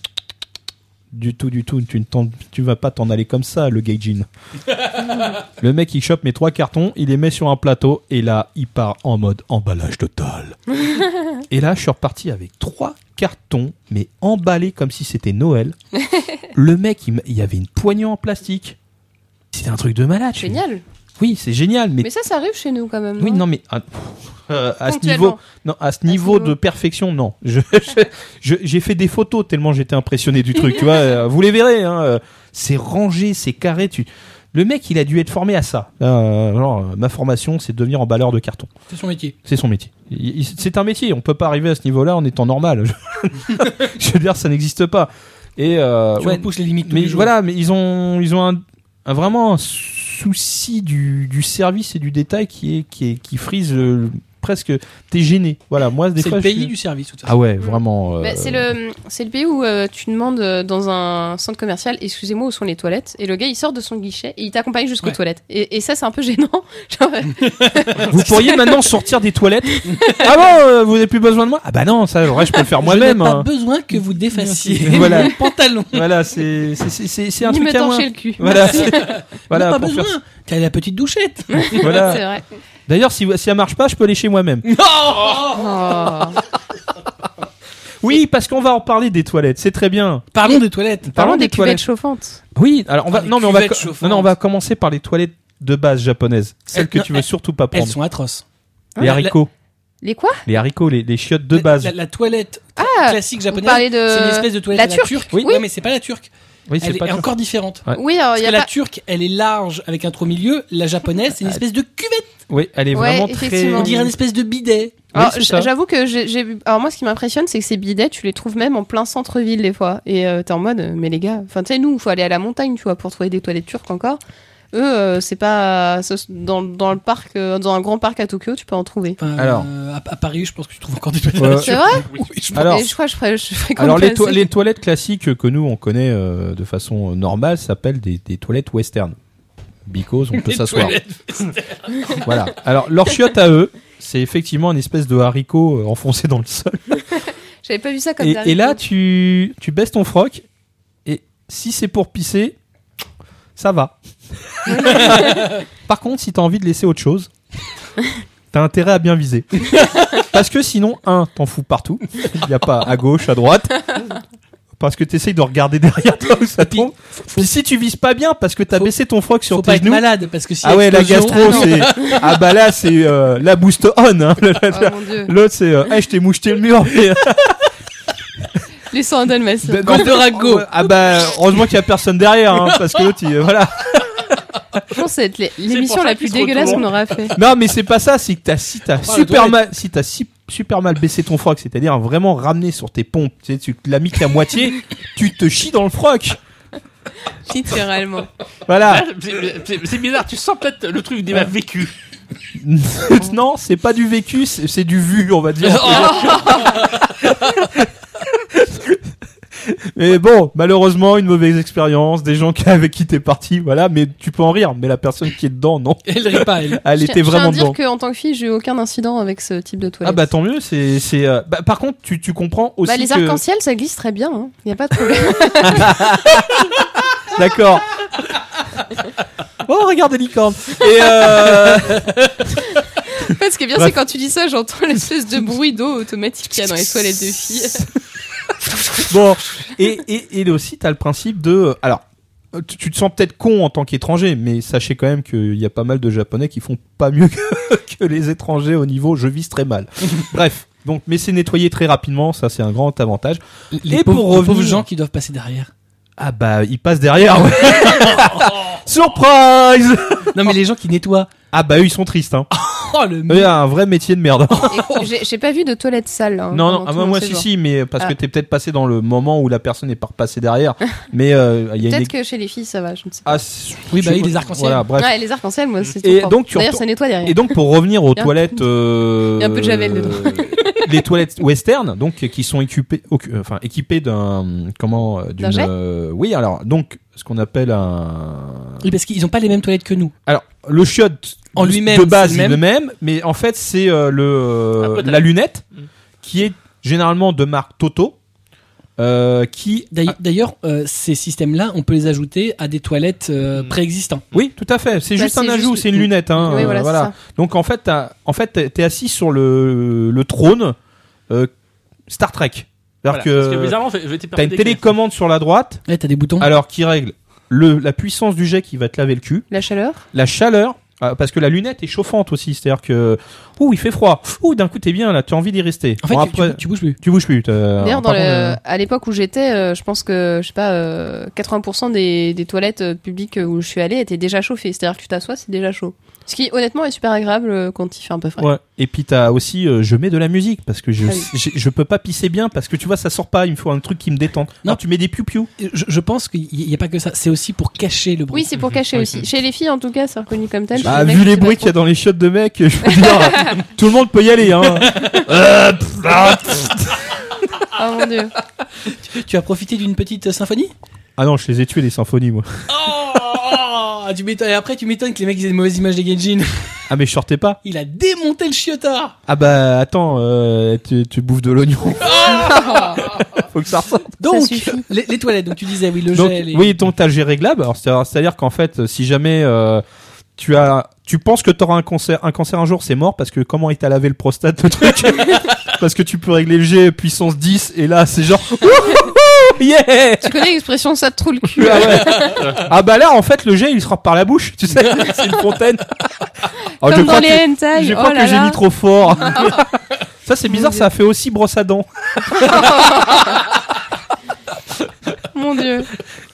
S3: Du tout, du tout, tu ne t'en- tu vas pas t'en aller comme ça, le gaijin. le mec, il chope mes trois cartons, il les met sur un plateau et là, il part en mode emballage total. et là, je suis reparti avec trois cartons, mais emballés comme si c'était Noël. le mec, il, m- il y avait une poignée en plastique. C'était un truc de malade. je suis-
S2: Génial.
S3: Oui, c'est génial, mais
S2: Mais ça, ça arrive chez nous quand même.
S3: oui, non, mais ah, pff, euh, à ce
S2: Ponctuellement.
S3: niveau, non, à ce
S2: ce
S3: niveau
S2: niveau.
S3: de perfection, non. Je- je- je- J'ai fait des photos tellement j'étais impressionné du truc. tu vois, euh, vous les verrez. Hein, euh, c'est rangé, c'est carré. Tu, le mec, il a dû être formé à ça. Euh, genre, euh, ma formation, c'est de devenir emballeur de carton.
S1: C'est son métier.
S3: C'est son métier. Il- il- C'est un métier. On peut pas arriver à ce niveau-là en étant normal. je veux dire, ça n'existe pas. Et euh,
S1: Tu
S3: ouais,
S1: repousses les limites. tous
S3: mais
S1: les jours.
S3: voilà, mais ils ont, ils ont un, un- vraiment un souci du, du service et du détail qui est, qui est, qui frise euh, presque. T'es gêné. Voilà, moi des
S1: C'est
S3: fois.
S1: le
S3: je
S1: pays
S3: suis-
S1: du service, de toute façon.
S3: Ah ouais, vraiment. euh,
S2: Bah, c'est le c'est le pays où euh, tu demandes euh, dans un centre commercial excusez-moi où sont les toilettes et le gars il sort de son guichet et il t'accompagne jusqu'aux
S1: Ouais.
S2: toilettes et, et ça c'est un peu gênant Genre, euh,
S3: Vous pourriez maintenant sortir des toilettes. ah bon, euh, vous n'avez plus besoin de moi. Ah bah non, ça, le reste, je peux le faire moi-même.
S1: Je n'ai pas
S3: hein.
S1: besoin que vous défassiez
S3: Voilà.
S1: mon pantalon.
S3: Voilà, c'est, c'est, c'est- c'est, c'est un
S2: ni me
S3: truc à moi.
S2: torcher le cul
S3: Voilà, c'est-
S1: T'as
S3: voilà,
S1: pas
S3: pour
S1: besoin.
S3: faire-
S1: T'as la petite douchette.
S3: voilà.
S2: c'est vrai
S3: D'ailleurs, si, si ça marche pas, je peux aller chez moi-même.
S1: Mm.
S2: Oh.
S3: Oui, parce qu'on va en parler des toilettes. C'est très bien.
S1: Parlons des toilettes.
S2: parlons des,
S3: toilettes.
S2: cuvettes chauffantes
S3: Oui, alors on va
S1: Ah, les
S3: non mais on va
S1: cuvettes
S3: co-
S1: chauffantes.
S3: non, non, on va commencer par les toilettes de base japonaises, celles
S1: Elles-
S3: que
S1: non,
S3: tu veux
S1: elles-
S3: surtout pas
S1: Elles
S3: prendre.
S1: sont atroces.
S3: les
S1: la-
S3: haricots,
S2: les quoi
S3: les haricots, les, les chiottes de
S1: La-
S3: base.
S1: La, la toilette
S2: ah
S1: classique
S2: vous
S1: japonaise.
S2: parlez de
S1: C'est une espèce de toilette
S2: la
S1: à la
S2: turque.
S1: turque.
S3: Oui.
S1: Ouais, mais c'est pas la turque.
S3: Oui,
S1: Elle
S3: c'est
S1: est,
S3: pas
S1: est
S3: turque.
S1: encore différente.
S3: Ouais.
S2: oui alors
S1: Parce que
S2: il Oh, y a
S1: la
S2: pas
S1: turque, elle est large avec un trou au milieu. La japonaise,
S3: Ah,
S1: c'est une espèce de cuvette.
S3: Oui, elle est
S2: Ouais,
S3: vraiment très.
S2: effectivement.
S1: On dirait une espèce de bidet.
S3: Oui,
S2: Alors,
S3: c'est
S2: j-
S3: ça.
S2: j'avoue que j'ai j'ai vu- alors moi ce qui m'impressionne c'est que ces bidets tu les trouves même en plein centre-ville des fois et euh, t'es en mode euh, mais les gars enfin tu sais nous faut aller à la montagne tu vois pour trouver des toilettes turques encore eux euh, c'est pas ce- dans, dans le parc euh, dans un grand parc à Tokyo tu peux en trouver
S1: Enfin,
S3: Alors.
S1: euh, à, à Paris, je pense que tu trouves encore des toilettes.
S3: Ouais.
S1: à la
S2: c'est
S1: turque.
S2: vrai
S1: Oui, je pense.
S3: Alors,
S2: Mais je crois que je ferais, je ferais
S3: alors les,
S2: comme
S3: to-
S2: ça.
S3: les toilettes classiques que nous on connaît euh, de façon euh, normale s'appellent des, des toilettes western. Because on peut
S1: Les
S3: s'asseoir.
S1: toilettes.
S3: Voilà. Alors leur chiotte à eux, c'est effectivement une espèce de haricot euh, enfoncé dans le sol.
S2: j'avais pas vu ça comme
S3: Et,
S2: ça.
S3: et là tu tu baisses ton froc et si c'est pour pisser, ça va. Par contre, si t'as envie de laisser autre chose, t'as intérêt à bien viser. Parce que sinon, un, t'en fous partout. Il n'y a pas à gauche, à droite. Parce que t'essayes de regarder derrière toi où ça tombe. Puis si tu vises pas bien, parce que t'as
S1: Faut-
S3: baissé ton froc sur
S1: Faut
S3: tes
S1: pas être
S3: genoux.
S1: malade parce que si
S3: Ah ouais, la
S1: explosion-
S3: gastro, c'est. Ah bah là, c'est euh, la boost on. hein.
S2: oh mon dieu
S3: L'autre, c'est. euh, Hey, je t'ai moucheté le mur. euh,
S2: les soins dalmatiens
S3: Ben, non,
S1: Coup de ragot.
S3: Ah bah, heureusement qu'il y a personne derrière, hein, parce que l'autre, il- voilà.
S2: je pense que c'est l'é- l'émission
S4: pour ça
S2: la plus
S4: qu'ils se
S2: dégueulasse qu'on
S4: retournent.
S2: aura fait
S3: Non, mais c'est pas ça, c'est que t'as, si t'as
S1: parle de
S3: super
S1: toilette.
S3: mal, si t'as si- super mal baissé ton froc, c'est-à-dire vraiment ramené sur tes pompes, tu sais, tu te l'as mis qu'à moitié, tu te chies dans le froc.
S2: littéralement
S3: Voilà.
S4: C'est- C'est c'est bizarre, tu sens peut-être le truc des m'a vécu.
S3: non, c'est pas du vécu, c'est, c'est du vu, on va dire. Et bon, malheureusement, une mauvaise expérience, des gens qui- avec qui t'es parti, voilà, mais tu peux en rire, mais la personne qui est dedans, non.
S1: Elle rit pas, elle.
S3: Elle
S2: Je tiens-
S3: était vraiment
S2: Je tiens à
S3: dedans.
S2: dire qu'en tant que fille, j'ai eu aucun incident avec ce type de toilette.
S3: Ah bah tant mieux, c'est c'est euh, bah, par contre tu tu comprends aussi
S2: Bah, les
S3: que
S2: arcs-en-ciel, ça glisse très bien. Il n'y a pas de problème.
S3: d'accord. Oh regarde les licornes. Et euh,
S2: en fait, ce qui est bien,
S3: Bref.
S2: c'est quand tu dis ça, j'entends l'espèce de bruit d'eau automatique qu'il y a dans les toilettes de filles.
S3: bon et et et aussi t'as le principe de euh, alors tu, tu te sens peut-être con en tant qu'étranger, mais sachez quand même qu'il y a pas mal de japonais qui font pas mieux que, que les étrangers au niveau je vise très mal. Bref. Donc, mais c'est nettoyé très rapidement, ça c'est un grand avantage.
S1: Les,
S3: Et
S1: pauvres,
S3: pour
S1: les pauvres
S3: revenir-
S1: gens qui doivent passer derrière.
S3: Ah bah, il passe derrière. ouais. Surprise
S1: Non, mais les gens qui nettoient.
S3: Ah bah, eux, ils sont tristes. Hein.
S1: Oh, le
S3: Eux, un vrai métier de merde.
S2: Et J'ai j'ai pas vu de toilette sale. hein,
S3: non, non,
S2: pendant
S3: ah,
S2: tout
S3: moi,
S2: mon
S3: moi, si,
S2: séjour.
S3: si, mais parce que
S2: Ah.
S3: t'es peut-être passé dans le moment où la personne n'est pas repassée derrière. mais euh, il y a une...
S2: Peut-être que chez les filles, ça va, je ne sais pas.
S3: Ah, c'est-
S1: Oui, bah,
S3: je-
S1: oui, les arcs-en-ciel.
S3: Voilà, bref.
S2: Ouais, les arcs-en-ciel, moi, c'est
S3: Et
S2: tout propre.
S3: donc, tu
S2: D'ailleurs,
S3: retournes-
S2: ça nettoie derrière.
S3: Et donc, pour revenir aux
S2: Il y a un-
S3: toilettes... euh,
S2: il y a un peu de javel dedans.
S3: les toilettes western, donc, qui sont équipées, occu- euh, enfin, équipées d'un... Comment euh, d'une
S2: jet
S3: euh, Oui, alors, donc, ce qu'on appelle un...
S1: Oui, parce qu'ils ont pas les mêmes toilettes que nous.
S3: Alors, le chiotte
S1: En
S3: de-
S1: lui-même,
S3: de base
S1: c'est
S3: est
S1: le
S3: le même, mais en fait, c'est euh, le euh,
S4: Un peu de-
S3: la lunette
S4: Mm.
S3: qui est généralement de marque Toto. euh, qui
S1: D'ail- D'ailleurs, euh, ces systèmes-là, on peut les ajouter à des toilettes euh,
S3: Hmm.
S4: Mm.
S1: préexistantes.
S3: oui, tout à fait. C'est
S2: Bah,
S3: juste un
S2: c'est
S3: ajout,
S2: juste-
S3: c'est une lunette. Hein,
S2: Oui,
S3: euh,
S2: voilà, c'est ça.
S3: Donc en fait, t'as- en fait, t'es- t'es assis sur le, le trône euh, Star Trek. Alors
S4: Voilà. Parce que
S3: que
S4: bizarrement, je- je t'ai
S3: t'as une télécommande sur la droite,
S1: Ouais, t'as des boutons.
S3: alors qui règle le, la puissance du jet qui va te laver le cul.
S2: La chaleur
S3: la chaleur euh, parce que la lunette est chauffante aussi, c'est-à-dire que ouh il fait froid, ouh d'un coup t'es bien là, t'as envie d'y rester.
S1: En fait,
S3: Bon,
S1: tu- tu,
S3: après, tu,
S1: tu bouges plus.
S3: bouges plus. t'as-
S2: D'ailleurs, dans
S3: par
S2: le-
S3: contre, euh,
S2: à l'époque où j'étais, euh, je pense que je sais pas, euh, 80% des, des toilettes euh, publiques où je suis allée étaient déjà chauffées. C'est-à-dire que tu t'assois, c'est déjà chaud. Ce qui, honnêtement, est super agréable euh, quand il fait un peu frais.
S3: Ouais. Et puis t'as aussi, euh, je mets de la musique parce que je,
S2: Ah oui.
S3: j'ai- je peux pas pisser bien parce que tu vois ça sort pas, il me faut un truc qui me détende.
S1: Non.
S3: Non, tu mets des piou
S1: Je, je pense qu'il n'y a pas que ça. C'est aussi pour cacher le bruit.
S2: Oui, c'est pour cacher
S1: Oui.
S2: aussi. Chez les filles, en tout cas, c'est reconnu comme tel.
S3: Bah
S2: Chez mecs,
S3: vu
S2: je
S3: les
S2: sais pas
S3: bruits
S2: trop.
S3: qu'il y a dans les shots de mecs, je veux dire, tout le monde peut y aller. Hein. Euh, pff, ah, pff.
S2: Oh mon dieu.
S1: Tu as profité d'une petite euh, symphonie
S3: ah non, je les ai tués les symphonies moi.
S1: Oh tu m'étonnes. Et après, tu m'étonnes que les mecs ils aient des mauvaises images des Genjin.
S3: Ah mais je sortais pas.
S1: Il a démonté le chiotard
S3: Ah bah attends, euh, tu, tu bouffes de l'oignon, faut que ça ressorte.
S1: Donc,
S2: suffit.
S1: les, les toilettes, donc tu disais, oui, le
S3: Donc,
S1: gel. et-
S3: Oui, donc t'as le jet réglable. Alors, c'est- C'est-à-dire qu'en fait, si jamais euh, tu as, tu penses que t'auras un cancer, un cancer un jour, c'est mort parce que comment il t'a lavé le prostate le truc Parce que tu peux régler le jet puissance 10 et là c'est genre wouhou, yeah
S2: Tu connais l'expression ça te trouve le cul.
S3: ah, ouais. Ah bah là en fait le jet il sort par la bouche, tu sais, c'est une fontaine. Alors, je
S2: Comme dans
S3: crois
S2: les
S3: que,
S2: hentai.
S3: je
S2: oh
S3: crois
S2: là
S3: que j'ai
S2: là.
S3: mis trop fort. ça c'est bizarre, ça a fait aussi brosse à dents.
S2: Mon dieu.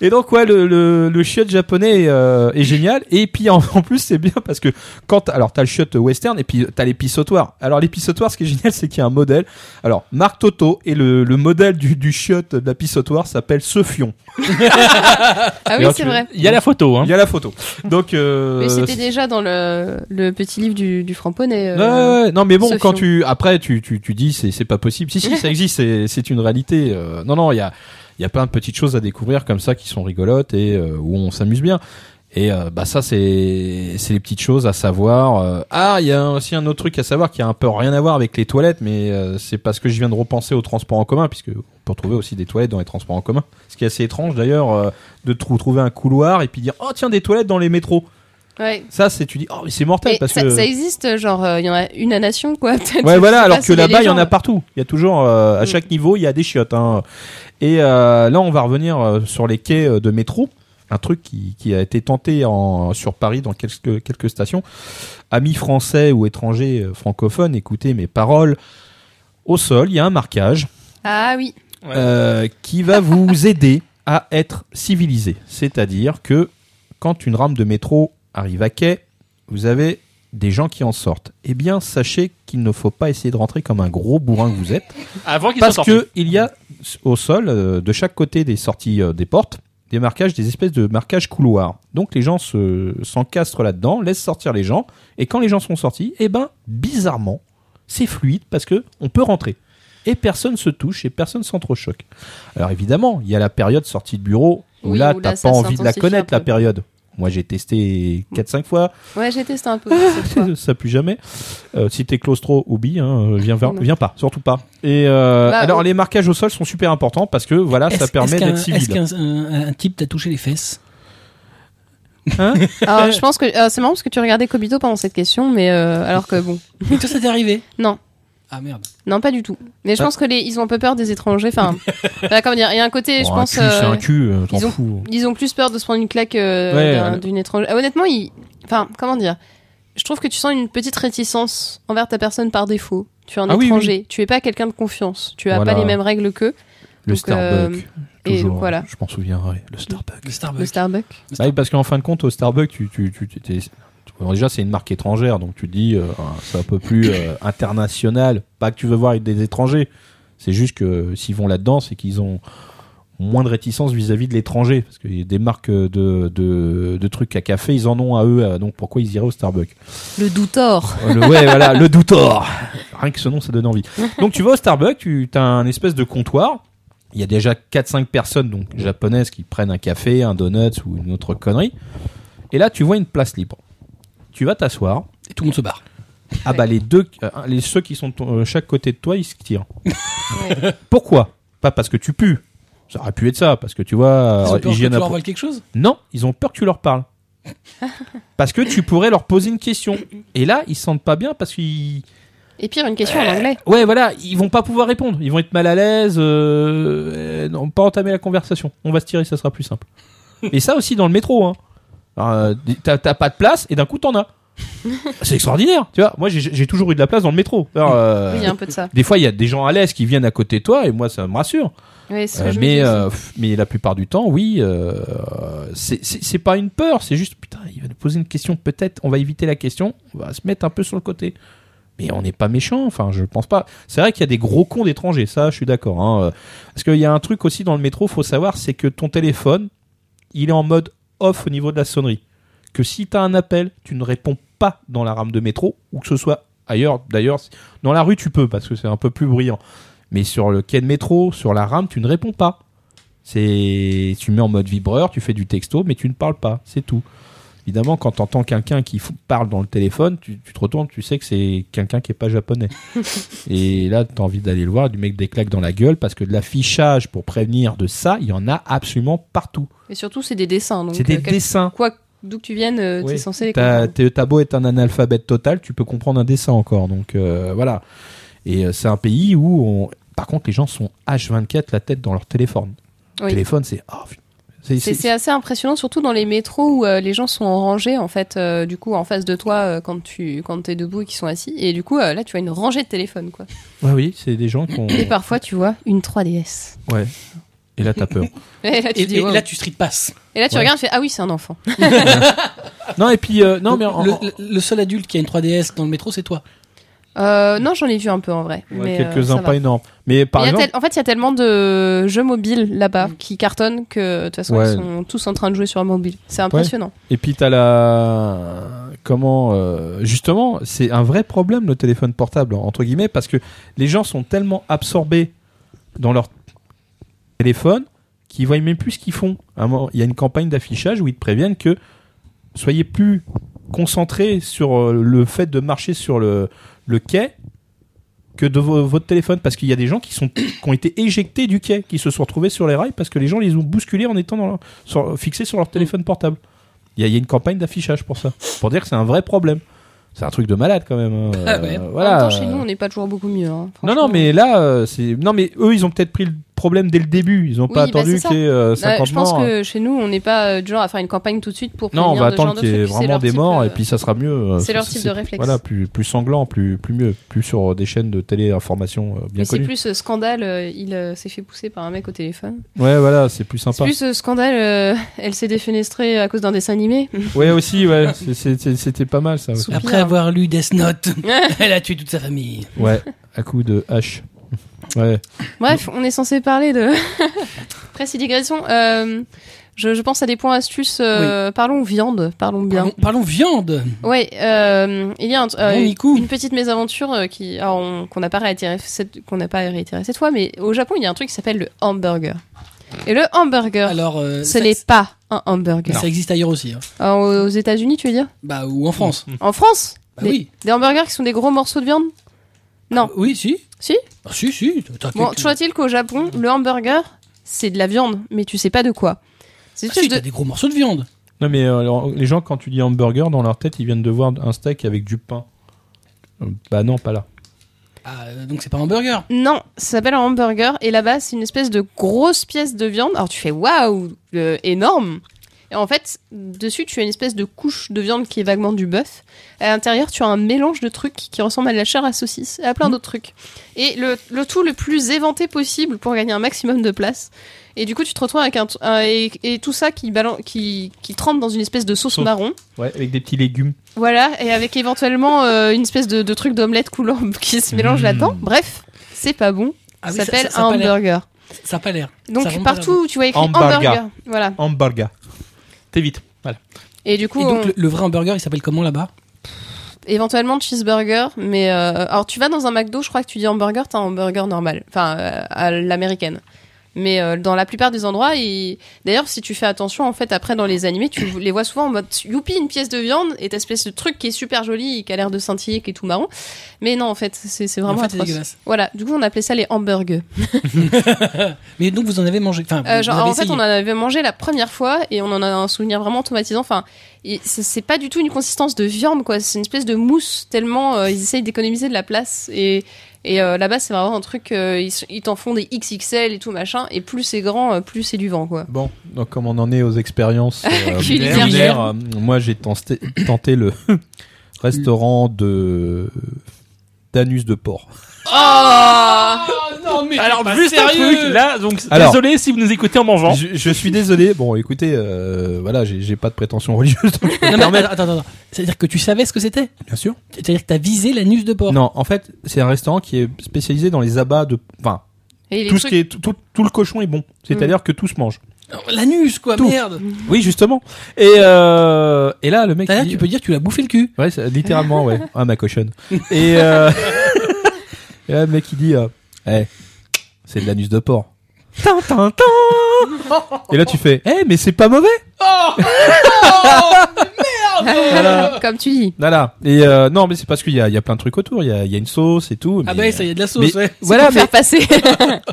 S3: Et donc ouais, le le, le chiotte japonais euh, est génial. Et puis en, en plus c'est bien parce que quand t'as- alors t'as le chiotte western et puis t'as l'épissotoir. Alors l'épissotoir, ce qui est génial, c'est qu'il y a un modèle. Alors Marc Toto et le, le modèle du du chiotte de l'épissotoir s'appelle Sefion.
S2: Ah
S3: Et
S2: oui,
S3: alors,
S2: c'est
S3: tu-
S2: vrai.
S4: Il y a la photo, hein.
S3: Il y a la photo. Donc euh,
S2: Mais c'était déjà dans le, le petit livre du, du Framponnet. euh.
S3: Ouais, ouais, ouais. non mais bon
S2: Sefion.
S3: quand tu après tu tu tu dis c'est c'est pas possible. Si si ça existe, c'est c'est une réalité. Euh, non non, il y a il y a plein de petites choses à découvrir comme ça qui sont rigolotes et euh, où on s'amuse bien. Et euh, bah ça c'est c'est les petites choses à savoir. Euh, ah, il y a aussi un autre truc à savoir qui a un peu rien à voir avec les toilettes mais euh, c'est parce que je viens de repenser aux transports en commun puisque on peut retrouver aussi des toilettes dans les transports en commun. Ce qui est assez étrange d'ailleurs euh, de trou- trouver un couloir et puis dire "Oh tiens des toilettes dans les métros."
S2: Ouais.
S3: Ça c'est tu dis "Oh mais c'est mortel
S2: Mais
S3: parce
S2: ça,
S3: que
S2: ça existe, genre, euh, il y en a une à nation, quoi. peut-être, je
S3: Ouais, voilà,
S2: sais pas,
S3: alors que
S2: c'est des
S3: là-bas, il y en a
S2: légendes.
S3: partout. Il y a toujours, euh, à
S2: Mm.
S3: chaque niveau, il y a des chiottes. Hein. Et euh, là, on va revenir euh, sur les quais euh, de métro. Un truc qui, qui a été tenté en, sur Paris dans quelques, quelques stations. Amis français ou étrangers euh, francophones, écoutez mes paroles. Au sol, il y a un marquage
S2: Ah oui.
S3: euh, qui va vous aider à être civilisé. C'est-à-dire que quand une rame de métro arrive à quai, vous avez des gens qui en sortent. Eh bien, sachez qu'il ne faut pas essayer de rentrer comme un gros bourrin que vous êtes,
S4: Ah, Avant qu'il soit
S3: parce
S4: sorti.
S3: que il y a au sol, euh, de chaque côté des sorties euh, des portes, des marquages, des espèces de marquages couloirs. Donc les gens se s'encastrent là-dedans, laissent sortir les gens, et quand les gens sont sortis, eh ben bizarrement, c'est fluide parce que on peut rentrer. et personne se touche et personne s'entrechoque. Alors évidemment, il y a la période sortie de bureau où
S2: Oui,
S3: là,
S2: où là,
S3: t'as
S2: ça
S3: pas envie de la
S2: s'intensifie
S3: connaître,
S2: un
S3: la
S2: peu. Mm.
S3: période. Moi, j'ai testé 4-5 fois,
S2: Ouais, j'ai testé un peu. cette fois.
S3: ça pue jamais. Euh, si t'es claustro, oublie, hein, euh, viens, vers-
S2: Non.
S3: viens pas, surtout pas. Et euh,
S2: Bah,
S3: alors,
S2: on-
S3: les marquages au sol sont super importants parce que voilà, ça
S1: Est-ce-
S3: permet
S1: est-ce qu'un-
S3: d'être
S1: Est-ce
S3: civil.
S1: qu'un un- un type t'a touché les fesses
S2: Alors, je pense que euh, c'est marrant parce que tu regardais Kobito pendant cette question, mais euh, alors que bon,
S1: Mais toi, ça t'est arrivé
S2: Non.
S1: Ah merde.
S2: non, pas du tout. Mais je
S3: Ah.
S2: pense que les, ils ont un peu peur des étrangers. Enfin, voilà, comment dire, il y a un côté, je
S3: Bon,
S2: pense.
S3: Oh, un cul, c'est
S2: euh,
S3: un cul, euh, t'en
S2: ils ont-
S3: fous.
S2: Ils ont plus peur de se prendre une claque euh,
S3: Ouais,
S2: d'un-
S3: ouais.
S2: d'une étrangère. Ah, Honnêtement, ils... enfin, comment dire Je trouve que tu sens une petite réticence envers ta personne par défaut. Tu es un
S3: Ah oui,
S2: étranger, tu es pas quelqu'un de confiance, tu as
S3: Voilà.
S2: pas les mêmes règles qu'eux.
S3: Le
S2: donc, euh,
S3: Starbucks,
S2: et donc,
S3: toujours.
S2: voilà.
S3: Je m'en souviendrai, le Starbucks.
S1: Le Starbucks.
S2: Le Starbucks.
S1: Le
S3: Bah oui, parce qu'en fin de compte, au Starbucks, tu, tu, tu, tu- t'es- bon, déjà c'est une marque étrangère, donc tu te dis euh, c'est un peu plus euh, international. Pas que tu veux voir avec des étrangers, c'est juste que euh, s'ils vont là-dedans, c'est qu'ils ont moins de réticence vis-à-vis de l'étranger, parce qu'il y a des marques de, de, de trucs à café, ils en ont à eux, euh, donc pourquoi ils iraient au Starbucks
S2: Le Doutor.
S3: euh, le- ouais, voilà, le doutor. Rien que ce nom, ça donne envie. Donc tu vas au Starbucks, tu as un espèce de comptoir. Il y a déjà 4-5 personnes, donc japonaises, qui prennent un café, un donut ou une autre connerie. Et là, tu vois une place libre. Tu vas t'asseoir.
S1: Et tout le monde se barre.
S3: Ah
S2: Ouais.
S3: bah les deux, euh, les ceux qui sont de ton- euh, chaque côté de toi, ils se tirent.
S2: Ouais.
S3: Pourquoi Pas parce que tu pues. Ça aurait pu être ça, parce que tu vois,
S1: Ils ont
S3: euh,
S1: peur que tu
S3: hygiène
S1: leur
S3: appro-
S1: voles quelque chose
S3: non, ils ont peur que tu leur parles. parce que tu pourrais leur poser une question. Et là, ils se sentent pas bien parce qu'ils
S2: Et pire, une question en anglais.
S3: Ouais, voilà, ils vont pas pouvoir répondre. Ils vont être mal à l'aise, euh, euh, non, pas entamer la conversation. On va se tirer, ça sera plus simple. et ça aussi dans le métro. Hein. Alors, euh, T'as t'as pas de place et d'un coup t'en as. C'est extraordinaire, tu vois. Moi, j'ai- j'ai toujours eu de la place dans le métro. Alors, euh,
S2: Oui, hein. il y a un peu de ça.
S3: Des fois, il y a des gens à l'aise qui viennent à côté de toi et moi, ça me rassure.
S2: Ouais, c'est ce
S3: Euh,
S2: que je me
S3: mais,
S2: dis aussi.
S3: euh, pff, mais la plupart du temps, oui, euh, c'est- c'est c'est pas une peur, c'est juste putain, il va nous poser une question, peut-être, on va éviter la question, on va se mettre un peu sur le côté. Mais on n'est pas méchant, enfin, je pense pas. C'est vrai qu'il y a des gros cons d'étrangers, ça, je suis d'accord. hein, euh, parce qu'il y a un truc aussi dans le métro, faut savoir, c'est que ton téléphone, il est en mode off au niveau de la sonnerie. Que si t'as un appel, tu ne réponds pas dans la rame de métro, ou que ce soit ailleurs, d'ailleurs, dans la rue, tu peux, parce que c'est un peu plus bruyant. Mais sur le quai de métro, sur la rame, tu ne réponds pas. C'est, tu mets en mode vibreur, tu fais du texto, mais tu ne parles pas. C'est tout. Évidemment, quand tu entends quelqu'un qui f- parle dans le téléphone, tu, tu te retournes, tu sais que c'est quelqu'un qui est pas japonais. et là, tu as envie d'aller le voir, du mec des claques dans la gueule, parce que de l'affichage pour prévenir de ça, il y en a absolument partout.
S2: Et surtout, c'est des dessins. Donc,
S3: C'est des
S2: euh, quel-
S3: dessins.
S2: quoi d'où que tu viennes, euh,
S3: Oui.
S2: t'es censé les
S3: T'as
S2: comprendre.
S3: t'es- t'as beau être un analphabète total, tu peux comprendre un dessin encore. Donc euh, voilà. Et euh, c'est un pays où, on- par contre, les gens sont H24 la tête dans leur téléphone.
S2: Oui.
S3: Téléphone, c'est. oh, putain.
S2: C'est
S3: C'est- c'est-
S2: c'est assez impressionnant, surtout dans les métros où euh, les gens sont en rangée, en fait, euh, du coup, en face de toi euh, quand tu quand t'es debout et qu'ils sont assis. Et du coup, euh, là, tu vois une rangée de téléphones, quoi.
S3: Ouais, oui, c'est des gens qui ont.
S2: Et parfois, tu vois une 3DS.
S3: Ouais. Et là, t'as peur.
S2: Et là, tu,
S1: Et,
S2: dis,
S1: et
S2: waouh.
S1: là, tu street passes.
S2: Et là, tu
S3: Ouais.
S2: regardes, tu fais Ah oui, c'est un enfant.
S3: non, et puis. euh, non, mais. en-
S1: le,
S3: en-
S1: le- le seul adulte qui a une 3DS dans le métro, c'est toi.
S2: Euh, non, j'en ai vu un peu en vrai.
S3: ouais,
S2: mais, euh,
S3: Quelques-uns,
S2: ça va.
S3: pas énormes. Mais par
S2: Mais il y a
S3: exemple. Mm.
S2: tel- En fait, il y a tellement de jeux mobiles là-bas qui cartonnent que de toute façon,
S3: Ouais.
S2: ils sont tous en train de jouer sur un mobile. C'est impressionnant.
S3: Et puis t'as la comment euh, justement c'est un vrai problème le téléphone portable entre guillemets parce que les gens sont tellement absorbés dans leur téléphone qu'ils voient même plus ce qu'ils font. À un moment, Il y a une campagne d'affichage où ils te préviennent que soyez plus concentrés sur euh, le fait de marcher sur le, le quai que de vo- votre téléphone parce qu'il y a des gens qui sont qui ont été éjectés du quai qui se sont retrouvés sur les rails parce que les gens les ont bousculés en étant dans leur- sur- fixés sur leur téléphone portable. Il y, a- il y a une campagne d'affichage pour ça, pour dire que c'est un vrai problème. C'est un truc de malade quand même. hein.
S1: Ah ouais.
S3: voilà.
S2: En même temps, chez nous, on n'est pas toujours beaucoup mieux. hein,
S3: Non, non,
S2: franchement.
S3: mais là, euh, c'est. Non, mais eux, ils ont peut-être pris le problème dès le début. Ils n'ont
S2: Oui,
S3: pas
S2: bah,
S3: attendu
S2: c'est ça.
S3: qu'il y ait euh,
S2: Bah,
S3: 50
S2: je pense
S3: morts.
S2: que chez nous, on n'est pas euh, du genre à faire une campagne tout de suite pour.
S3: Non, on
S2: prévenir
S3: va
S2: de ce genre
S3: attendre
S2: de
S3: qu'il y ait
S2: trucs, c'est
S3: vraiment
S2: leur
S3: des
S2: type,
S3: morts
S2: euh,
S3: et puis ça sera mieux. euh,
S2: c'est leur
S3: ça,
S2: type
S3: c'est-
S2: de réflexe.
S3: Voilà, plus, plus sanglant, plus, plus mieux, plus sur euh, des chaînes de télé-information euh, bien
S2: Mais c'est
S3: connues.
S2: plus euh, scandale, euh, il euh, s'est fait pousser par un mec au téléphone.
S3: Ouais, voilà, c'est plus
S2: C'est
S3: sympa.
S2: plus euh, scandale, euh, elle s'est défenestrée à cause d'un dessin animé.
S3: Ouais, aussi, ouais, c'est- c'est- c'est- c'était pas mal ça. aussi.
S2: Soupir.
S1: Après avoir lu Death Note, elle a tué toute sa famille.
S3: Ouais, à coup de hache. Ouais.
S2: Bref, on est censé parler de. Après, c'est digression. euh, je, je pense à des points astuces. euh, Parlons viande, parlons bien.
S1: Parlons, parlons viande.
S2: Ouais, euh, il y a un, euh,
S1: Bon, Nico.
S2: une petite mésaventure euh, qui alors, on- qu'on n'a pas réitéré cette qu'on n'a pas réitéré cette fois, mais au Japon il y a un truc qui s'appelle le hamburger. Et le hamburger,
S1: Alors, euh,
S2: ce
S1: ça,
S2: n'est pas un hamburger.
S1: ça existe ailleurs aussi. hein.
S2: Alors, aux États-Unis, tu veux dire
S1: Bah ou en France.
S4: Mm.
S2: En France
S1: Bah
S2: des,
S1: oui.
S2: des hamburgers qui sont des gros morceaux de viande. Non.
S1: Oui, si.
S2: Si
S1: Ah, si, si. t'as
S2: Bon,
S1: quelques-
S2: soit-il qu'au Japon, le hamburger, c'est de la viande, mais tu sais pas de quoi.
S1: Ah,
S2: C'est une
S1: si,
S2: espèce
S1: t'as
S2: de
S1: des gros morceaux de viande.
S3: Non, mais euh, alors, les gens, quand tu dis hamburger, dans leur tête, ils viennent de voir un steak avec du pain. Euh, Bah non, pas là.
S1: Ah, euh, donc c'est pas un burger.
S2: Non, ça s'appelle un hamburger et là-bas, c'est une espèce de grosse pièce de viande. Alors tu fais waouh, euh, énorme. Et en fait, dessus, tu as une espèce de couche de viande qui est vaguement du bœuf. À l'intérieur, tu as un mélange de trucs qui ressemble à de la chair à saucisse et à plein d'autres trucs. Et le, le tout le plus éventé possible pour gagner un maximum de place. Et du coup, tu te retrouves avec un, t- un- et, et tout ça qui, balan- qui, qui trempe dans une espèce de sauce
S3: Sauce.
S2: marron.
S3: Ouais, avec des petits légumes.
S2: Voilà, et avec éventuellement euh, une espèce de, de truc d'omelette coulant qui se mélange
S3: Mmh.
S2: là-dedans. Bref, c'est pas bon.
S1: Ah oui,
S2: ça s'appelle
S1: ça,
S2: un
S1: a pas l'air-
S2: hamburger.
S1: ça a pas l'air. Ça
S2: Donc
S1: vraiment
S2: partout où tu vois écrit
S3: Hamburger.
S2: hamburger. Voilà.
S3: Hamburger.
S4: T'es vite. Voilà.
S2: Et du coup,
S1: Et donc
S2: on-
S1: le, le vrai hamburger, il s'appelle comment là-bas
S2: éventuellement cheeseburger, mais euh, alors tu vas dans un McDo, je crois que tu dis hamburger, t'as un hamburger normal, enfin euh, à l'américaine. Mais euh, dans la plupart des endroits, et d'ailleurs, si tu fais attention, en fait, après dans les animés, tu les vois souvent en mode youpi une pièce de viande et t'as espèce de truc qui est super joli, et qui a l'air de scintiller, qui est tout marron. Mais non, en fait, c'est c'est vraiment
S1: En fait, c'est
S2: atroce.
S1: dégueulasse.
S2: Voilà. Du coup, on appelait ça les hamburgers.
S1: Mais donc vous en avez mangé. Enfin,
S2: Euh,
S1: vous-
S2: genre,
S1: vous avez
S2: en fait,
S1: essayé.
S2: on en avait mangé la première fois et on en a un souvenir vraiment traumatisant. Enfin, et c'est c'est pas du tout une consistance de viande, quoi. C'est une espèce de mousse tellement euh, ils essayent d'économiser de la place. Et, et euh, là-bas, c'est vraiment un truc, euh, ils, s- ils t'en font des XXL et tout machin. Et plus c'est grand, euh, plus c'est du vent, quoi.
S3: Bon, donc comme on en est aux expériences euh,
S2: Culinaires.
S3: culinaires, euh, moi j'ai tenté, tenté le restaurant de d'anus de porc.
S1: Ah, non mais
S4: Alors, juste un truc, là, donc,
S3: Bah, Alors.
S4: désolé si vous nous écoutez en mangeant.
S3: Je, je suis désolé. Bon, écoutez, euh, voilà, j'ai j'ai pas de prétention religieuse. donc je peux me
S1: Non, mais
S3: permettre.
S1: attends, attends, attends. C'est-à-dire que tu savais ce que c'était
S3: Bien sûr.
S1: C'est-à-dire que t'as visé l'anus de porc
S3: Non, en fait, c'est un restaurant qui est spécialisé dans les abats de, enfin,
S2: Et les
S3: tout ce
S2: trucs- Mm.
S3: qui est tout, tout- tout le cochon est bon. C'est-à-dire que tout se mange.
S1: L'anus, quoi,
S3: Tout.
S1: merde
S3: Oui, justement. Et euh, et là, le mec.
S1: T'as
S3: il-
S1: l'air, tu peux dire, tu l'as bouffé le cul.
S3: Ouais, c'est- littéralement, ouais. Ah, ma cochonne. Et, euh... et là, le mec, il dit, euh, Eh, c'est de l'anus de porc. Tin, tin, tin. Et là, tu fais, eh, mais c'est pas mauvais. Voilà.
S2: Comme tu dis.
S3: Voilà. Et euh, non, mais c'est parce qu'il y a, il y a plein de trucs autour. Il y a, il y a une sauce et tout.
S1: Ah
S3: mais,
S1: bah, ça y a de la sauce,
S3: mais-
S1: ouais.
S3: Voilà,
S2: Pour faire passer.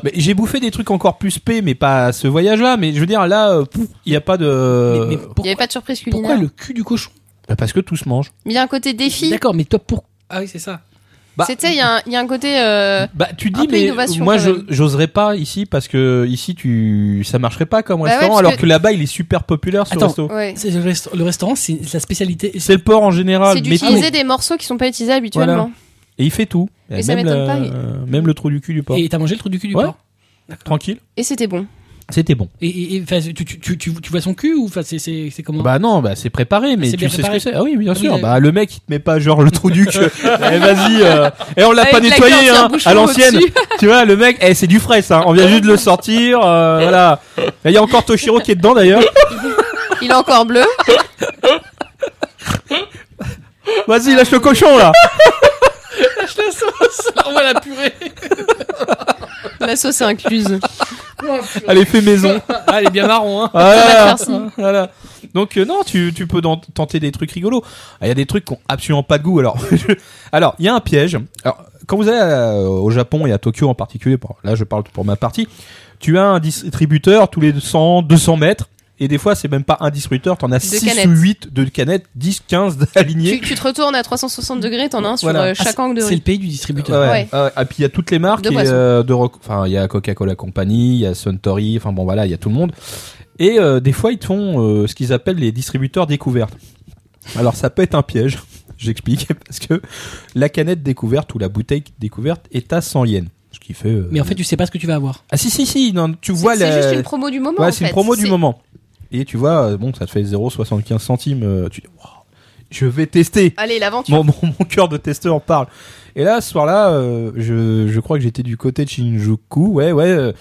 S3: mais j'ai bouffé des trucs encore plus spé, mais pas à ce voyage-là. Mais je veux dire, là, euh, pouf, il y a pas
S4: euh,
S3: de.
S1: Mais- mais
S2: Il y avait
S1: pourquoi,
S2: pas de surprise
S1: pourquoi
S2: culinaire.
S1: le cul du cochon
S3: Bah, parce que tout se mange.
S2: Mais il y a un côté défi.
S1: D'accord, mais toi, pourquoi Ah oui, c'est ça.
S3: Bah-
S2: C'était, il y, a un- il y a un côté. euh,
S3: Bah, tu
S2: un
S3: dis,
S2: peu
S3: mais
S2: innovation,
S3: moi,
S2: quand
S3: je-
S2: même.
S3: j'oserais pas ici parce que ici, tu, ça marcherait pas comme
S2: Bah ouais,
S3: restaurant,
S2: parce
S3: alors que,
S2: que-
S3: là-bas, il est super populaire ce
S1: Attends.
S3: resto.
S2: Ouais.
S1: C'est le, resta- le restaurant, c'est sa spécialité.
S3: C'est Ah, le porc en général,
S2: C'est
S3: mais tout.
S2: d'utiliser des morceaux qui sont pas utilisés habituellement.
S3: Et il fait tout.
S2: Et ça
S3: même,
S2: m'étonne
S3: la-
S2: pas, il-
S3: euh, même le trou du cul du porc.
S1: Et t'as mangé le trou du cul du
S3: Ouais.
S1: porc
S3: Tranquille.
S2: Et c'était bon.
S3: C'était bon.
S1: Et, et- et, enfin, tu, tu, tu, tu- tu vois son cul ou enfin, c'est- c'est c'est comment
S3: Bah non, bah c'est préparé, mais
S1: c'est
S3: tu
S1: bien
S3: sais
S1: préparé.
S3: ce que c'est. Ah oui, bien
S1: Ah oui,
S3: sûr.
S1: d'accord.
S3: Bah le mec, il te met pas genre le trou du cul. Eh, vas-y. euh, Eh, on l'a
S2: Avec
S3: pas
S2: la
S3: nettoyé
S2: corde, un
S3: hein,
S2: bouchon
S3: à l'ancienne.
S2: au-dessus.
S3: Tu vois, le mec, eh, c'est du frais ça. On vient juste de le sortir. euh, voilà. Et Il y a encore Toshiro qui est dedans d'ailleurs.
S2: Il est encore bleu.
S3: Vas-y, lâche le cochon là.
S1: on va la purée
S2: La sauce est incluse.
S3: Allez, fais maison.
S1: Ah, elle est bien marron, hein
S3: Voilà.
S2: Tomate farcie.
S3: Voilà. Donc euh, non, tu, tu peux dans- tenter des trucs rigolos. Ah, Il y a des trucs qui ont absolument pas de goût. Alors, je- alors il y a un piège. Alors, quand vous allez à- au Japon et à Tokyo en particulier, bon, là je parle pour ma partie, tu as un distributeur tous les 100, 200 mètres. Et des fois, c'est même pas un distributeur, t'en as 6
S2: canettes.
S3: ou 8 de canettes, 10, 15
S2: Tu,
S3: alignés.
S2: tu te retournes à 360 degrés, t'en as un sur
S3: Voilà.
S2: euh,
S1: Ah,
S2: chaque angle de
S1: C'est
S2: rue.
S1: le pays du
S3: Ouais,
S1: distributeur.
S3: ouais.
S2: Ouais.
S3: Ah ouais. Et puis il y a toutes les marques,
S2: De
S3: et,
S2: boissons.
S3: euh, de rec- enfin il y a Coca-Cola Company, il y a Suntory, enfin bon voilà, il y a tout le monde. Et euh, des fois ils te font euh, ce qu'ils appellent les distributeurs découvertes. Alors ça peut être un piège, j'explique, parce que la canette découverte ou la bouteille découverte est à 100 yens, ce qui fait. euh,
S1: Mais en fait, tu sais pas ce que tu vas avoir.
S3: ah si si si, non, tu vois
S2: C'est
S3: la.
S2: c'est juste une promo du moment.
S3: Ouais,
S2: en
S3: c'est une
S2: fait.
S3: promo du
S2: C'est-
S3: moment. Et tu vois, euh, bon, ça te fait 0,75 centimes. euh, tu dis, Waouh, je vais tester.
S2: Allez, l'aventure.
S3: Mon, mon, mon cœur de testeur parle. Et là, ce soir-là, euh, je, je crois que j'étais du côté de Shinjuku. Ouais, ouais. euh,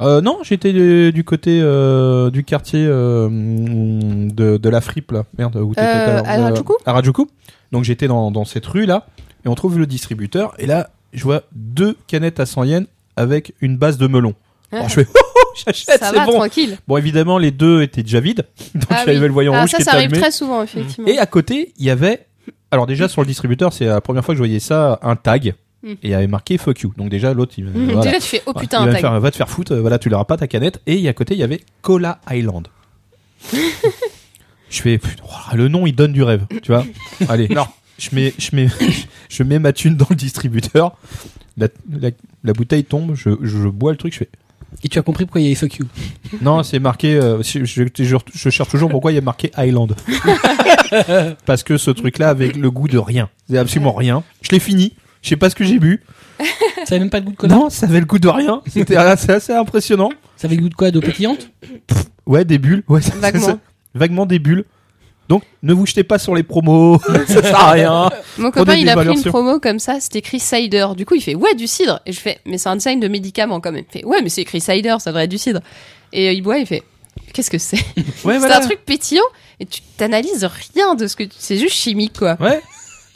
S3: Euh, non, j'étais du, du côté euh, du quartier euh, de, de la fripe là. Merde, où t'étais
S2: Euh,
S3: tout l'heure.
S2: à
S3: Euh,
S2: Harajuku
S3: à Harajuku. Donc j'étais dans, dans cette rue là et on trouve le distributeur et là je vois deux canettes à 100 yens avec une base de melon. Alors, je fais oh, oh, j'achète,
S2: Ah. ça
S3: c'est
S2: va,
S3: bon.
S2: tranquille.
S3: Bon évidemment les deux étaient déjà vides donc
S2: Ah
S3: j'avais
S2: oui.
S3: le voyant
S2: Ah,
S3: rouge
S2: ça,
S3: qui
S2: ça
S3: était
S2: arrive
S3: allumé.
S2: très souvent, effectivement.
S3: Et à côté, il y avait. Alors, déjà, sur le distributeur, c'est la première fois que je voyais ça, un tag.
S2: Mm.
S3: Et il y avait marqué fuck you. Donc, déjà, l'autre, il.
S2: Mmh,
S3: voilà.
S2: Déjà, tu fais oh
S3: Voilà.
S2: putain,
S3: Il
S2: un
S3: va, me
S2: tag.
S3: faire- va te faire foutre, euh, voilà, tu l'auras pas ta canette. Et il y a à côté, il y avait Cola Island. je fais. putain, ouah, le nom, il donne du rêve, tu vois. Allez, non. Je mets, je, mets, je mets ma thune dans le distributeur. La, la- la bouteille tombe, je, je bois le truc, je fais.
S1: Et tu as compris pourquoi il y avait fuck you.
S3: Non, c'est marqué. euh, je, je- je- je cherche toujours pourquoi il y a marqué Island. Parce que ce truc-là avec le goût de rien. C'est absolument rien. Je l'ai fini. Je sais pas ce que j'ai bu.
S1: Ça avait même pas le goût de connard.
S3: Non, ça avait le goût de rien. C'était ah, c'est assez impressionnant.
S1: Ça avait le goût de quoi D'eau pétillante
S3: Ouais, des bulles. Ouais, ça- ça-
S2: Vaguement.
S3: ça- vaguement des bulles. Donc, ne vous jetez pas sur les promos. ça sert à rien.
S2: Mon copain,
S3: Prenez des
S2: il a pris
S3: valeurs
S2: une
S3: sûres.
S2: promo comme ça, c'est écrit cider. Du coup, il fait ouais, du cidre. Et je fais, mais c'est un design de médicament quand même. Il fait, ouais, mais c'est écrit cider, ça devrait être du cidre. Et euh, il boit, il fait, qu'est-ce que c'est
S3: Ouais,
S2: C'est
S3: voilà.
S2: un truc pétillant et tu t'analyses rien de ce que tu... c'est juste chimique quoi.
S3: Ouais.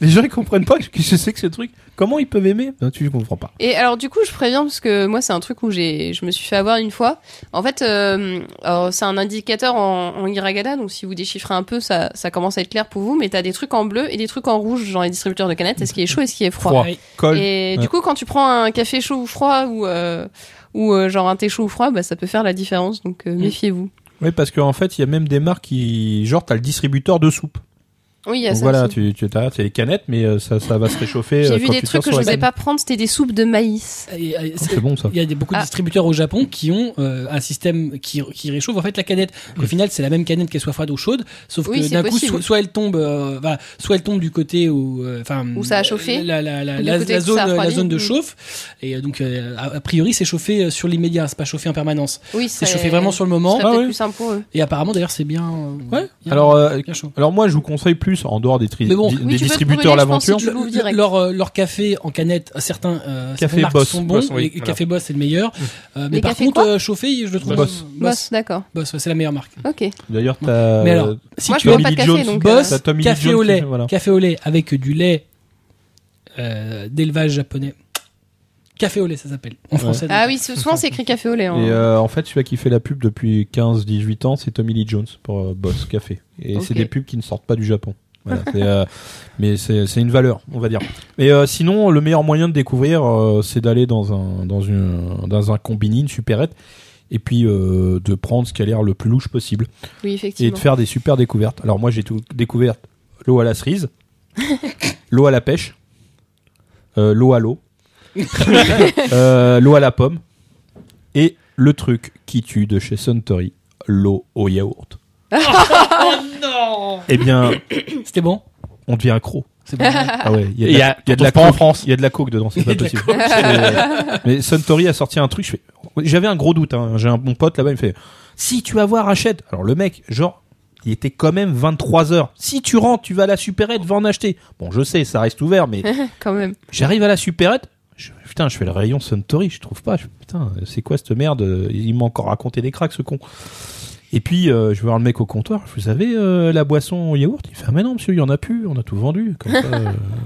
S3: Les gens, ils comprennent pas que je sais que ce truc. Comment ils peuvent aimer Non, tu comprends pas.
S2: Et alors du coup, je préviens parce que moi c'est un truc où j'ai je me suis fait avoir une fois. En fait, euh, alors, c'est un indicateur en, en hiragana, donc si vous déchiffrez un peu, ça, ça commence à être clair pour vous. Mais t'as des trucs en bleu et des trucs en rouge dans les distributeurs de canettes. Est-ce qui est chaud, est-ce qui est froid
S3: Froid.
S1: Oui.
S3: Cold.
S2: Et
S3: Ouais.
S2: du coup, quand tu prends un café chaud ou froid ou euh, ou euh, genre un thé chaud ou froid, bah ça peut faire la différence. Donc
S3: Mm.
S2: euh, méfiez-vous.
S3: Oui, parce qu'en fait, il y a même des marques qui. Genre, t'as le distributeur de soupe.
S2: Oui, il y a
S3: Donc
S2: ça.
S3: voilà,
S2: aussi.
S3: tu, tu as, les canettes, mais euh, ça, ça va se réchauffer. euh,
S2: J'ai vu
S3: quand
S2: des
S3: tu
S2: trucs que
S3: tires sur
S2: je
S3: la
S2: n'osais
S3: canette.
S2: pas prendre, c'était des soupes de maïs.
S1: Et, euh,
S3: Oh, c'est bon ça.
S1: Il y a des- beaucoup de
S2: Ah.
S1: distributeurs au Japon qui ont euh, un système qui, qui réchauffe en fait la canette. Au final, c'est la même canette qu'elle soit froide ou chaude, sauf
S2: Oui,
S1: que
S2: c'est
S1: d'un coup,
S2: possible.
S1: soit, soit elle tombe, euh, voilà, soit elle tombe du côté où, euh, enfin,
S2: Où ça a chauffé,
S1: la, la, la,
S2: du
S1: la-
S2: côté
S1: la
S2: que ça a
S1: zone, la
S2: refroidi.
S1: zone de
S2: Mm.
S1: chauffe. Et euh, donc, euh, a, a priori, c'est chauffé euh, sur l'immédiat, c'est pas chauffé en permanence.
S2: Oui,
S1: C'est chauffé vraiment sur le moment.
S2: C'est peut-être
S3: Ah ouais.
S2: plus simple pour eux.
S1: Et apparemment, d'ailleurs, c'est bien. euh,
S3: Ouais.
S1: bien-
S3: Alors, euh,
S1: bien chaud.
S3: alors moi, je vous conseille plus en dehors des, tri-
S1: Mais bon,
S3: di-
S1: oui,
S3: des
S2: tu peux te
S3: distributeurs
S2: brûler, je pense, si
S3: l'aventure.
S2: tu- l'ouvre direct.
S1: leur, euh, leur café en canette, certains, euh,
S3: Café
S1: certaines marques
S3: Boss.
S1: sont bons,
S3: Boss, oui,
S1: les
S3: voilà. Mm.
S1: cafés Boss c'est le meilleur. Euh, mais
S2: Les
S1: par
S2: cafés
S1: contre,
S2: quoi
S1: euh, chauffé, je le trouve
S3: Boss.
S2: Boss, d'accord.
S1: Boss, ouais, c'est la meilleure marque.
S2: Ok.
S3: D'ailleurs, t'as.
S1: Mais
S3: euh,
S1: alors, si
S2: Moi,
S1: tu
S2: je
S1: as
S2: bois pas de café,
S3: Jones,
S2: donc, euh,
S1: Boss,
S3: t'as Tommy Lee
S1: café
S3: Jones
S1: au
S3: qui
S1: lait,
S3: fait- voilà.
S1: café au lait avec du lait euh, d'élevage japonais. Café au lait, ça s'appelle en français.
S2: Ah oui, souvent c'est écrit café au lait. hein.
S3: Et euh, en fait, celui qui fait la pub depuis 15-18 ans, c'est Tommy Lee Jones pour euh, Boss Café. Et
S2: Ok.
S3: c'est des pubs qui ne sortent pas du Japon. Voilà, c'est, euh, mais c'est c'est une valeur, on va dire. Mais euh, sinon, le meilleur moyen de découvrir, euh, c'est d'aller dans un dans une dans un combini, une supérette, et puis euh, de prendre ce qui a l'air le plus louche possible
S2: Oui,
S3: et
S2: effectivement.
S3: de faire des super découvertes. Alors moi, j'ai tout découvert l'eau à la cerise, l'eau à la pêche, euh, l'eau à l'eau, euh, l'eau à la pomme, et le truc qui tue de chez Suntory, l'eau au yaourt. oh non Eh bien,
S1: C'était bon.
S3: on devient accro.
S1: C'est bon. ouais.
S3: Ah ouais, il
S4: Et il
S3: y a de la- il y a de la
S4: on se prend en
S3: coke.
S4: France.
S3: Il y a de la coke dedans, c'est pas
S1: de la
S3: possible. C'est- Mais Suntory a sorti un truc, je fais- j'avais un gros doute, hein. j'ai un bon pote là-bas, il me fait, si tu vas voir, achète. Alors le mec, genre, il était quand même 23 heures. Si tu rentres, tu vas à la supérette, va en acheter. Bon, je sais, ça reste ouvert, mais
S2: Quand même.
S3: j'arrive à la supérette, je- putain, je fais le rayon Suntory, je trouve pas. Je fais, putain, c'est quoi cette merde Il m'a encore raconté des cracks, ce con. Et puis, euh, je vais voir le mec au comptoir. Vous savez, euh, la boisson au yaourt Il fait Ah, mais non, monsieur, il y en a plus, on a tout vendu. Comme ça, euh,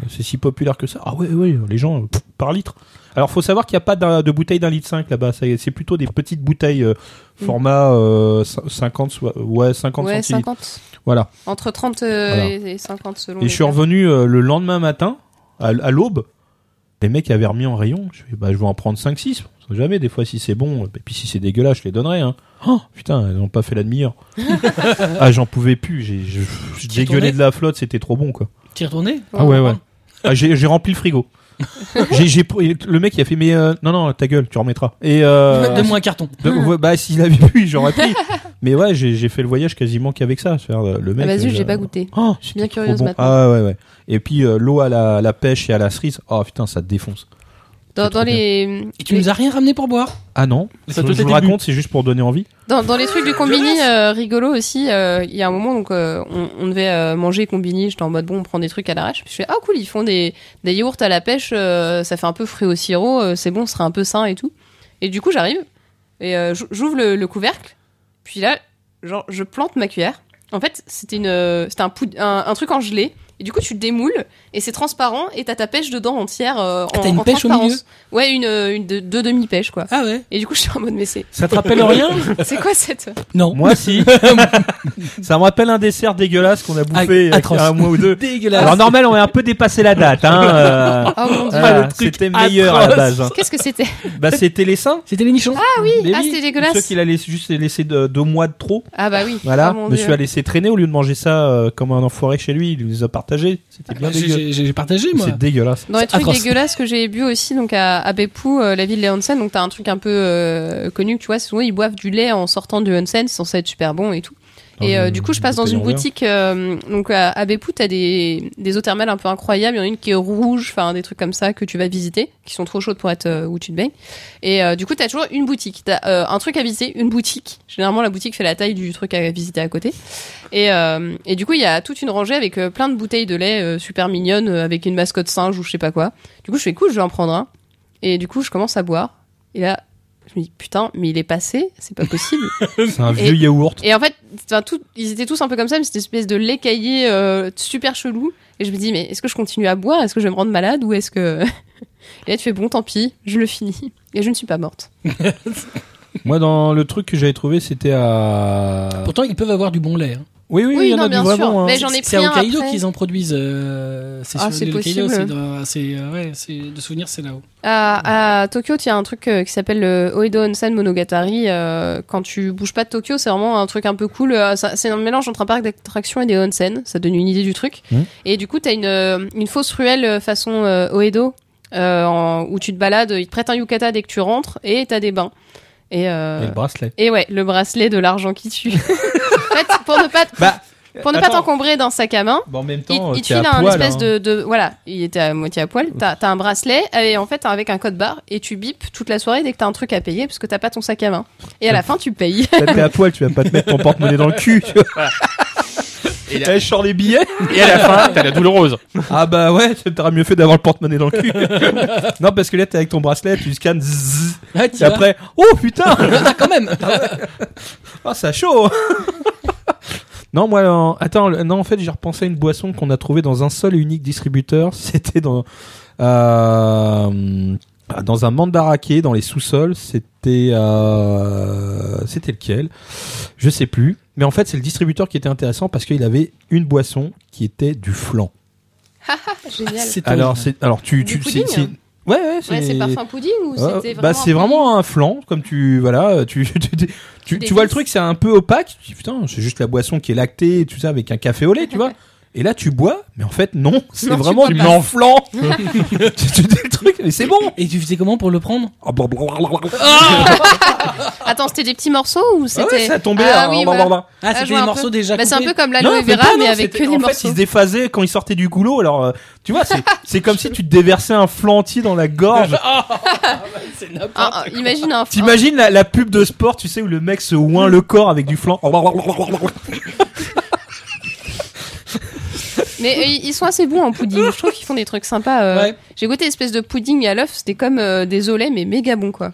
S3: c'est si populaire que ça. Ah, ouais, ouais, les gens, euh, pff, par litre. Alors, faut savoir qu'il n'y a pas d'un- de bouteilles d'un litre 5 là-bas. Ça y est, C'est plutôt des petites bouteilles euh, format euh, cin- 50, soit- ouais, 50
S2: Ouais,
S3: centilitres.
S2: 50.
S3: Voilà.
S2: Entre 30 euh,
S3: Voilà.
S2: et et 50 selon.
S3: Et
S2: les
S3: je suis
S2: cas.
S3: revenu euh, le lendemain matin, à, l- à l'aube. Les mecs avaient remis en rayon. Je fais, bah, je vais en prendre 5-6. On sait jamais, des fois, si c'est bon. euh, Et puis, si c'est dégueulasse, je les donnerai. Hein. Oh, putain, ils n'ont pas fait la demi-heure. ah, j'en pouvais plus. J'ai, je- je
S1: T'y es
S3: dégueulais
S1: tourné
S3: de la flotte, c'était trop bon, quoi.
S1: T'y es retourné
S3: Ah ouais, ouais. Ah, j'ai, j'ai rempli le frigo. j'ai, j'ai, le mec, il a fait, mais euh, non, non, ta gueule, tu remettras. Et euh,
S1: Donne-moi un carton.
S3: de- ouais, bah, s'il avait pu, j'aurais pris. Mais ouais, j'ai, j'ai fait le voyage quasiment qu'avec ça. C'est-à-dire, euh, Le
S2: Ah
S3: mec.
S2: bah zut,
S3: euh,
S2: j'ai pas goûté.
S3: Oh,
S2: Je suis bien
S3: c'était trop
S2: curieuse
S3: bon.
S2: maintenant.
S3: Ah ouais, ouais. Et puis euh, l'eau à la, la pêche et à la cerise. Oh putain, ça te défonce.
S2: Dans,
S3: c'est
S2: dans
S3: trop
S2: les
S1: Et tu nous as rien ramené pour boire.
S3: Ah non, je,
S4: Ça te
S3: je vous
S4: fait
S3: raconte, c'est juste pour donner envie.
S2: dans, dans les trucs du combini euh, rigolo aussi, euh, il y a un moment donc euh, on, on devait euh, manger combini, j'étais en mode bon, on prend des trucs à l'arrache. Puis je fais ah cool, ils font des, des yaourts à la pêche, euh, ça fait un peu fruit au sirop, euh, c'est bon, ce sera un peu sain et tout. Et du coup, j'arrive Et euh, j'ou- j'ouvre le, le couvercle, puis là, genre, je plante ma cuillère. En fait, c'était une, euh, c'était un, poud- un, un truc en gelée. Et du coup, tu le démoules et c'est transparent et t'as ta pêche dedans entière euh,
S1: Ah,
S2: en,
S1: t'as une
S2: en
S1: pêche au
S2: transparence.
S1: milieu
S2: Ouais, une, euh, une de- deux demi-pêches quoi.
S1: Ah ouais
S2: Et du coup, je suis en mode mais c'est,
S4: Ça te rappelle rien
S2: c'est quoi cette
S1: Non.
S3: Moi, si. ça me rappelle un dessert dégueulasse qu'on a bouffé euh,
S1: Ah, atroce.
S3: il y a un mois ou deux.
S1: Dégueulasse.
S3: Alors, normal, on est un peu dépassé la date. Hein, euh,
S2: Oh mon dieu.
S3: voilà,
S1: le truc
S3: c'était meilleur à la
S1: atroce.
S3: base. hein.
S2: Qu'est-ce que c'était
S3: Bah, c'était les seins.
S1: C'était les nichons. Ah oui,
S2: Ah, c'était
S3: Ceux
S2: dégueulasse.
S3: qu'il a laissé, juste laissé de- deux mois de trop.
S2: Ah bah oui.
S3: Voilà,
S2: Oh mon
S3: monsieur
S2: Dieu.
S3: a laissé traîner au lieu de manger ça euh, comme un enfoiré chez lui. Il nous a partagé. C'était bien dégueulasse.
S1: J'ai j'ai partagé moi.
S3: C'est dégueulasse.
S2: Dans les
S1: C'est
S2: trucs
S1: atroce.
S2: dégueulasses que j'ai bu aussi, donc à, à Beppu, euh, la ville des onsen, donc t'as un truc un peu euh, connu, tu vois, souvent ils boivent du lait en sortant du onsen, c'est censé être super bon et tout. Et euh, du coup, je passe dans une boutique, euh, donc à, à Beppu, t'as des, des eaux thermales un peu incroyables, il y en a une qui est rouge, enfin des trucs comme ça que tu vas visiter, qui sont trop chaudes pour être euh, où tu te baignes. Et euh, du coup, t'as toujours une boutique, t'as euh, un truc à visiter, une boutique. Généralement, la boutique fait la taille du truc à visiter à côté. Et, euh, et du coup, il y a toute une rangée avec euh, plein de bouteilles de lait euh, super mignonnes, euh, avec une mascotte singe ou je sais pas quoi. Du coup, je fais cool, je vais en prendre un. Et du coup, je commence à boire. Et là, je me dis putain, mais il est passé, c'est pas possible.
S3: C'est un vieux yaourt.
S2: et en fait, enfin, tout- ils étaient tous un peu comme ça, mais cette espèce de lait caillé euh, super chelou. Et je me dis, mais est-ce que je continue à boire Est-ce que je vais me rendre malade Ou est-ce que. Et là, tu fais bon, tant pis, je le finis. Et je ne suis pas morte.
S3: Moi, dans le truc que j'avais trouvé, c'était à.
S1: Pourtant, ils peuvent avoir du bon lait. hein.
S3: Oui, oui,
S2: Oui,
S3: il y en
S2: non,
S3: a du
S2: bien sûr.
S3: vraiment. hein.
S2: Mais j'en ai
S1: C'est
S2: pris
S1: à
S2: un.
S1: Hokkaido
S2: après.
S1: qu'ils en produisent. euh, c'est
S2: Ah,
S1: sur
S2: c'est
S1: l'île Hokkaido,
S2: possible.
S1: c'est dans- c'est euh, ouais, c'est de souvenir, c'est là-haut.
S2: À, à Tokyo, tu as un truc euh, qui s'appelle le Oedo Onsen Monogatari. euh, quand tu bouges pas de Tokyo, c'est vraiment un truc un peu cool. euh, ça- C'est un mélange entre un parc d'attractions et des onsen. Ça donne une idée du truc.
S3: Mhm.
S2: Et du coup, tu as une, euh, une fausse ruelle euh, façon euh, Oedo euh, en- où tu te balades. Ils te prêtent un yukata dès que tu rentres et t'as des bains. Et, euh,
S3: Et le bracelet.
S2: et ouais, le bracelet de l'argent qui tue. en fait, pour ne pas,
S3: Bah,
S2: pour ne pas
S3: attends.
S2: t'encombrer d'un sac à main,
S3: Bah, en même
S2: il,
S3: temps,
S2: il te
S3: t'es à
S2: file un
S3: poil,
S2: espèce
S3: hein.
S2: de, de- Voilà, il était à moitié à poil. T'as t'as un bracelet, et en fait, t'as avec un code barre, et tu bipes toute la soirée dès que t'as un truc à payer, parce que t'as pas ton sac à main. Et à
S3: Ah.
S2: la fin, tu payes.
S3: T'as- T'es à poil, tu vas pas te mettre ton porte-monnaie dans le cul. Tu vois.
S4: Et
S3: Eh, je sors les billets.
S4: Et à la fin, t'as la douloureuse.
S3: Ah bah ouais, t'auras mieux fait d'avoir le porte-monnaie dans le cul. non, parce que là, t'es avec ton bracelet, tu scannes. zzz,
S1: Ah, t'y
S3: et
S1: vas.
S3: après, oh putain
S1: Ah, quand même.
S3: Ah, ça chaud Non, moi, euh, attends, le- non, en fait, j'ai repensé à une boisson qu'on a trouvée dans un seul et unique distributeur. C'était dans, euh, dans un mandaraké, dans les sous-sols. C'était, euh, c'était lequel Je sais plus. Mais en fait, c'est le distributeur qui était intéressant parce qu'il avait une boisson qui était du flan.
S2: Génial.
S1: C'est
S3: Alors,
S1: horrible.
S3: c'est, alors, tu,
S2: Du
S3: tu,
S2: pudding
S3: c'est, c'est- ouais, ouais,
S2: Ouais, c'est parfum pudding ou
S3: euh,
S2: c'était vraiment.
S3: bah c'est
S2: un pudding
S3: vraiment un flan comme tu voilà tu tu, tu- tu-
S2: Des
S3: tu vois le
S2: biscuits.
S3: truc c'est un peu opaque tu dis putain c'est juste la boisson qui est lactée et tout ça avec un café au lait tu vois et là tu bois mais en fait non c'est
S2: Non, tu
S3: vraiment
S2: bois
S3: du
S2: pas.
S3: blanc flan tu, tu dis le truc mais c'est bon
S1: Et tu faisais comment pour le prendre
S3: Ah, blablabla.
S2: Oh, Attends, c'était des petits morceaux ou
S3: ah
S2: c'était.
S3: ouais, ça tombait
S2: Ah
S3: hein,
S2: oui,
S3: blablabla.
S2: voilà.
S1: Ah,
S2: je
S1: c'était
S2: vois
S1: des
S2: un
S1: morceaux déjà.
S2: Bah, c'est un
S1: coupés.
S2: peu comme
S3: Non,
S2: l'aloe
S3: mais
S2: vera,
S3: pas,
S2: mais
S3: non,
S2: avec que
S3: c'était-
S2: des
S3: en fait,
S2: morceaux.
S3: ils se déphasaient quand ils sortaient du goulot. Alors, euh, tu vois, c'est- c'est comme si tu te déversais un flanti dans la gorge.
S1: C'est n'importe
S2: Un- un- Ah, imagine un.
S3: T'imagines la, la pub de sport, tu sais, où le mec se oint le corps avec du flan.
S2: Mais euh, ils sont assez bons en pudding. Je trouve qu'ils font des trucs sympas. euh.
S1: Ouais.
S2: J'ai goûté une espèce de pudding à l'œuf. C'était comme euh, des olets, mais méga bon quoi.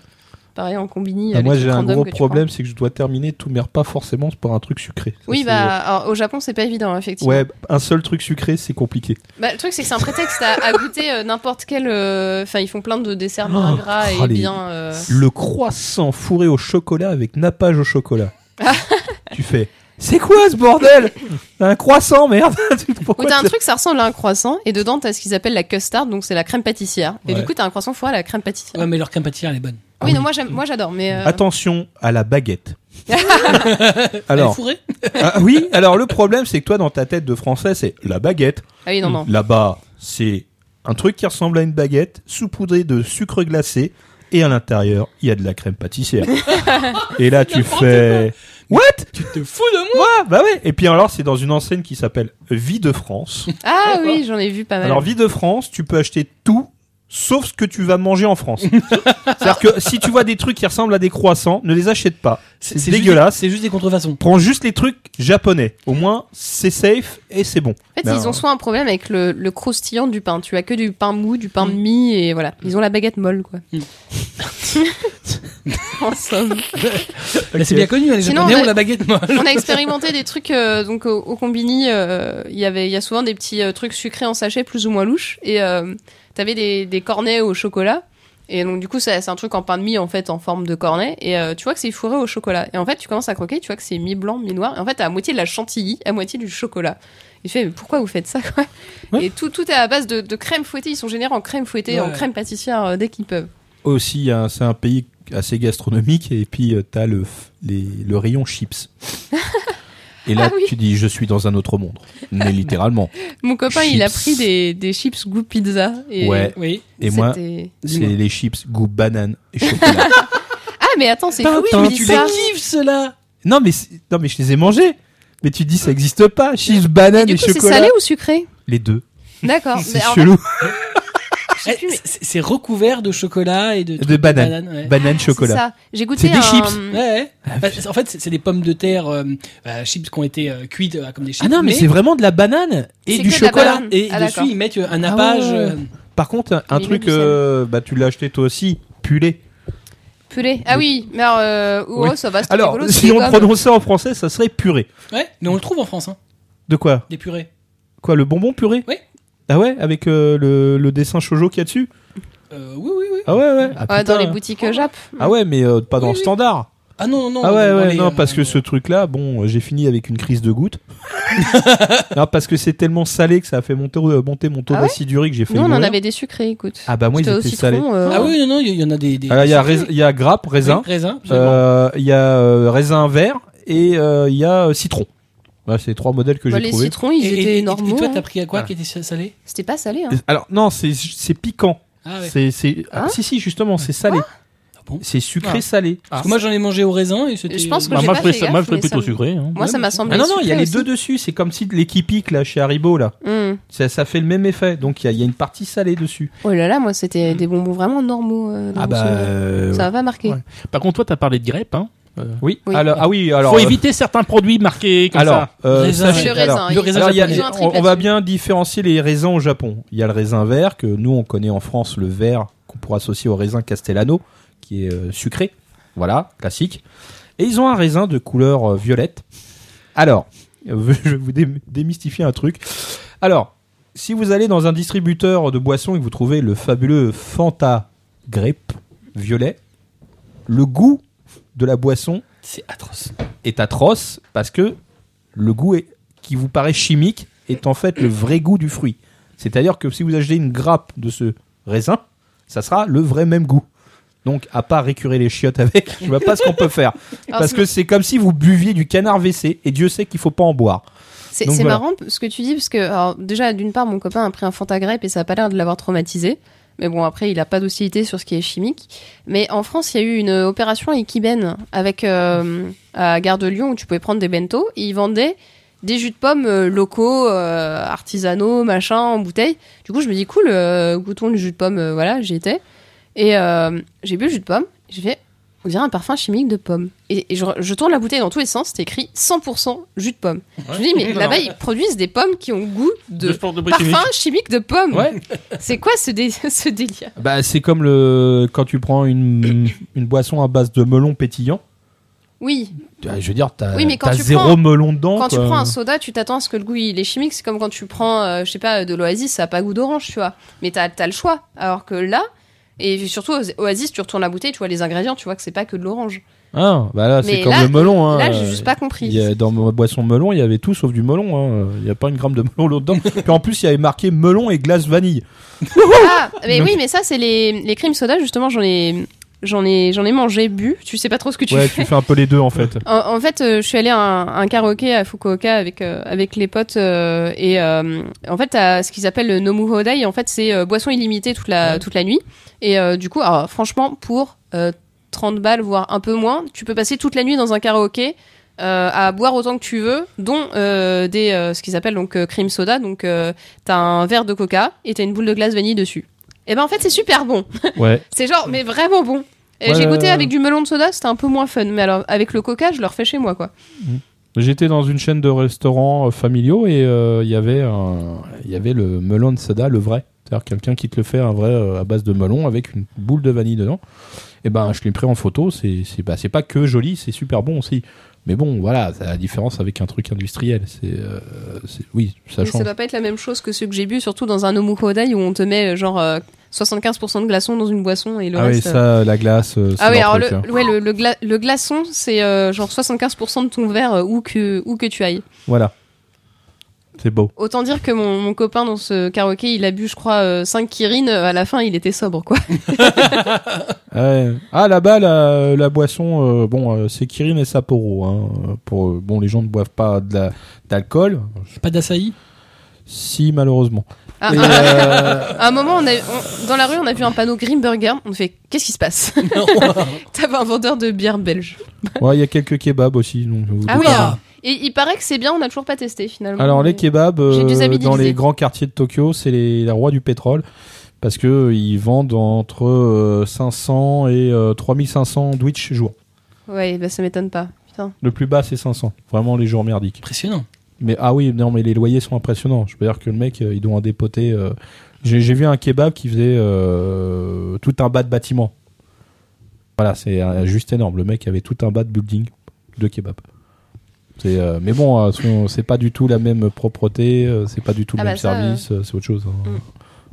S2: Pareil en combini.
S3: Ah,
S2: euh, les
S3: moi
S2: trucs
S3: j'ai un
S2: random
S3: gros
S2: que tu
S3: problème, c'est que je dois terminer tous mes repas forcément par un truc sucré. Ça,
S2: Oui,
S3: c'est-
S2: bah, alors, au Japon, c'est pas évident, hein, effectivement.
S3: Ouais, un seul truc sucré, c'est compliqué.
S2: Bah, le truc, c'est que c'est un prétexte à, à goûter euh, n'importe quel. euh, Enfin, ils font plein de desserts bien
S3: Oh,
S2: gras
S3: oh,
S2: et
S3: les-
S2: bien. euh,
S3: Le croissant fourré au chocolat avec nappage au chocolat. tu fais. C'est quoi ce bordel T'as Un croissant, merde
S2: Ou
S3: Pourquoi
S2: t'as un
S3: tu-
S2: truc, ça ressemble à un croissant, et dedans, t'as ce qu'ils appellent la custard, donc c'est la crème pâtissière. Et
S3: Ouais.
S2: du coup, t'as un croissant foiré à la crème pâtissière.
S1: Ouais, mais leur crème pâtissière elle est bonne.
S2: oui,
S3: oui.
S2: non, moi, j'aime- moi j'adore, mais. euh,
S3: Attention à la baguette.
S1: Elle est
S3: alors,
S1: fourrée.
S3: ah, oui, alors le problème, c'est que toi, dans ta tête de français, c'est la baguette.
S2: Ah oui, non, non.
S3: Là-bas, c'est un truc qui ressemble à une baguette, saupoudré de sucre glacé, et à l'intérieur, il y a de la crème pâtissière. et là, tu fais. What
S1: Tu te fous de moi
S3: Ah, Bah ouais Et puis alors, c'est dans une enseigne qui s'appelle Vie de France.
S2: Ah oui, j'en ai vu pas mal.
S3: Alors, Vie de France, tu peux acheter tout. Sauf ce que tu vas manger en France. C'est-à-dire que si tu vois des trucs qui ressemblent à des croissants, ne les achète pas. C'est
S1: juste-
S3: dégueulasse.
S1: C'est juste des contrefaçons.
S3: Prends juste les trucs japonais. Au moins, c'est safe et c'est bon.
S2: en fait,
S3: Ben,
S2: ils ont soit un problème avec le, le croustillant du
S3: Mm.
S2: pain. Tu as que du pain mou, du pain de mie, et voilà. Ils ont la baguette molle, quoi. en somme.
S1: Là, c'est bien connu, hein, les
S2: Sinon,
S1: Japonais
S2: on a-
S1: ont la baguette molle.
S2: On a expérimenté des trucs euh, donc au, au combini. euh, Il y avait, il y a souvent des petits euh, trucs sucrés en sachet plus ou moins louches. Et euh, t'avais des, des cornets au chocolat. Et donc du coup, ça- c'est un truc en pain de mie en fait en forme de cornet. Et euh, tu vois que c'est fourré au chocolat. Et en fait, tu commences à croquer, tu vois que c'est mi blanc, mi noir. Et en fait, t'as à moitié de la chantilly, à moitié du chocolat. Et tu fais, mais pourquoi vous faites ça quoi
S3: Ouais.
S2: Et tout, tout est à base de, de crème fouettée. Ils sont généreux en crème fouettée, en
S1: Ouais.
S2: crème pâtissière euh, dès qu'ils peuvent.
S3: Aussi, hein, c'est un pays assez gastronomique et puis euh, t'as le, f- les- le rayon chips. Et là,
S2: Ah oui.
S3: tu dis, je suis dans un autre monde. Mais littéralement.
S2: Mon copain, il a
S3: Chips.
S2: pris des, des chips goût pizza. Et
S3: Ouais.
S1: Oui.
S3: Et moi,
S2: c'était-
S3: c'est
S1: Dis-moi.
S3: les chips goût banane et chocolat.
S2: Ah mais attends,
S3: Bah
S2: c'est fou,
S1: mais
S2: tu
S1: tu
S2: dis ça.
S1: les kiffes, ceux-là
S3: non, mais c'est- non, mais je les ai mangés. Mais tu dis, ça existe pas. Chips, banane et,
S2: Du coup, c'est
S3: hein, chocolat.
S2: salé ou sucré
S3: les deux.
S2: D'accord.
S3: C'est
S2: Mais en fait,
S3: chelou.
S2: je sais plus, mais-
S1: Eh, C'est c'est recouvert de chocolat et de,
S3: De banane.
S1: ouais.
S3: Banane,
S2: C'est
S3: chocolat. Ah,
S2: ça. J'ai goûté
S3: C'est des
S2: un... euh,
S3: chips.
S1: Ouais, ouais. Bah, c'est- en fait, c'est c'est des pommes de terre euh, euh, chips qui ont été euh, cuites euh, comme des chips.
S3: Ah non, mais, c'est vraiment de la banane et
S2: C'est
S3: du
S2: que de la
S3: chocolat.
S2: banane.
S1: Et
S2: Ah,
S1: dessus,
S2: d'accord.
S1: ils mettent euh, un nappage.
S3: ouais.
S1: euh,
S3: Par contre, un, un
S2: Il met
S3: truc,
S2: du sel.
S3: euh, bah, tu l'as acheté toi aussi, pulé.
S2: Pelé. Ah oui, mais alors, euh, oh,
S3: Oui.
S2: ça va, c'est
S3: Alors,
S2: rigolo. c'est
S3: si
S2: des
S3: on
S2: gommes.
S3: prononçait en français, ça serait purée.
S1: Ouais, mais on le trouve en France, hein,
S3: De quoi
S1: des purées.
S3: Quoi, le bonbon purée
S1: Oui.
S3: Ah ouais, avec euh, le, le dessin shoujo qu'il y a dessus
S1: Euh, oui, oui, oui.
S3: Ah ouais, ouais. Ah,
S2: Ouais, dans
S3: putain.
S2: les boutiques Jap.
S3: Ah ouais, mais euh, pas dans
S1: Oui,
S3: le
S1: oui.
S3: standard.
S1: Ah non, non.
S3: ah ouais,
S1: dans
S3: ouais,
S1: les,
S3: non,
S1: euh,
S3: parce que ce truc-là, bon, euh, j'ai fini avec une crise de goutte. non, parce que c'est tellement salé que ça a fait monter, euh, monter mon taux
S2: Ah ouais
S3: d'acidurie que j'ai fait
S2: Nous, on en
S3: mourir.
S2: avait des sucrés, écoute.
S3: Ah bah moi, ils
S2: C'était au
S3: étaient salés.
S2: citron. euh,
S1: Ah oui, non, non, il y- il y en a des. des
S3: Alors, Ah, il y a,
S1: des-
S3: rais- il y a grappe, raisin, Euh,
S1: Oui, raisin.
S3: il y a euh, raisin vert et euh, il y a euh, citron. Voilà, c'est les trois modèles que
S2: bah,
S3: j'ai
S2: les
S3: trouvés.
S2: citrons, ils étaient énormes.
S1: Et toi, t'as pris à quoi
S3: Voilà.
S1: qui était salé
S2: C'était pas salé, hein.
S3: Alors non, c'est c'est piquant.
S1: Ah ouais.
S3: C'est c'est ah,
S2: Hein
S3: si si justement, c'est salé.
S1: Ah bon
S3: C'est sucré salé.
S1: Parce que moi, j'en ai mangé au raisin et c'était. euh,
S2: Je pense que
S4: Bah,
S2: j'ai
S4: moi,
S2: pas
S4: je ferais
S2: fait
S4: ça-
S2: gaffe,
S4: moi, je ferais
S2: mais
S4: plutôt
S2: ça me-
S4: sucré. hein.
S2: Moi,
S1: Ouais,
S2: ça
S1: mais-
S2: m'a
S3: Ah
S2: semblé
S3: non non, il y
S2: sucré
S3: a les
S2: aussi.
S3: deux dessus, c'est comme si de l'équipique là chez Haribo là.
S2: Hum.
S3: Ça, ça fait le même effet. Donc il y, a- il y a une partie salée dessus.
S2: Oh là là, moi, c'était des bonbons vraiment normaux. euh, dans
S4: Ah bah,
S2: mon souvenir.
S3: euh,
S2: Ça va marquer.
S4: Ouais. Par contre, toi, t'as parlé de grêpe. Hein.
S3: oui.
S2: Oui.
S3: Alors ah oui, alors
S4: Faut
S3: euh,
S4: éviter certains produits marqués comme
S3: alors
S4: ça.
S3: euh,
S1: Raisin,
S3: sachez-
S2: Le
S3: alors,
S2: raisin,
S1: le
S2: il-
S1: raisin
S3: Alors, il y a-
S1: japonais.
S2: Ils ont un
S3: on,
S2: triple
S3: on va
S2: là-dessus.
S3: bien différencier les raisins au Japon. Il y a le raisin vert que nous on connaît en France, le vert qu'on pourrait associer au raisin Castellano, qui est euh, sucré, voilà, classique. Et ils ont un raisin de couleur euh, violette. Alors, euh, je vais vous dé- démystifier un truc. Alors, si vous allez dans un distributeur de boissons et que vous trouvez le fabuleux Fanta Grape violet, le goût de la boisson
S1: C'est atroce.
S3: est atroce parce que le goût est- qui vous paraît chimique est en fait le vrai goût du fruit. C'est-à-dire que si vous achetez une grappe de ce raisin, ça sera le vrai même goût. Donc, à part récurer les chiottes avec, je vois pas ce qu'on peut faire.
S2: Alors,
S3: Parce
S2: Ah, c'est-
S3: que c'est comme si vous buviez du canard WC, et Dieu sait qu'il faut pas en boire.
S2: C'est
S3: Donc
S2: c'est
S3: voilà.
S2: marrant ce que tu dis, parce que alors, déjà, d'une part, mon copain a pris un Fantagrepe et ça a pas l'air de l'avoir traumatisé. Mais bon, après, il a pas d'hostilité sur ce qui est chimique. Mais en France, il y a eu une opération Ikiben avec, euh, à Gare de Lyon où tu pouvais prendre des bento. Ils vendaient des jus de pommes euh, locaux, euh, artisanaux, machin, en bouteille. Du coup, je me dis, cool, euh, goûtons le jus de pomme. euh, voilà, j'y étais. Et euh, j'ai bu le jus de pomme. J'ai fait, on dirait un parfum chimique de pomme. Et, et je, je tourne la bouteille dans tous les sens, c'est écrit 100% jus de pomme. Je me dis, mais
S4: Non.
S2: là-bas, ils produisent des pommes qui ont goût de,
S4: sport de
S2: parfum chimique. de pomme.
S3: Ouais.
S2: C'est quoi ce, dé- ce délire
S3: Bah, c'est comme le, quand tu prends une, une boisson à base de melon pétillant.
S2: Oui,
S3: Ah, Je veux dire, t'as
S2: Oui, mais quand
S3: t'as
S2: tu
S3: zéro
S2: prends-
S3: melon dedans.
S2: quand tu
S3: quoi.
S2: prends un soda, tu t'attends à ce que le goût il est chimique. C'est comme quand tu prends, euh, je sais pas, de l'oasis, ça a pas goût d'orange, tu vois. Mais t'as as le choix. Alors que là, et surtout aux- oasis, tu retournes la bouteille, tu vois les ingrédients, tu vois que c'est pas que de l'orange.
S3: Ah, bah là, c'est
S2: Mais
S3: comme
S2: là-
S3: le melon. hein.
S2: là, j'ai juste pas
S3: Il
S2: compris.
S3: y a- dans ma boisson melon, il y avait tout sauf du melon. hein. Il n'y a pas une gramme de melon là-dedans. Puis en plus, il y avait marqué melon et glace vanille.
S2: Ah, mais
S3: Donc-
S2: oui, mais ça, c'est les, les cream soda, justement, j'en ai, j'en ai, j'en ai mangé, bu. Tu sais pas trop ce que tu
S3: Ouais,
S2: fais.
S3: tu fais un peu les deux en fait.
S2: En, en fait, euh, je suis allée à un, un karaoké à Fukuoka avec euh, avec les potes euh, et euh, en fait, t'as ce qu'ils appellent le Nomu Hodai. En fait, c'est euh, boisson illimitée toute la toute la nuit. Et euh, du coup, alors, franchement, pour euh, 30 balles voire un peu moins, tu peux passer toute la nuit dans un karaoké. euh, à boire autant que tu veux, dont euh, des euh, ce qu'ils appellent donc euh, cream soda. Donc euh, t'as un verre de coca et t'as une boule de glace vanille dessus. Et ben en fait c'est super bon.
S3: Ouais.
S2: C'est genre, mais vraiment bon. Et
S3: Ouais,
S2: J'ai
S3: ouais,
S2: goûté
S3: ouais.
S2: avec du melon de soda, c'était un peu moins fun. Mais alors, avec le coca, je le refais chez moi, quoi.
S3: J'étais dans une chaîne de restaurants euh, familiaux et euh, il y avait un- il y avait le melon de soda, le vrai. Tu C'est-à-dire quelqu'un qui te le fait un vrai euh, à base de melon avec une boule de vanille dedans. Et ben, je l'ai pris en photo. C'est c'est bah, c'est pas que joli, c'est super bon aussi. Mais bon, voilà, c'est la différence avec un truc industriel. C'est euh, c'est- oui, ça
S2: Mais ça
S3: change.
S2: doit pas être la même chose que ceux que j'ai bu, surtout dans un omukodai où on te met euh, genre euh, 75% de glaçons dans une boisson et le
S3: Ah oui,
S2: reste. euh,
S3: ça, la glace. euh, c'est
S2: Ah oui,
S3: leur
S2: alors
S3: truc, hein.
S2: le, ouais, le, le gla- le glaçon, c'est euh, genre 75% de ton verre euh, où, que, où que tu ailles.
S3: Voilà. C'est beau.
S2: Autant dire que mon, mon copain dans ce karaoké, il a bu, je crois, 5 kirines. euh, À la fin, il était sobre, quoi.
S3: Ouais. Ah là-bas, la, la boisson, euh, bon, euh, c'est Kirin et Sapporo. Hein, pour, euh, bon, les gens ne boivent pas de la- d'alcool,
S1: Pas d'assaillie
S3: si malheureusement.
S2: Ah,
S3: Et,
S2: ah,
S3: euh,
S2: À un moment, on a, on- dans la rue, on a vu un panneau Grimburger. On fait Qu'est-ce qui se passe T'avais un vendeur de bière belge.
S3: ouais, il y a quelques kebabs aussi. Donc, je vous
S2: Ah
S3: dis
S2: oui,
S3: pas.
S2: alors. Et il paraît que c'est bien, on n'a toujours pas testé finalement.
S3: Alors les
S2: Mais-
S3: kebabs
S2: J'ai
S3: euh,
S2: déshabitué.
S3: dans les grands quartiers de Tokyo, c'est les, les rois du pétrole parce que euh, ils vendent entre euh, 500 et euh, 3500 sandwichs jour.
S2: Ouais, bah ça m'étonne pas. Putain.
S3: Le plus bas c'est 500, vraiment les jours merdiques.
S1: Impressionnant.
S3: Mais ah oui, non mais les loyers sont impressionnants. Je peux dire que le mec euh, il doit en dépoter euh, j'ai j'ai vu un kebab qui faisait euh, tout un bas de bâtiment. Voilà, c'est euh, juste énorme. Le mec avait tout un bas de building de kebab. C'est, euh, mais bon, euh, son- c'est pas du tout la même propreté, euh, c'est pas du tout le
S2: Ah
S3: même
S2: bah ça,
S3: service, euh, c'est autre chose. hein.
S2: Mm.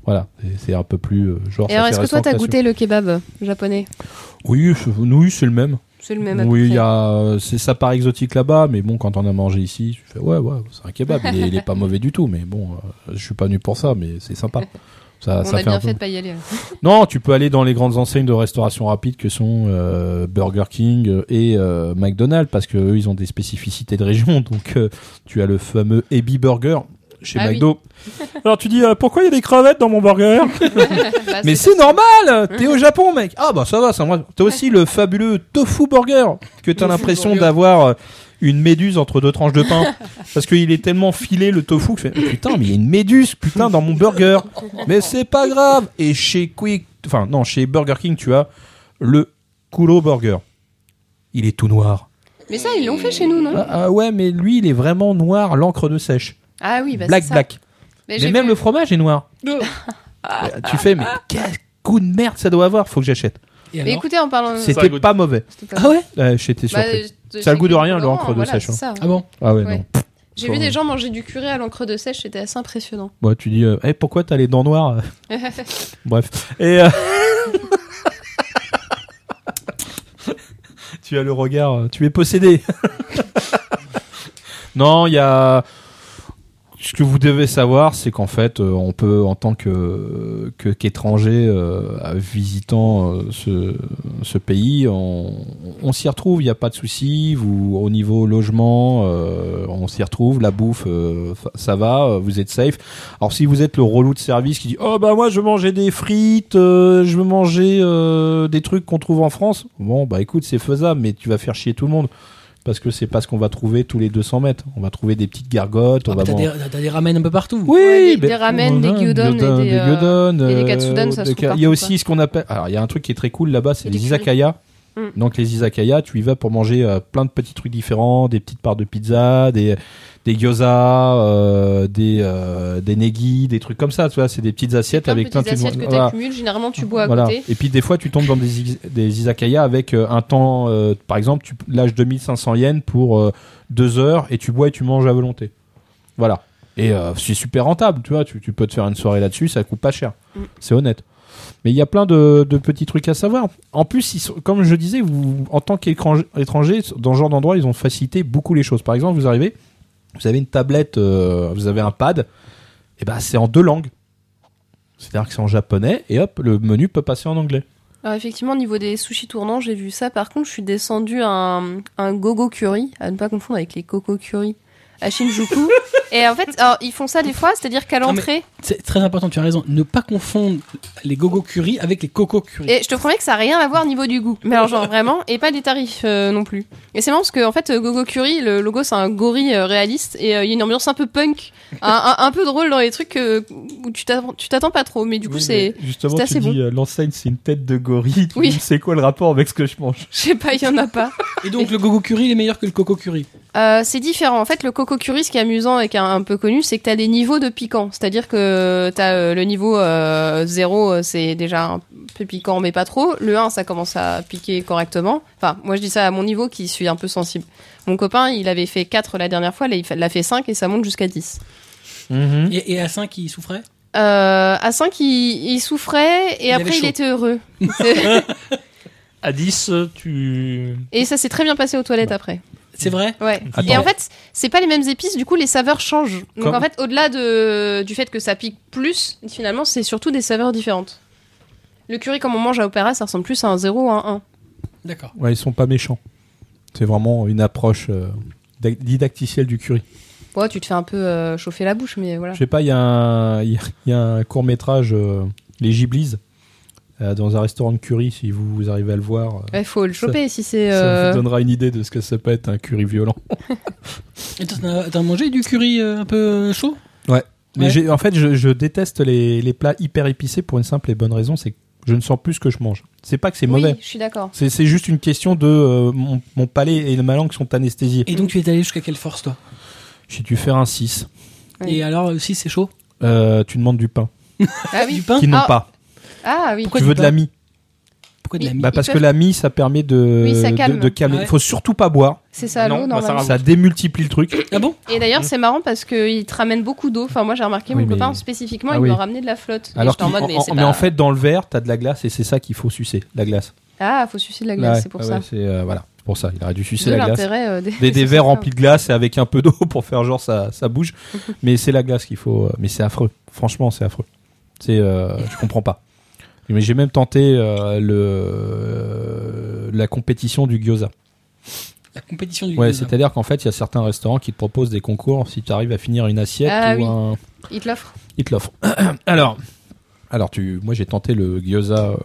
S3: Voilà, c'est- c'est un peu plus euh, genre.
S2: Et
S3: ça
S2: alors,
S3: fait
S2: est-ce que toi, t'as
S3: restauration.
S2: goûté le kebab japonais
S3: Oui, c'est- oui, c'est le même.
S2: C'est le même. à
S3: Oui,
S2: peu
S3: il
S2: près.
S3: y a, euh, c'est ça part exotique là-bas, mais bon, quand on a mangé ici, tu fais ouais, ouais, c'est un kebab, il, est, il est pas mauvais du tout, mais bon, euh, je suis pas venu pour ça, mais c'est sympa. Ça,
S2: On
S3: ça
S2: a
S3: fait un
S2: bien
S3: peu.
S2: fait de pas y aller. ouais.
S3: Non, tu peux aller dans les grandes enseignes de restauration rapide que sont euh, Burger King et euh, McDonald's parce que eux, ils ont des spécificités de région. Donc euh, tu as le fameux Ebi Burger chez
S2: Ah oui.
S3: McDo.
S4: Alors tu dis euh, pourquoi il y a des crevettes dans mon burger
S2: Bah,
S3: Mais c'est normal,
S2: Mmh.
S3: t'es au Japon, mec. Ah bah ça va, ça moi. T'as aussi le fabuleux tofu burger que t'as
S2: Tofu
S3: l'impression
S2: burger.
S3: d'avoir euh, une méduse entre deux tranches de pain parce qu'il est tellement filé le tofu que tu fais, Ah, putain mais il y a une méduse putain dans mon burger. Mais c'est pas grave. Et chez Quick, enfin non chez Burger King tu as le Kuro burger. Il est tout noir.
S2: Mais ça, ils l'ont fait chez nous, non
S3: Ah, ah ouais mais lui il est vraiment noir, l'encre de sèche.
S2: Ah oui, bah c'est
S3: black
S2: ça.
S3: black.
S2: Mais
S3: Mais
S2: j'ai
S3: même
S2: vu-
S3: le fromage est noir. Euh, tu fais, mais quel coup de merde ça doit avoir, faut que j'achète.
S1: Et
S2: Mais
S1: alors
S2: écoutez, en parlant.
S4: C'est-
S3: C'était pas mauvais.
S2: C'était pas-
S1: Ah ouais
S3: Ouais, J'étais
S2: Mm. Bah,
S3: surpris.
S2: je-
S3: Ça a le
S2: j'ai
S3: goût de
S2: vu
S3: rien,
S2: des
S3: l'encre de
S2: gens, voilà,
S3: sèche,
S2: c'est ça.
S1: Ah bon
S3: Ah ouais,
S2: Ouais.
S3: non.
S2: J'ai vu des gens manger du curry à l'encre de sèche, c'était assez impressionnant.
S3: Bon, tu dis, euh, Eh, pourquoi t'as les dents noires euh, Bref. Et. euh, tu as le regard, euh, tu es possédé. non, il y a. Ce que vous devez savoir, c'est qu'en fait, euh, on peut, en tant que que- qu'étranger euh, à- visitant euh, ce, ce pays, on, on s'y retrouve. Il n'y a pas de souci. Vous, au niveau logement, euh, on s'y retrouve. La bouffe, euh, fa- ça va. euh, Vous êtes safe. Alors si vous êtes le relou de service qui dit oh bah moi je veux manger des frites, euh, je veux manger euh, des trucs qu'on trouve en France, bon bah écoute c'est faisable mais tu vas faire chier tout le monde parce que c'est pas ce qu'on va trouver tous les 200 mètres. On va trouver des petites gargotes, on
S1: Ah,
S3: va
S1: mais T'as
S3: manger-
S1: des, t'as des ramen un peu partout.
S3: oui,
S2: Ouais, des- des
S3: ben,
S2: ramen, des
S3: voilà,
S2: gyudon et des, euh,
S3: gyudon,
S2: et des
S3: euh,
S2: katsudon, ça se
S3: des
S2: trouve
S3: ka- Il y a
S2: partout,
S3: aussi ce qu'on appelle. Alors, il y a un truc qui est très cool là-bas, c'est
S2: Et des
S3: les izakayas.
S2: curry. Mm.
S3: Donc, les izakayas, tu y vas pour manger euh, plein de petits trucs différents, des petites parts de pizza, des, des gyoza, euh, des, euh, des negi, des trucs comme ça. Tu vois, c'est des petites assiettes
S2: Plein de
S3: avec
S2: petites
S3: de-
S2: assiettes que
S3: voilà.
S2: t'accumules, généralement tu bois à
S3: Voilà.
S2: côté.
S3: Et puis des fois, tu tombes dans des, is- des izakayas avec euh, un temps, euh, par exemple, tu lâches 2500 yens pour euh, deux heures et tu bois et tu manges à volonté. Voilà. Et euh, c'est super rentable, tu vois. Tu, tu peux te faire une soirée là-dessus, ça coûte pas cher.
S2: Mm.
S3: C'est honnête. Mais il y a plein de, de petits trucs à savoir. En plus, ils sont- comme je disais, vous, en tant qu'étranger, étranger, dans ce genre d'endroit, ils ont facilité beaucoup les choses. Par exemple, vous arrivez, vous avez une tablette, euh, vous avez un pad, et ben c'est en deux langues. C'est-à-dire que c'est en japonais et hop, le menu peut passer en anglais.
S2: Alors effectivement, au niveau des sushis tournants, j'ai vu ça. Par contre, je suis descendue à un, un gogo curry, à ne pas confondre avec les coco curry à Shinjuku. et en fait, alors, ils font ça des fois, c'est-à-dire qu'à
S1: Non, mais-
S2: l'entrée,
S1: C'est très important, tu as raison. Ne pas confondre les gogo curry avec les coco curry.
S2: et je te promets que ça n'a rien à voir au niveau du goût. Mais alors genre vraiment, et pas des tarifs euh, non plus. Et c'est marrant parce que en fait, euh, gogo curry, le logo c'est un gorille euh, réaliste et euh, il y a une ambiance un peu punk, un, un- un peu drôle dans les trucs euh, où tu t'attends tu t'attends pas trop. Mais du coup, c'est,
S3: justement
S2: c'est assez
S3: tu dis euh, l'enseigne c'est une tête de gorille.
S2: Oui.
S3: C'est quoi le rapport avec ce que je mange
S2: je sais pas, il y en a pas.
S1: Et donc le gogo curry il est meilleur que le coco curry.
S2: Euh, c'est différent. En fait, le coco curry, ce qui est amusant et qui est un peu connu, c'est que tu as des niveaux de piquant. C'est-à-dire que tu as le niveau 0, c'est déjà un peu piquant, mais pas trop. Le 1, ça commence à piquer correctement. Enfin, moi, je dis ça à mon niveau qui suis un peu sensible. Mon copain, il avait fait 4 la dernière fois, là, il fa- l'a fait 5 et ça monte jusqu'à 10.
S3: Mhm.
S1: Et, et à 5, il souffrait
S2: Euh, à 5, il, il souffrait et
S1: Il avait
S2: après, il
S1: chaud.
S2: était heureux.
S4: À 10, euh, tu.
S2: et ça s'est très bien passé aux
S1: Bah.
S2: toilettes après.
S1: C'est vrai
S2: Ouais.
S3: Attends.
S2: Et en fait, c'est pas les mêmes épices, du coup, les saveurs changent. Donc
S3: Comme-
S2: en fait, au-delà de, du fait que ça pique plus, finalement, c'est surtout des saveurs différentes. Le curry, comme on mange à Opéra, ça ressemble plus à un 0 ou à un 1.
S1: D'accord.
S3: Ouais, ils sont pas méchants. C'est vraiment une approche euh, dac- didacticielle du curry.
S2: Ouais, tu te fais un peu euh, chauffer la bouche, mais voilà.
S3: Je sais pas, il y, a un- il y a- il y a un court métrage, Les Giblis, euh, dans un restaurant de curry, si vous, vous arrivez à le voir. euh,
S2: Il faut le
S3: Ça-
S2: choper si c'est.
S3: Ça
S2: euh,
S3: vous donnera une idée de ce que ça peut être un curry violent.
S1: Et toi, t'as- t'as mangé du curry euh, un peu euh, chaud
S3: Mais
S1: Ouais.
S3: j'ai- en fait, je, je déteste les, les plats hyper épicés pour une simple et bonne raison, c'est que je ne sens plus ce que je mange. C'est pas que c'est mauvais.
S2: Oui, je suis d'accord.
S3: C'est c'est juste une question de euh, mon, mon palais et ma langue sont anesthésiés.
S1: Et donc, tu es allé jusqu'à quelle force, toi
S3: J'ai dû faire un 6.
S2: Oui.
S1: Et alors, aussi, c'est chaud
S3: Euh, tu demandes du pain.
S2: Ah oui.
S1: Du pain
S3: Qu'ils n'ont
S2: Ah.
S3: pas.
S2: Ah oui.
S1: Pourquoi
S3: tu
S1: du
S3: veux de
S1: pain
S3: la mie.
S1: Pourquoi de la
S2: Oui.
S1: mie
S3: Bah
S2: Ils
S3: parce
S2: peuvent-
S3: que la mie, ça permet de,
S2: Oui, ça
S3: de-
S2: calme.
S3: de calmer.
S1: Ouais.
S3: Faut surtout pas boire.
S2: C'est ça, l'eau,
S4: Non, bah, ça
S2: normalement.
S4: ralentit.
S3: Ça démultiplie le truc.
S1: Ah bon
S2: Et d'ailleurs, c'est marrant parce qu'il te ramène beaucoup d'eau. Enfin, moi, j'ai remarqué,
S3: Oui,
S2: mon
S3: mais-
S2: copain, spécifiquement,
S3: Ah
S2: il
S3: oui.
S2: me ramenait de la flotte. Et
S3: Alors
S2: j'étais en
S3: qu'en
S2: mode, mais
S3: en-
S2: c'est
S3: mais
S2: pas-
S3: en fait, dans le verre, t'as de la glace et c'est ça qu'il faut sucer, la glace.
S2: Ah, faut sucer de la glace,
S3: Ouais,
S2: c'est pour
S3: ouais,
S2: ça.
S3: ouais, c'est, euh, voilà, c'est pour ça. Il aurait dû sucer
S2: D'où
S3: la glace.
S2: l'intérêt euh, des,
S3: Des, des
S2: des
S3: verres
S2: sauces,
S3: remplis de glace et avec un peu d'eau pour faire genre ça, ça bouge. mais c'est la glace qu'il faut. euh, Mais c'est affreux. Franchement, c'est affreux. C'est, euh, je comprends pas. Mais j'ai même tenté euh, le euh, la compétition du gyoza.
S1: La compétition du
S3: Ouais,
S1: gyoza.
S3: c'est-à-dire qu'en fait, il y a certains restaurants qui te proposent des concours si tu arrives à finir une assiette
S2: Ah
S3: ou
S2: oui.
S3: un
S2: hein. Il te l'offre.
S3: Il te l'offre. alors, alors tu, moi j'ai tenté le gyoza euh,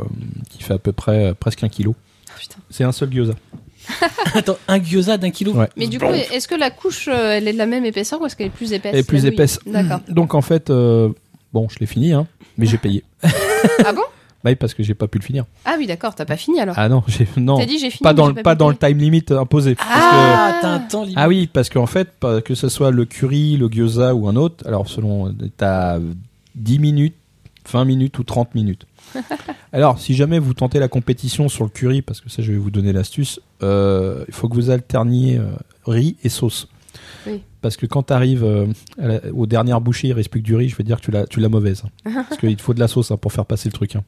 S3: qui fait à peu près euh, presque un kilo.
S2: Ah, putain.
S3: C'est un seul gyoza.
S1: Attends, un gyoza d'un kilo
S3: Ouais.
S2: Mais du coup, est-ce que la couche, euh, elle est de la même épaisseur ou est-ce qu'elle est plus épaisse
S3: Elle est plus
S2: la nouille
S3: épaisse.
S2: D'accord.
S3: Donc en fait, euh, bon, je l'ai fini, hein, mais j'ai payé.
S2: Ah bon
S3: Bah Oui, parce que j'ai pas pu le finir.
S2: Ah oui, d'accord, t'as pas fini alors.
S3: Ah non, j'ai non,
S2: T'as dit j'ai fini.
S3: pas
S2: mais
S3: dans
S2: j'ai
S3: le pas
S2: goûté.
S3: dans le time limit imposé. parce que-
S1: Ah, t'as un temps limite.
S3: Ah oui, parce qu'en fait, pas- que ce soit le curry, le gyoza ou un autre, alors selon, t'as 10 minutes, 20 minutes ou 30 minutes. alors, si jamais vous tentez la compétition sur le curry, parce que ça, je vais vous donner l'astuce, euh, il faut que vous alterniez euh, riz et sauce.
S2: Oui.
S3: Parce que quand t'arrives euh, à la- aux dernières bouchées, il reste plus que du riz, je veux dire que tu l'as, tu l'as mauvaise. hein. parce qu'il te faut de la sauce hein, pour faire passer le truc. hein.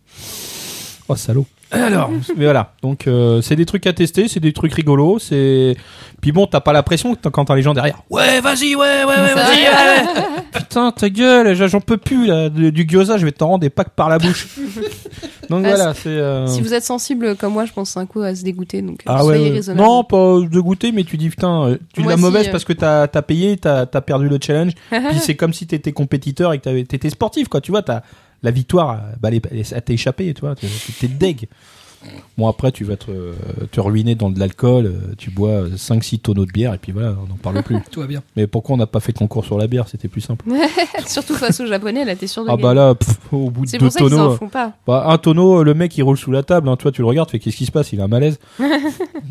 S3: Oh, salaud. Alors, mais voilà. Donc, euh, c'est des trucs à tester, c'est des trucs rigolos, c'est. Puis bon, t'as pas la pression que t'as- quand t'as les gens derrière. Ouais, vas-y, ouais, ouais, ouais,
S2: Ça
S3: vas-y, ouais, ouais. Putain, ta gueule, j'en j'en peux plus, là, du du gyoza, je vais t'en rendre des packs par la bouche. Donc
S2: Ah,
S3: voilà, c'est. euh,
S2: Si vous êtes sensible comme moi, je pense un coup à se dégoûter, donc euh,
S3: Ah ouais,
S2: soyez
S3: ouais.
S2: raisonnable.
S3: Non, pas de goûter, mais tu dis putain, euh, tu
S2: Moi
S3: l'as
S2: si,
S3: mauvaise
S2: euh.
S3: parce que t'as as payé, t'as as perdu le challenge. puis c'est comme si t'étais compétiteur et que t'avais- t'étais sportif, quoi. Tu vois, t'as la victoire, euh, bah, elle est- elle est- elle t'a échappé, tu vois. T'es t'es deg. Bon, après, tu vas te, euh, te ruiner dans de l'alcool, euh, tu bois 5-6 tonneaux de bière et puis voilà, on n'en parle plus.
S1: Tout va bien.
S3: Mais pourquoi on n'a pas fait de concours sur la bière C'était plus simple.
S2: Surtout face aux japonais, là, t'es sûr de
S3: Ah bah
S2: gagner.
S3: là, pff, au bout de
S2: C'est
S3: deux
S2: pour ça qu'ils
S3: tonneaux,
S2: en
S3: euh,
S2: font pas.
S3: bah, un tonneau, euh, le mec il roule sous la table. Hein, toi, tu le regardes, tu fais qu'est-ce qui se passe Il a un malaise.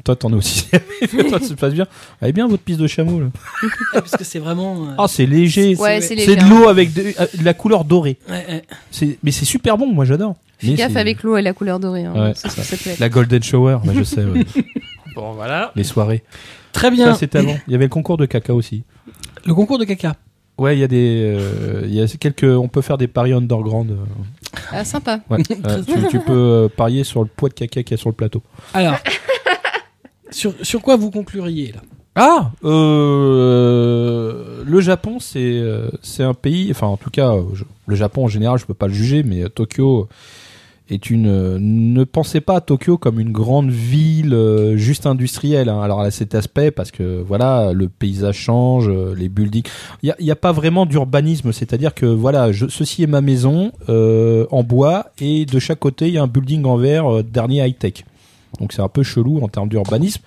S3: toi, t'en es aussi. toi, ça se passe bien. Allez bien votre piste de chameau. Là.
S1: Ah, parce que c'est vraiment. euh,
S3: Ah, c'est léger.
S2: Ouais,
S1: c'est-
S2: c'est les
S3: C'est de l'eau avec de, euh, de la couleur dorée.
S1: ouais, ouais.
S3: C'est- mais c'est super bon, moi j'adore.
S2: Fais
S3: Mais
S2: gaffe
S3: c'est-
S2: avec l'eau et la couleur dorée. hein,
S3: Ouais,
S2: c'est ce que ça peut être.
S3: la Golden Shower. ouais, je sais. ouais.
S4: Bon, voilà.
S3: Les soirées.
S1: Très bien.
S3: Ça c'était avant. Il y avait le concours de caca aussi.
S1: Le concours de caca.
S3: Ouais, il y a des, euh, il y a quelques. On peut faire des paris underground. euh,
S2: Ah, sympa.
S3: Ouais, euh, tu, tu peux euh, parier sur le poids de caca qu'il y a sur le plateau.
S1: Alors, sur, sur quoi vous concluriez là
S3: Ah euh, Le Japon, c'est euh, c'est un pays, enfin en tout cas, euh, je- le Japon en général, je peux pas le juger, mais euh, Tokyo est une... euh, ne pensez pas à Tokyo comme une grande ville euh, juste industrielle. hein. Alors elle a cet aspect parce que voilà, le paysage change, euh, les buildings... Il n'y a, pas vraiment d'urbanisme, c'est-à-dire que voilà, je, ceci est ma maison euh, en bois et de chaque côté, il y a un building en verre euh, dernier high-tech. Donc c'est un peu chelou en termes d'urbanisme.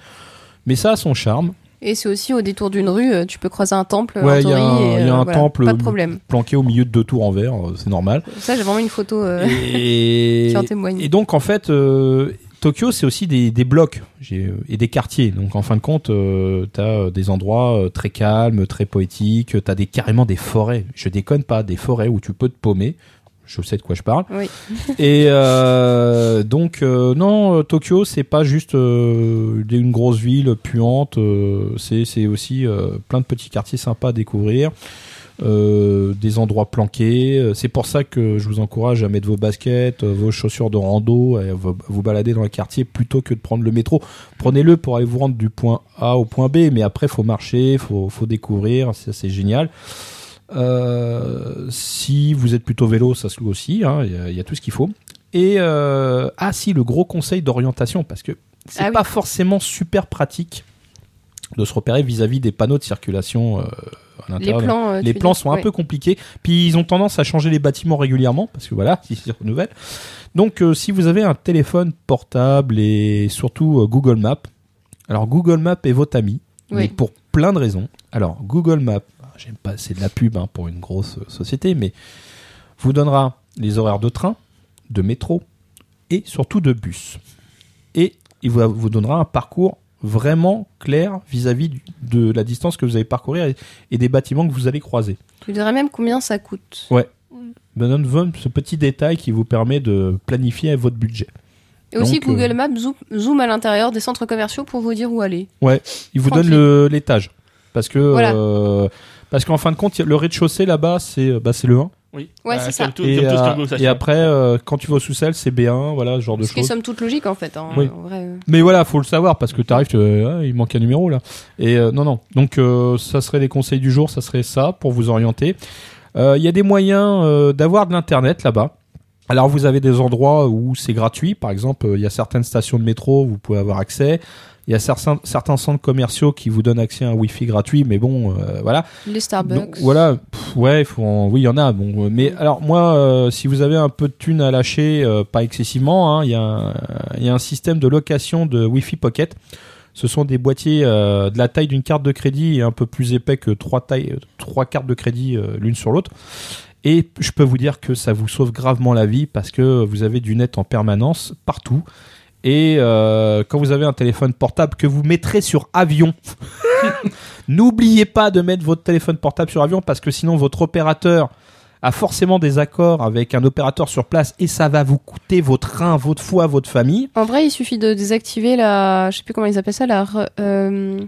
S3: Mais ça a son charme.
S2: Et c'est aussi au détour d'une rue, euh, tu peux croiser un temple,
S3: Ouais,
S2: un
S3: il y a
S2: tori,
S3: un-
S2: et,
S3: il y a
S2: euh,
S3: un
S2: voilà,
S3: temple,
S2: Pas
S3: euh,
S2: de problème.
S3: planqué au milieu de deux tours en verre, euh, c'est normal.
S2: Ça, j'ai vraiment une photo euh,
S3: Et...
S2: qui en témoigne.
S3: et donc en fait, euh, Tokyo, c'est aussi des, des blocs j'ai- euh, et des quartiers. Donc en fin de compte, euh, t'as euh, des endroits euh, très calmes, très poétiques. T'as des carrément des forêts. Je déconne pas, des forêts où tu peux te paumer. Je sais de quoi je parle.
S2: Oui.
S3: Et euh, donc euh, non, euh, Tokyo, c'est pas juste euh, des- une grosse ville puante. euh, c'est c'est aussi euh, plein de petits quartiers sympas à découvrir. euh, des endroits planqués. Euh, C'est pour ça que je vous encourage à mettre vos baskets, euh, vos chaussures de rando, et à vous vous balader dans les quartiers plutôt que de prendre le métro. Prenez-le pour aller vous rendre du point A au point B, mais après faut marcher, faut, faut découvrir, c'est c'est génial. Euh, si vous êtes plutôt vélo, ça se loue aussi, hein, il y a- il y, a tout ce qu'il faut. Et euh, ah si, le gros conseil d'orientation, parce que c'est
S2: Ah oui.
S3: pas forcément super pratique de se repérer vis-à-vis des panneaux de circulation euh, à
S2: Les
S3: l'intérieur. d'un-
S2: plans. euh, tu
S3: les
S2: veux
S3: plans
S2: dire.
S3: sont un
S2: Ouais.
S3: peu compliqués. Puis ils ont tendance à changer les bâtiments régulièrement parce que voilà, ils se renouvellent. Donc euh, si vous avez un téléphone portable et surtout euh, Google Maps, alors Google Maps est votre ami, mais
S2: Oui.
S3: pour plein de raisons. Alors Google Maps, j'aime pas, c'est de la pub hein, pour une grosse euh, société, mais vous donnera les horaires de train, de métro et surtout de bus. Et il vous, vous donnera un parcours vraiment clair vis-à-vis du- de la distance que vous allez parcourir et- et des bâtiments que vous allez croiser.
S2: Je dirais même combien ça coûte.
S3: Ben, donne vous ce petit détail qui vous permet de planifier votre budget.
S2: Et aussi
S3: Donc, euh,
S2: Google Maps zoom, zoom à l'intérieur des centres commerciaux pour vous dire où aller.
S3: Il vous
S2: Tranquille.
S3: donne le- l'étage. Parce que
S2: Voilà.
S3: euh, parce qu'en fin de compte, le rez-de-chaussée là-bas, c'est bah, c'est le 1.
S4: Oui,
S2: Ouais,
S4: Bah,
S2: c'est
S4: comme
S2: ça.
S4: tout-
S3: et,
S4: comme tout ce
S3: euh,
S4: que vous
S3: et
S4: savez.
S3: après, euh, quand tu vas au sous-sol, c'est B1, voilà, ce genre de
S2: Ce qui est
S3: choses.
S2: somme toute logique en fait. hein,
S3: Oui.
S2: en vrai, euh.
S3: Mais voilà, faut le savoir parce que tu arrives, il manque un numéro là. Et euh, non, non. Donc euh, ça serait les conseils du jour, ça serait ça pour vous orienter. Euh, Il y a des moyens euh, d'avoir de l'internet là-bas. Alors vous avez des endroits où c'est gratuit, par exemple euh, il y a certaines stations de métro où vous pouvez avoir accès. Il y a certains, certains centres commerciaux qui vous donnent accès à un Wi-Fi gratuit, mais bon, euh, voilà.
S2: Les
S3: Donc,
S2: Starbucks.
S3: voilà, pff, ouais, il faut en- oui, il y en a. Bon, euh, mais alors moi, euh, si vous avez un peu de thunes à lâcher, euh, pas excessivement, hein, il y a un- il y, a un système de location de Wi-Fi Pocket. Ce sont des boîtiers euh, de la taille d'une carte de crédit et un peu plus épais que trois tailles, euh, trois cartes de crédit euh, l'une sur l'autre. Et je peux vous dire que ça vous sauve gravement la vie parce que vous avez du net en permanence partout. Et euh, quand vous avez un téléphone portable que vous mettrez sur avion, n'oubliez pas de mettre votre téléphone portable sur avion parce que sinon votre opérateur a forcément des accords avec un opérateur sur place et ça va vous coûter votre rein, votre foie, votre famille.
S2: En vrai, il suffit de désactiver la. Je sais plus comment ils appellent ça, la. re- euh,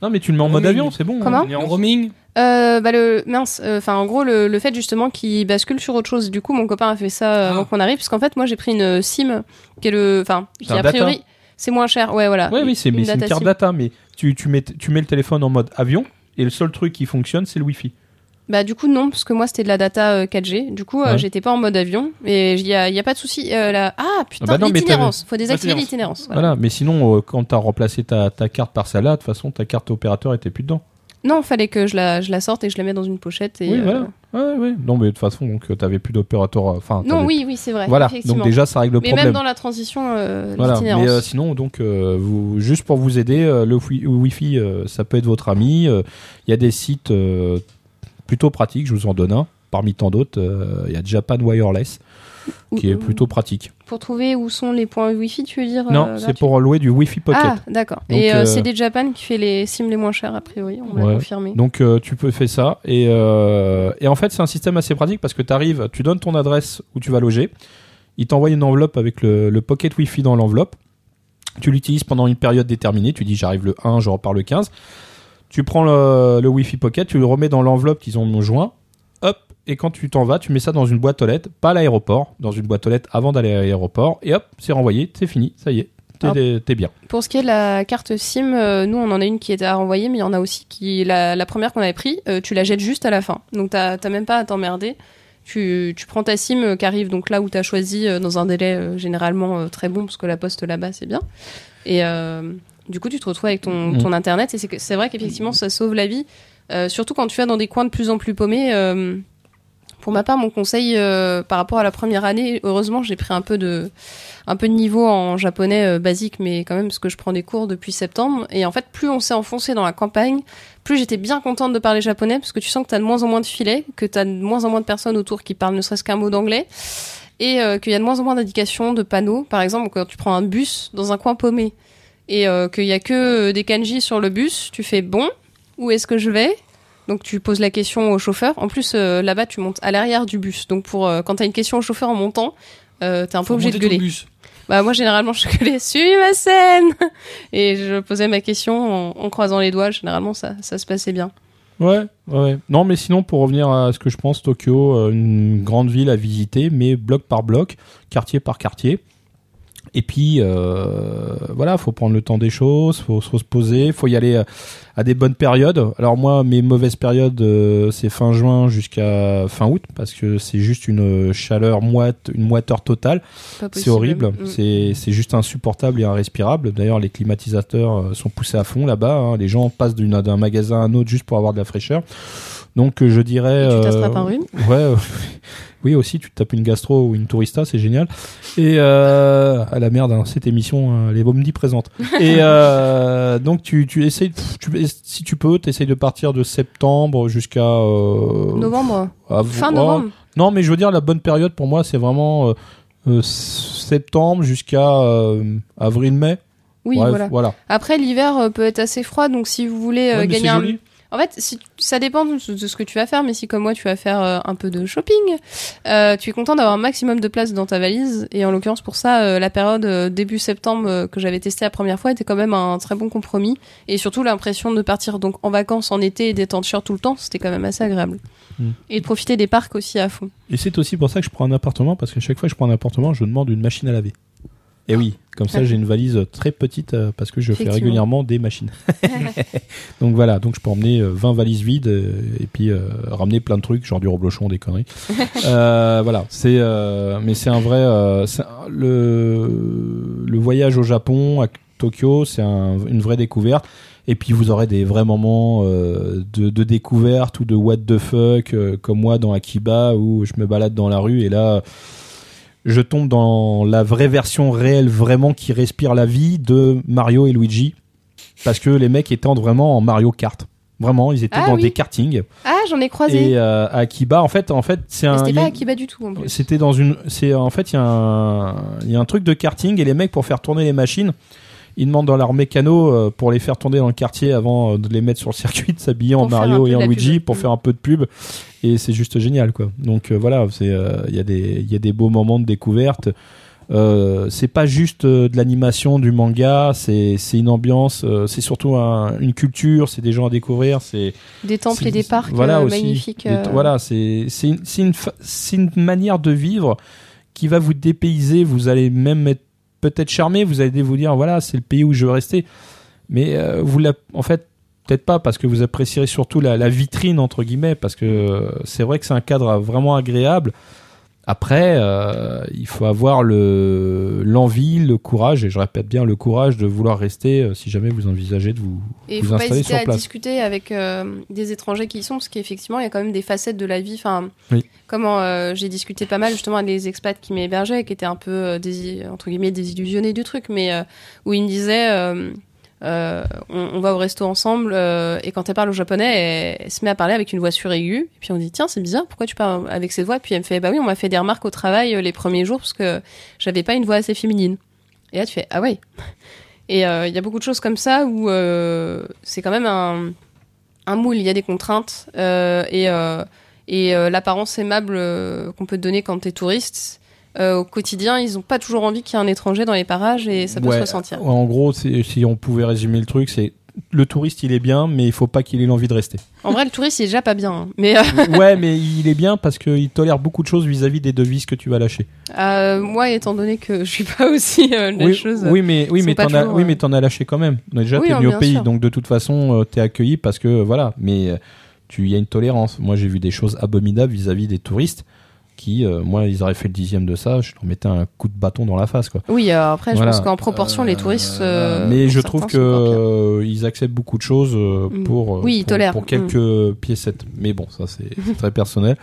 S3: Non mais tu le mets en mode
S1: Oui.
S3: avion, c'est bon.
S2: Comment
S4: On est
S1: Le
S4: en-
S1: roaming,
S2: euh, bah le mince enfin en gros le, le fait justement qu'il bascule sur autre chose du coup mon copain a fait ça euh,
S1: Ah.
S2: avant qu'on arrive parce qu'en fait moi j'ai pris une euh, sim qui est le enfin qui
S3: C'est un
S2: a priori c'est moins cher ouais voilà
S3: Oui, oui, c'est mais c'est une
S2: data
S3: carte
S2: SIM.
S3: data, mais tu, tu, mets, tu mets le téléphone en mode avion et le seul truc qui fonctionne, c'est le Wi-Fi.
S2: Bah du coup non, parce que moi c'était de la data euh, 4G. Du coup euh,
S3: Ouais.
S2: j'étais pas en mode avion et il y a, y a pas de souci. euh, la- Ah putain
S3: Ah bah non, mais
S2: l'itinérance, faut désactiver
S4: L'itinérance.
S2: l'itinérance.
S3: Voilà.
S2: voilà.
S3: mais sinon, euh, quand tu as remplacé ta, ta carte par celle-là, de toute façon, ta carte opérateur était plus dedans.
S2: Non, fallait que je la, je la sorte et je la mette dans une pochette. Et,
S3: oui,
S2: euh,
S3: voilà. Ouais, ouais. Non, mais de toute façon, donc, euh, t'avais plus d'opérateur. euh, Enfin,
S2: Non
S3: t'avais-
S2: oui oui c'est vrai.
S3: Voilà,
S2: effectivement.
S3: donc déjà, ça règle le
S2: Mais
S3: problème.
S2: même dans la transition euh,
S3: Voilà,
S2: l'itinérance.
S3: mais euh, sinon, donc, euh, vous, juste pour vous aider, euh, le wi- Wi-Fi, euh, ça peut être votre ami. Euh, Il y a des sites euh, plutôt pratiques, je vous en donne un. Parmi tant d'autres, euh, il y a Japan Wireless,
S2: Ou-
S3: qui est
S2: ou-
S3: plutôt pratique.
S2: Pour trouver où sont les points Wi-Fi, tu veux dire
S3: non,
S2: euh,
S3: c'est
S2: gratuits
S3: pour louer du Wi-Fi Pocket.
S2: Ah d'accord.
S3: Donc,
S2: Et euh,
S3: euh,
S2: c'est des Japan qui fait les sims les moins chers a priori, on
S3: Ouais.
S2: l'a confirmé.
S3: Donc euh, tu peux faire ça et, euh, et en fait c'est un système assez pratique parce que tu arrives, tu donnes ton adresse où tu vas loger, il t'envoie une enveloppe avec le, le pocket wifi dans l'enveloppe, tu l'utilises pendant une période déterminée, tu dis j'arrive le 1, je repars le 15, tu prends le, le wifi pocket, tu le remets dans l'enveloppe qu'ils ont joint, hop, et quand tu t'en vas, tu mets ça dans une boîte aux lettres, pas à l'aéroport, dans une boîte aux lettres avant d'aller à l'aéroport, et hop, c'est renvoyé, c'est fini, ça y est, t'es- t'es bien.
S2: Pour ce qui est de la carte SIM, euh, nous on en a une qui était à renvoyer, mais il y en a aussi qui, la, la première qu'on avait pris, euh, tu la jettes juste à la fin. Donc t'as t'as même pas à t'emmerder. Tu, tu prends ta SIM euh, qui arrive donc là où t'as choisi euh, dans un délai euh, généralement euh, très bon parce que la poste là-bas c'est bien. Et euh, du coup tu te retrouves avec ton,
S3: Mhm.
S2: ton internet et c'est que- c'est vrai qu'effectivement ça sauve la vie, Euh, surtout quand tu vas dans des coins de plus en plus paumés. euh, pour ma part, mon conseil euh, par rapport à la première année, heureusement, j'ai pris un peu de un peu de niveau en japonais euh, basique, mais quand même parce que je prends des cours depuis septembre. Et en fait, plus on s'est enfoncé dans la campagne, plus j'étais bien contente de parler japonais parce que tu sens que t'as de moins en moins de filets, que t'as de moins en moins de personnes autour qui parlent ne serait-ce qu'un mot d'anglais. et euh, qu'il y a de moins en moins d'indications de panneaux. Par exemple, quand tu prends un bus dans un coin paumé et euh, qu'il y a que euh, des kanji sur le bus, tu fais bon, où est-ce que je vais donc tu poses la question au chauffeur. En plus euh, là-bas tu montes à l'arrière du bus. Donc pour euh, quand t'as une question au chauffeur en montant, euh, t'es un peu obligé de gueuler. Bah moi généralement je gueulais suis ma scène et je posais ma question en, en croisant les doigts. Généralement ça ça se passait bien.
S3: Ouais, ouais. Non, mais sinon, pour revenir à ce que je pense, Tokyo, euh, une grande ville à visiter, mais bloc par bloc, quartier par quartier. Et puis, euh, voilà, faut prendre le temps des choses, faut, se poser, faut y aller euh, à des bonnes périodes. Alors moi, mes mauvaises périodes, euh, c'est fin juin jusqu'à fin août, parce que c'est juste une euh, chaleur moite, une moiteur totale.
S2: Pas
S3: C'est
S2: possible.
S3: horrible,
S2: Mm.
S3: c'est c'est juste insupportable et irrespirable. D'ailleurs, les climatisateurs euh, sont poussés à fond là-bas. hein. Les gens passent d'une- d'un magasin à un autre juste pour avoir de la fraîcheur. Donc, euh, je dirais.
S2: Et tu
S3: euh,
S2: t'attrapes un rhume.
S3: Ouais, euh, oui aussi, tu te tapes une gastro ou une tourista, c'est génial. Et euh, à la merde, hein, cette émission, hein, les bombardiers présentes. Et euh, donc tu, tu essayes, pff, tu, si tu peux, tu essayes de partir de septembre jusqu'à euh,
S2: Novembre.
S3: à-
S2: Fin
S3: oh,
S2: novembre.
S3: non, mais je veux dire, la bonne période pour moi, c'est vraiment euh, euh, septembre jusqu'à euh, avril-mai.
S2: Oui
S3: Bref,
S2: voilà. Après l'hiver euh, peut être assez froid donc si vous voulez euh,
S3: Ouais, mais c'est
S2: gagner un
S3: joli.
S2: En fait, si- ça dépend de de ce que tu vas faire, mais si comme moi tu vas faire euh, un peu de shopping, euh, tu es content d'avoir un maximum de place dans ta valise. Et en l'occurrence pour ça, euh, la période euh, début septembre euh, que j'avais testé la première fois était quand même un très bon compromis. Et surtout l'impression de partir donc en vacances en été et d'être en t-shirt tout le temps, c'était quand même assez agréable.
S3: Mm.
S2: Et de profiter des parcs aussi à fond.
S3: Et c'est aussi pour ça que je prends un appartement, parce qu'à chaque fois que je prends un appartement, je demande une machine à laver. Et Eh oui, comme ça j'ai une valise très petite euh, parce que je fais
S2: Effectivement.
S3: régulièrement des machines. donc voilà, donc je peux emmener euh, 20 valises vides euh, et puis euh, ramener plein de trucs, genre du reblochon, des conneries. Euh, voilà, c'est euh, mais c'est un vrai euh, c'est un- le le voyage au Japon à Tokyo, c'est un- une vraie découverte. Et puis vous aurez des vrais moments euh, de, de découverte ou de what the fuck, euh, comme moi dans Akiba où je me balade dans la rue et là je tombe dans la vraie version réelle, vraiment qui respire la vie de Mario et Luigi, parce que les mecs étaient vraiment en Mario Kart. Vraiment, ils étaient
S2: Ah
S3: dans
S2: oui.
S3: des kartings.
S2: Ah, j'en ai croisé.
S3: Et euh, à Akiba, en fait, en fait, c'est
S2: Mais
S3: un.
S2: C'était
S3: il y a-
S2: pas Akiba du tout en plus.
S3: c'était dans une. C'est en fait il y, a un- il y a un truc de karting et les mecs pour faire tourner les machines, ils demandent dans leur mécano euh, pour les faire tourner dans le quartier avant euh, de les mettre sur le circuit, de s'habiller en
S2: Pour faire un
S3: Mario
S2: peu
S3: et
S2: de
S3: en
S2: la
S3: Luigi
S2: pub.
S3: pour
S2: Mm.
S3: faire un peu de pub. Et c'est juste génial quoi. Donc euh, voilà, c'est euh, il y a des il y a des beaux moments de découverte. Euh, c'est pas juste euh, de l'animation, du manga, c'est c'est une ambiance, euh, c'est surtout un- une culture, c'est des gens à découvrir, c'est
S2: Des temples et
S3: c'est-
S2: des parcs
S3: voilà
S2: euh,
S3: aussi,
S2: magnifiques.
S3: des-
S2: euh,
S3: Voilà, c'est c'est une, c'est une fa- c'est une manière de vivre qui va vous dépayser. Vous allez même être peut-être charmé. Vous allez vous dire voilà, c'est le pays où je veux rester. Mais euh, vous la, en fait, peut-être pas parce que vous apprécierez surtout la, la vitrine entre guillemets parce que euh, c'est vrai que c'est un cadre euh, vraiment agréable. Après, euh, il faut avoir le l'envie, le courage, et je répète bien le courage de vouloir rester euh, si jamais vous envisagez de vous
S2: Et il faut
S3: vous
S2: pas
S3: installez
S2: hésiter
S3: sur
S2: à
S3: place.
S2: discuter avec euh, des étrangers qui y sont, parce qu'effectivement, il y a quand même des facettes de la vie. Enfin,
S3: Oui.
S2: comment euh, j'ai discuté pas mal justement avec des expats qui m'hébergeaient, qui étaient un peu euh, dési- entre guillemets désillusionnés du truc, mais euh, où ils me disaient. euh, euh, on, on va au resto ensemble euh, et quand elle parle au japonais, elle, elle se met à parler avec une voix suraiguë. Et puis on dit tiens c'est bizarre, pourquoi tu parles avec cette voix Puis elle me fait bah oui on m'a fait des remarques au travail euh, les premiers jours parce que j'avais pas une voix assez féminine. Et là tu fais ah ouais. Et euh, il y a beaucoup de choses comme ça où euh, c'est quand même un, un moule, il y a des contraintes euh, et, euh, et euh, l'apparence aimable euh, qu'on peut te donner quand t'es touriste. euh, au quotidien, ils ont pas toujours envie qu'il y ait un étranger dans les parages et ça peut
S3: Ouais,
S2: se ressentir.
S3: Ouais, en gros, c'est- si on pouvait résumer le truc, c'est le touriste, il est bien, mais il faut pas qu'il ait l'envie de rester.
S2: En vrai, le touriste, il est déjà pas bien. hein. Mais euh,
S3: ouais, mais il est bien parce qu'il tolère beaucoup de choses vis-à-vis des devises que tu vas lâcher.
S2: euh, moi, étant donné que je suis pas aussi euh, la
S3: oui,
S2: chose.
S3: oui, mais oui,
S2: sont
S3: mais
S2: pas
S3: t'en as,
S2: toujours,
S3: oui,
S2: euh,
S3: mais t'en as lâché quand même. Donc Déjà,
S2: Oui,
S3: t'es
S2: hein,
S3: venu au
S2: bien
S3: pays,
S2: sûr.
S3: donc de toute façon, euh, t'es accueilli parce que voilà. Mais euh, tu, il y a une tolérance. Moi, j'ai vu des choses abominables vis-à-vis des touristes qui, euh, moi, ils auraient fait le dixième de ça, je leur mettais un coup de bâton dans la face, quoi.
S2: Oui, euh, après, je
S3: Voilà.
S2: pense qu'en proportion, les touristes. euh,
S3: mais
S2: pour
S3: je
S2: certains,
S3: trouve
S2: sont
S3: que
S2: encore pires.
S3: euh, ils acceptent beaucoup de choses euh,
S2: Mm.
S3: pour, euh,
S2: Oui, ils
S3: pour,
S2: tolèrent. Mm.
S3: pour quelques piécettes. Mais bon, ça c'est c'est très personnel.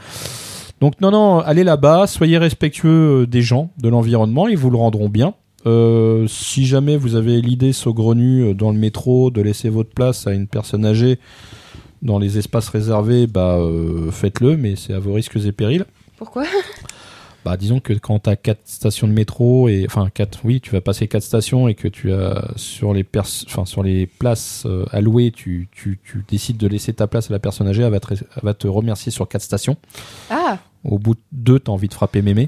S3: Donc non, non, allez là-bas, soyez respectueux euh, des gens, de l'environnement, ils vous le rendront bien. Euh, si jamais vous avez l'idée saugrenue euh, dans le métro de laisser votre place à une personne âgée dans les espaces réservés, bah euh, faites-le, mais c'est à vos risques et périls.
S2: Pourquoi
S3: Bah, disons que quand t'as quatre stations de métro et enfin quatre, oui, tu vas passer quatre stations et que tu as sur les pers- enfin sur les places euh, allouées, tu, tu, tu décides de laisser ta place à la personne âgée, elle va te, ré- elle va te remercier sur quatre stations.
S2: Ah,
S3: Au bout de deux, t'as envie de frapper mémé.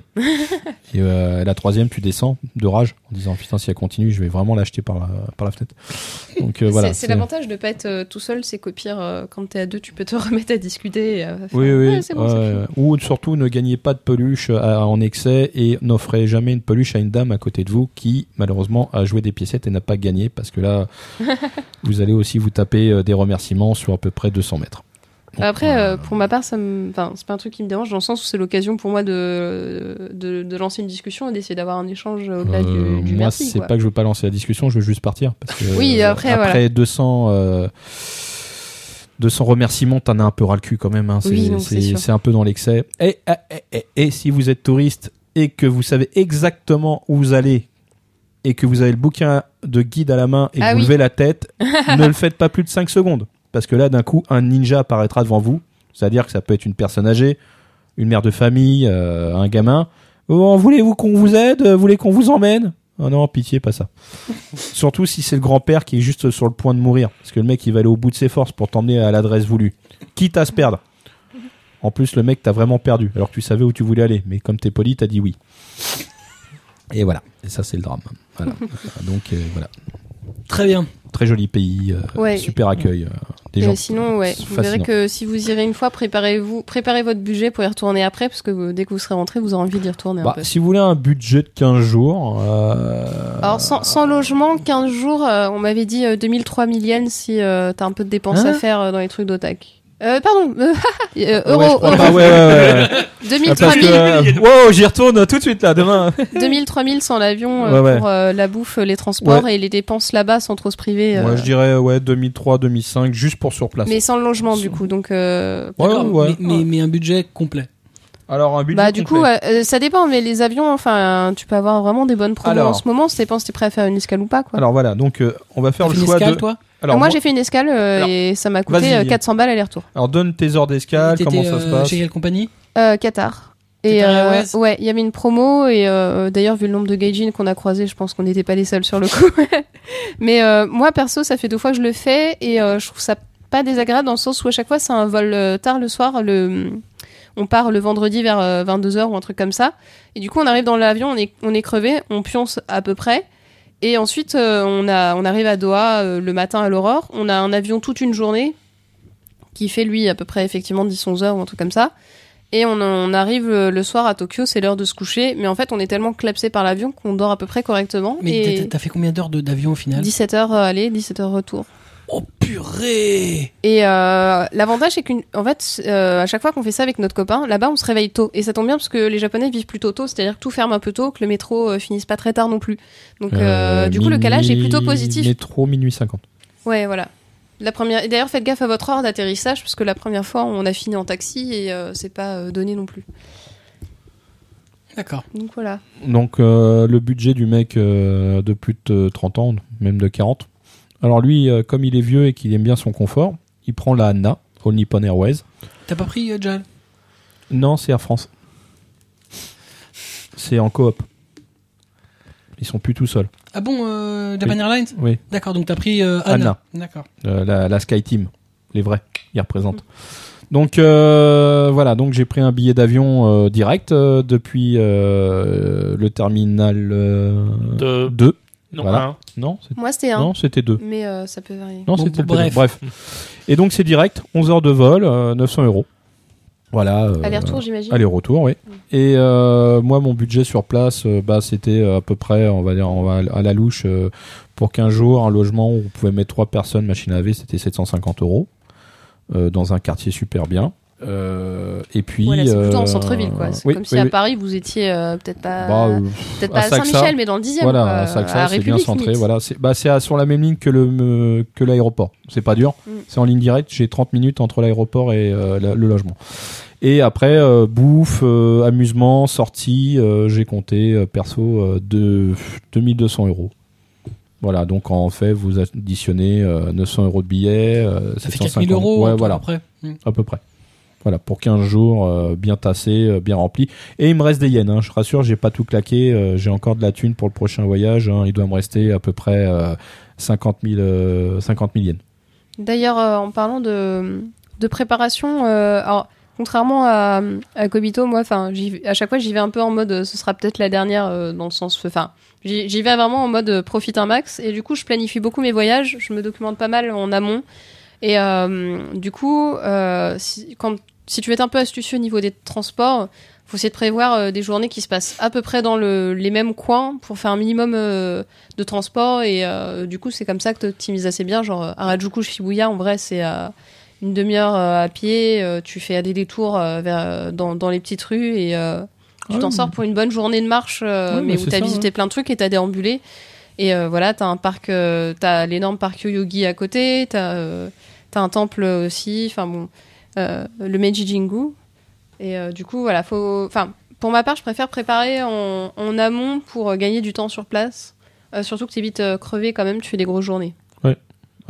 S3: et euh, la troisième, tu descends de rage en disant putain si elle continue, je vais vraiment l'acheter par la, par la fenêtre. Donc euh,
S2: c'est-
S3: voilà.
S2: c'est l'avantage de pas être euh, tout seul, c'est qu'au pire, euh, quand t'es à deux, tu peux te remettre à discuter. et, euh, faire,
S3: Oui, oui.
S2: Ouais, c'est bon, c'est fini.
S3: euh, ou surtout, ne gagnez pas de peluche euh, à- en excès et n'offrez jamais une peluche à une dame à côté de vous qui, malheureusement, a joué des piécettes et n'a pas gagné parce que là, vous allez aussi vous taper euh, des remerciements sur à peu près 200 mètres. Donc,
S2: Après,
S3: euh,
S2: euh, pour ma part, ça me, enfin, c'est pas un truc qui me dérange dans le sens où c'est l'occasion pour moi de, de, de lancer une discussion et d'essayer d'avoir un échange au-delà Bah, du-
S3: euh,
S2: du,
S3: moi,
S2: merci.
S3: c'est
S2: quoi.
S3: pas que je veux pas lancer la discussion, je veux juste partir. Parce que,
S2: Oui,
S3: euh,
S2: après,
S3: après
S2: voilà.
S3: 200, euh, 200 remerciements, t'en as un peu ras le cul quand même. hein. C'est,
S2: Oui, non,
S3: c'est-
S2: c'est sûr.
S3: c'est un peu dans l'excès. Et, ah, eh, eh, eh, si vous êtes touriste et que vous savez exactement où vous allez et que vous avez le bouquin de guide à la main et que
S2: Ah
S3: vous
S2: oui.
S3: levez la tête, ne le faites pas plus de 5 secondes. Parce que là, d'un coup, un ninja apparaîtra devant vous. C'est-à-dire que ça peut être une personne âgée, une mère de famille, euh, un gamin. Oh, voulez-vous qu'on vous aide Vous voulez qu'on vous emmène Oh non, pitié, pas ça. Surtout si c'est le grand-père qui est juste sur le point de mourir. Parce que le mec, il va aller au bout de ses forces pour t'emmener à l'adresse voulue. Quitte à se perdre. En plus, le mec, t'as vraiment perdu. Alors que tu savais où tu voulais aller. Mais comme t'es poli, t'as dit oui. Et voilà. Et ça, c'est le drame. Voilà. Donc, euh, voilà.
S1: Très bien.
S3: Très joli pays. euh,
S2: Ouais.
S3: super accueil. euh, des
S2: Et
S3: gens.
S2: sinon, ouais, vous verrez
S3: fascinants.
S2: que si vous irez une fois, préparez-vous, préparez votre budget pour y retourner après, parce que euh, dès que vous serez rentré, vous aurez envie d'y retourner un
S3: Bah,
S2: peu.
S3: si vous voulez un budget de 15 jours. euh,
S2: Alors, sans, sans logement, 15 jours, euh, on m'avait dit 2000-3000 yens si euh, t'as un peu de dépenses
S3: Hein
S2: à faire euh, dans les trucs d'otac. Euh, pardon, euh, euh,
S3: ah ouais, je
S2: euro,
S3: crois pas. Ouais, ouais, ouais, ouais. Ah,
S2: 2000
S3: parce que, euh, wow, j'y retourne tout de suite là, demain.
S2: 2000, 3000 sans l'avion euh,
S3: Ouais, ouais.
S2: pour euh, la bouffe, les transports et les dépenses là-bas sans trop se priver. euh,
S3: Moi, je dirais ouais 2003, 2005, juste pour sur place.
S2: mais sans le logement du coup. Donc, euh,
S3: Ouais,
S1: D'accord,
S3: ouais.
S1: Mais, mais- mais un budget complet.
S3: Alors un budget
S2: bah du
S3: complet.
S2: coup, ouais, euh, ça dépend. Mais les avions, enfin, tu peux avoir vraiment des bonnes promos
S3: Alors.
S2: en ce moment. Ça dépend si t'es prêt à faire une escale ou pas. Quoi.
S3: Alors voilà, donc euh, on va faire
S1: T'as
S3: le
S1: fait une
S3: choix
S1: escale,
S3: de.
S1: toi
S3: Alors
S2: Ah, moi,
S3: moi-
S2: j'ai fait une escale euh,
S3: Alors,
S2: et ça m'a
S3: vas-y.
S2: coûté euh, 400 balles aller-retour.
S3: alors donne tes heures d'escale,
S1: T'étais,
S3: comment ça se
S1: euh,
S3: passe.
S1: Chez quelle compagnie
S2: Euh, Qatar. Et
S1: Qatar
S2: euh,
S1: Airways.
S2: ouais, il y avait une promo et euh, d'ailleurs vu le nombre de gaijin qu'on a croisés, je pense qu'on n'était pas les seuls sur le coup. Mais euh, moi perso, ça fait deux fois que je le fais et euh, je trouve ça pas désagréable dans le sens où à chaque fois c'est un vol euh, tard le soir, le on part le vendredi vers 22h ou un truc comme ça et du coup on arrive dans l'avion, on est on est crevé, on pionce à peu près et ensuite euh, on a on arrive à Doha euh, le matin à l'aurore, on a un avion toute une journée qui fait lui à peu près effectivement 10-11 heures ou un truc comme ça. Et on, on arrive euh, le soir à Tokyo, c'est l'heure de se coucher, mais en fait on est tellement clapsé par l'avion qu'on dort à peu près correctement.
S1: Mais t'as-
S2: et
S1: t'as- t'as fait combien d'heures de- d'avion au final
S2: 17h aller, 17h retour.
S1: Oh purée
S2: Et euh, l'avantage c'est qu'une, en fait, euh, à chaque fois qu'on fait ça avec notre copain, là-bas on se réveille tôt. Et ça tombe bien parce que les Japonais vivent plutôt tôt, c'est-à-dire que tout ferme un peu tôt, que le métro euh, finisse pas très tard non plus. Donc euh,
S3: Euh,
S2: du coup le calage est plutôt
S3: minuit-
S2: positif.
S3: Métro minuit 50.
S2: Ouais, voilà. La première. Et d'ailleurs faites gaffe à votre heure d'atterrissage parce que la première fois on a fini en taxi et euh, c'est pas euh, donné non plus.
S1: D'accord.
S2: Donc voilà.
S3: Donc euh, le budget du mec euh, de plus de 30 ans, même de 40. Alors lui, euh, comme il est vieux et qu'il aime bien son confort, il prend la ANA, All Nippon Airways.
S1: T'as pas pris euh, Jal
S3: Non, c'est Air France. C'est en coop. Ils sont plus tout seuls.
S1: Ah bon, euh, Japan
S3: Oui.
S1: Airlines
S3: Oui.
S1: D'accord, donc t'as pris euh, Anna.
S3: Anna.
S1: D'accord.
S3: Euh, la, la Sky Team, les vrais, ils représentent. Donc euh, voilà, donc j'ai pris un billet d'avion euh, direct euh, depuis euh, le terminal euh,
S4: De-
S3: 2.
S4: Non,
S3: Voilà.
S4: hein.
S3: Non, c'est-
S2: Moi c'était un.
S3: non, c'était 2.
S2: Mais euh, ça peut varier.
S3: Non,
S1: Bon,
S3: c'était le
S1: bref.
S3: bref. bref. Et donc c'est direct, 11 heures de vol, euh, 900 euros. Voilà. euh,
S2: Aller-retour, j'imagine.
S3: Aller-retour, oui. Et euh, moi, mon budget sur place, euh, bah, c'était à peu près, on va dire, on va à la louche, euh, pour 15 jours, un logement où on pouvait mettre trois personnes, machine à laver, c'était 750 euros, euh, dans un quartier super bien. Euh, et puis.
S2: Voilà, c'est plutôt
S3: euh,
S2: en centre-ville, quoi. C'est
S3: oui,
S2: comme
S3: oui,
S2: si à
S3: oui.
S2: Paris vous étiez euh, peut-être pas,
S3: Bah, euh,
S2: peut-être pas
S3: à
S2: à
S3: Saxa.
S2: Saint-Michel, mais dans le 10 e
S3: voilà, à Saxa, c'est bien centré. Voilà, c'est bah, c'est à- sur la même ligne que le me- que l'aéroport. C'est pas dur.
S2: Mm.
S3: C'est en ligne directe. J'ai 30 minutes entre l'aéroport et euh, la- le logement. Et après euh, bouffe, euh, amusement, sortie. euh, J'ai compté euh, perso euh, de 2200 euros. Voilà, donc en fait, vous additionnez euh, 900 euros de billets, euh,
S1: Ça fait
S3: 750
S1: 4000 euros
S3: ouais,
S1: en tout,
S3: voilà,
S1: après. Mm.
S3: à peu près. Voilà, pour 15 jours, euh, bien tassé, euh, bien rempli. Et il me reste des yens, hein. je rassure, j'ai pas tout claqué, euh, j'ai encore de la thune pour le prochain voyage, hein. il doit me rester à peu près euh, 50, 000, euh, 50 000 yens.
S2: D'ailleurs, euh, en parlant de, de préparation, euh, alors, contrairement à, à Kobito, moi, enfin, j'y- à chaque fois, j'y vais un peu en mode, euh, ce sera peut-être la dernière, euh, dans le sens, enfin, j'y j'y vais vraiment en mode euh, profite un max, et du coup, je planifie beaucoup mes voyages, je me documente pas mal en amont, et euh, du coup, euh, si, quand, si tu veux être un peu astucieux au niveau des transports, faut essayer de prévoir euh, des journées qui se passent à peu près dans le, les mêmes coins pour faire un minimum euh, de transport et euh, du coup c'est comme ça que tu optimises assez bien genre euh, Harajuku Shibuya en vrai c'est à une demi-heure euh, à pied euh, tu fais des détours euh, vers, euh, dans, dans les petites rues et euh, tu
S3: Ouais,
S2: t'en sors pour une bonne journée de marche euh, mais
S3: Ouais, Ah mais
S2: où
S3: c'est
S2: t'as
S3: ça,
S2: visité plein de trucs et t'as déambulé et euh, voilà t'as un parc euh, t'as l'énorme parc Yoyogi à côté t'as euh, t'as un temple aussi enfin bon euh, le Meiji Jingu et euh, du coup voilà faut enfin pour ma part je préfère préparer en, en amont pour euh, gagner du temps sur place euh, surtout que t'es vite euh, crevé quand même, tu fais des grosses journées.
S3: Ah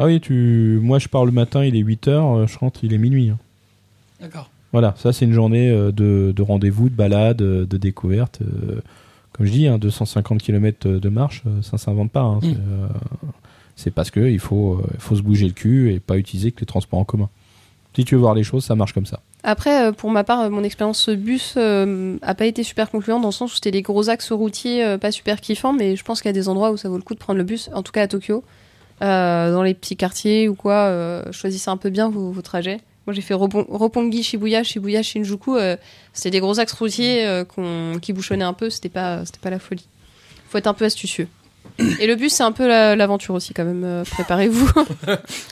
S3: oui, tu... moi je pars le matin, il est 8 heures, euh, je rentre, il est minuit. hein.
S1: D'accord.
S3: Voilà, ça c'est une journée euh, de, de rendez-vous, de balade, euh, de découverte. euh, Comme je dis, hein, 250 km de marche, euh, ça s'invente pas. hein.
S1: Mm.
S3: C'est, euh, C'est parce que il faut, euh, faut se bouger le cul et pas utiliser que les transports en commun. Si tu veux voir les choses, ça marche comme ça.
S2: Après, euh, pour ma part, euh, mon expérience bus euh, a pas été super concluante dans le sens où c'était des gros axes routiers euh, pas super kiffants, mais je pense qu'il y a des endroits où ça vaut le coup de prendre le bus, en tout cas à Tokyo, Euh, dans les petits quartiers ou quoi, euh, choisissez un peu bien vos, vos trajets. Moi j'ai fait Ropon- Roppongi, Shibuya, Shibuya, Shinjuku, euh, c'était des gros axes routiers euh, qu'on- qui bouchonnaient un peu, c'était pas, c'était pas la folie. Faut être un peu astucieux. Et le bus, c'est un peu la- l'aventure aussi quand même, euh, préparez-vous.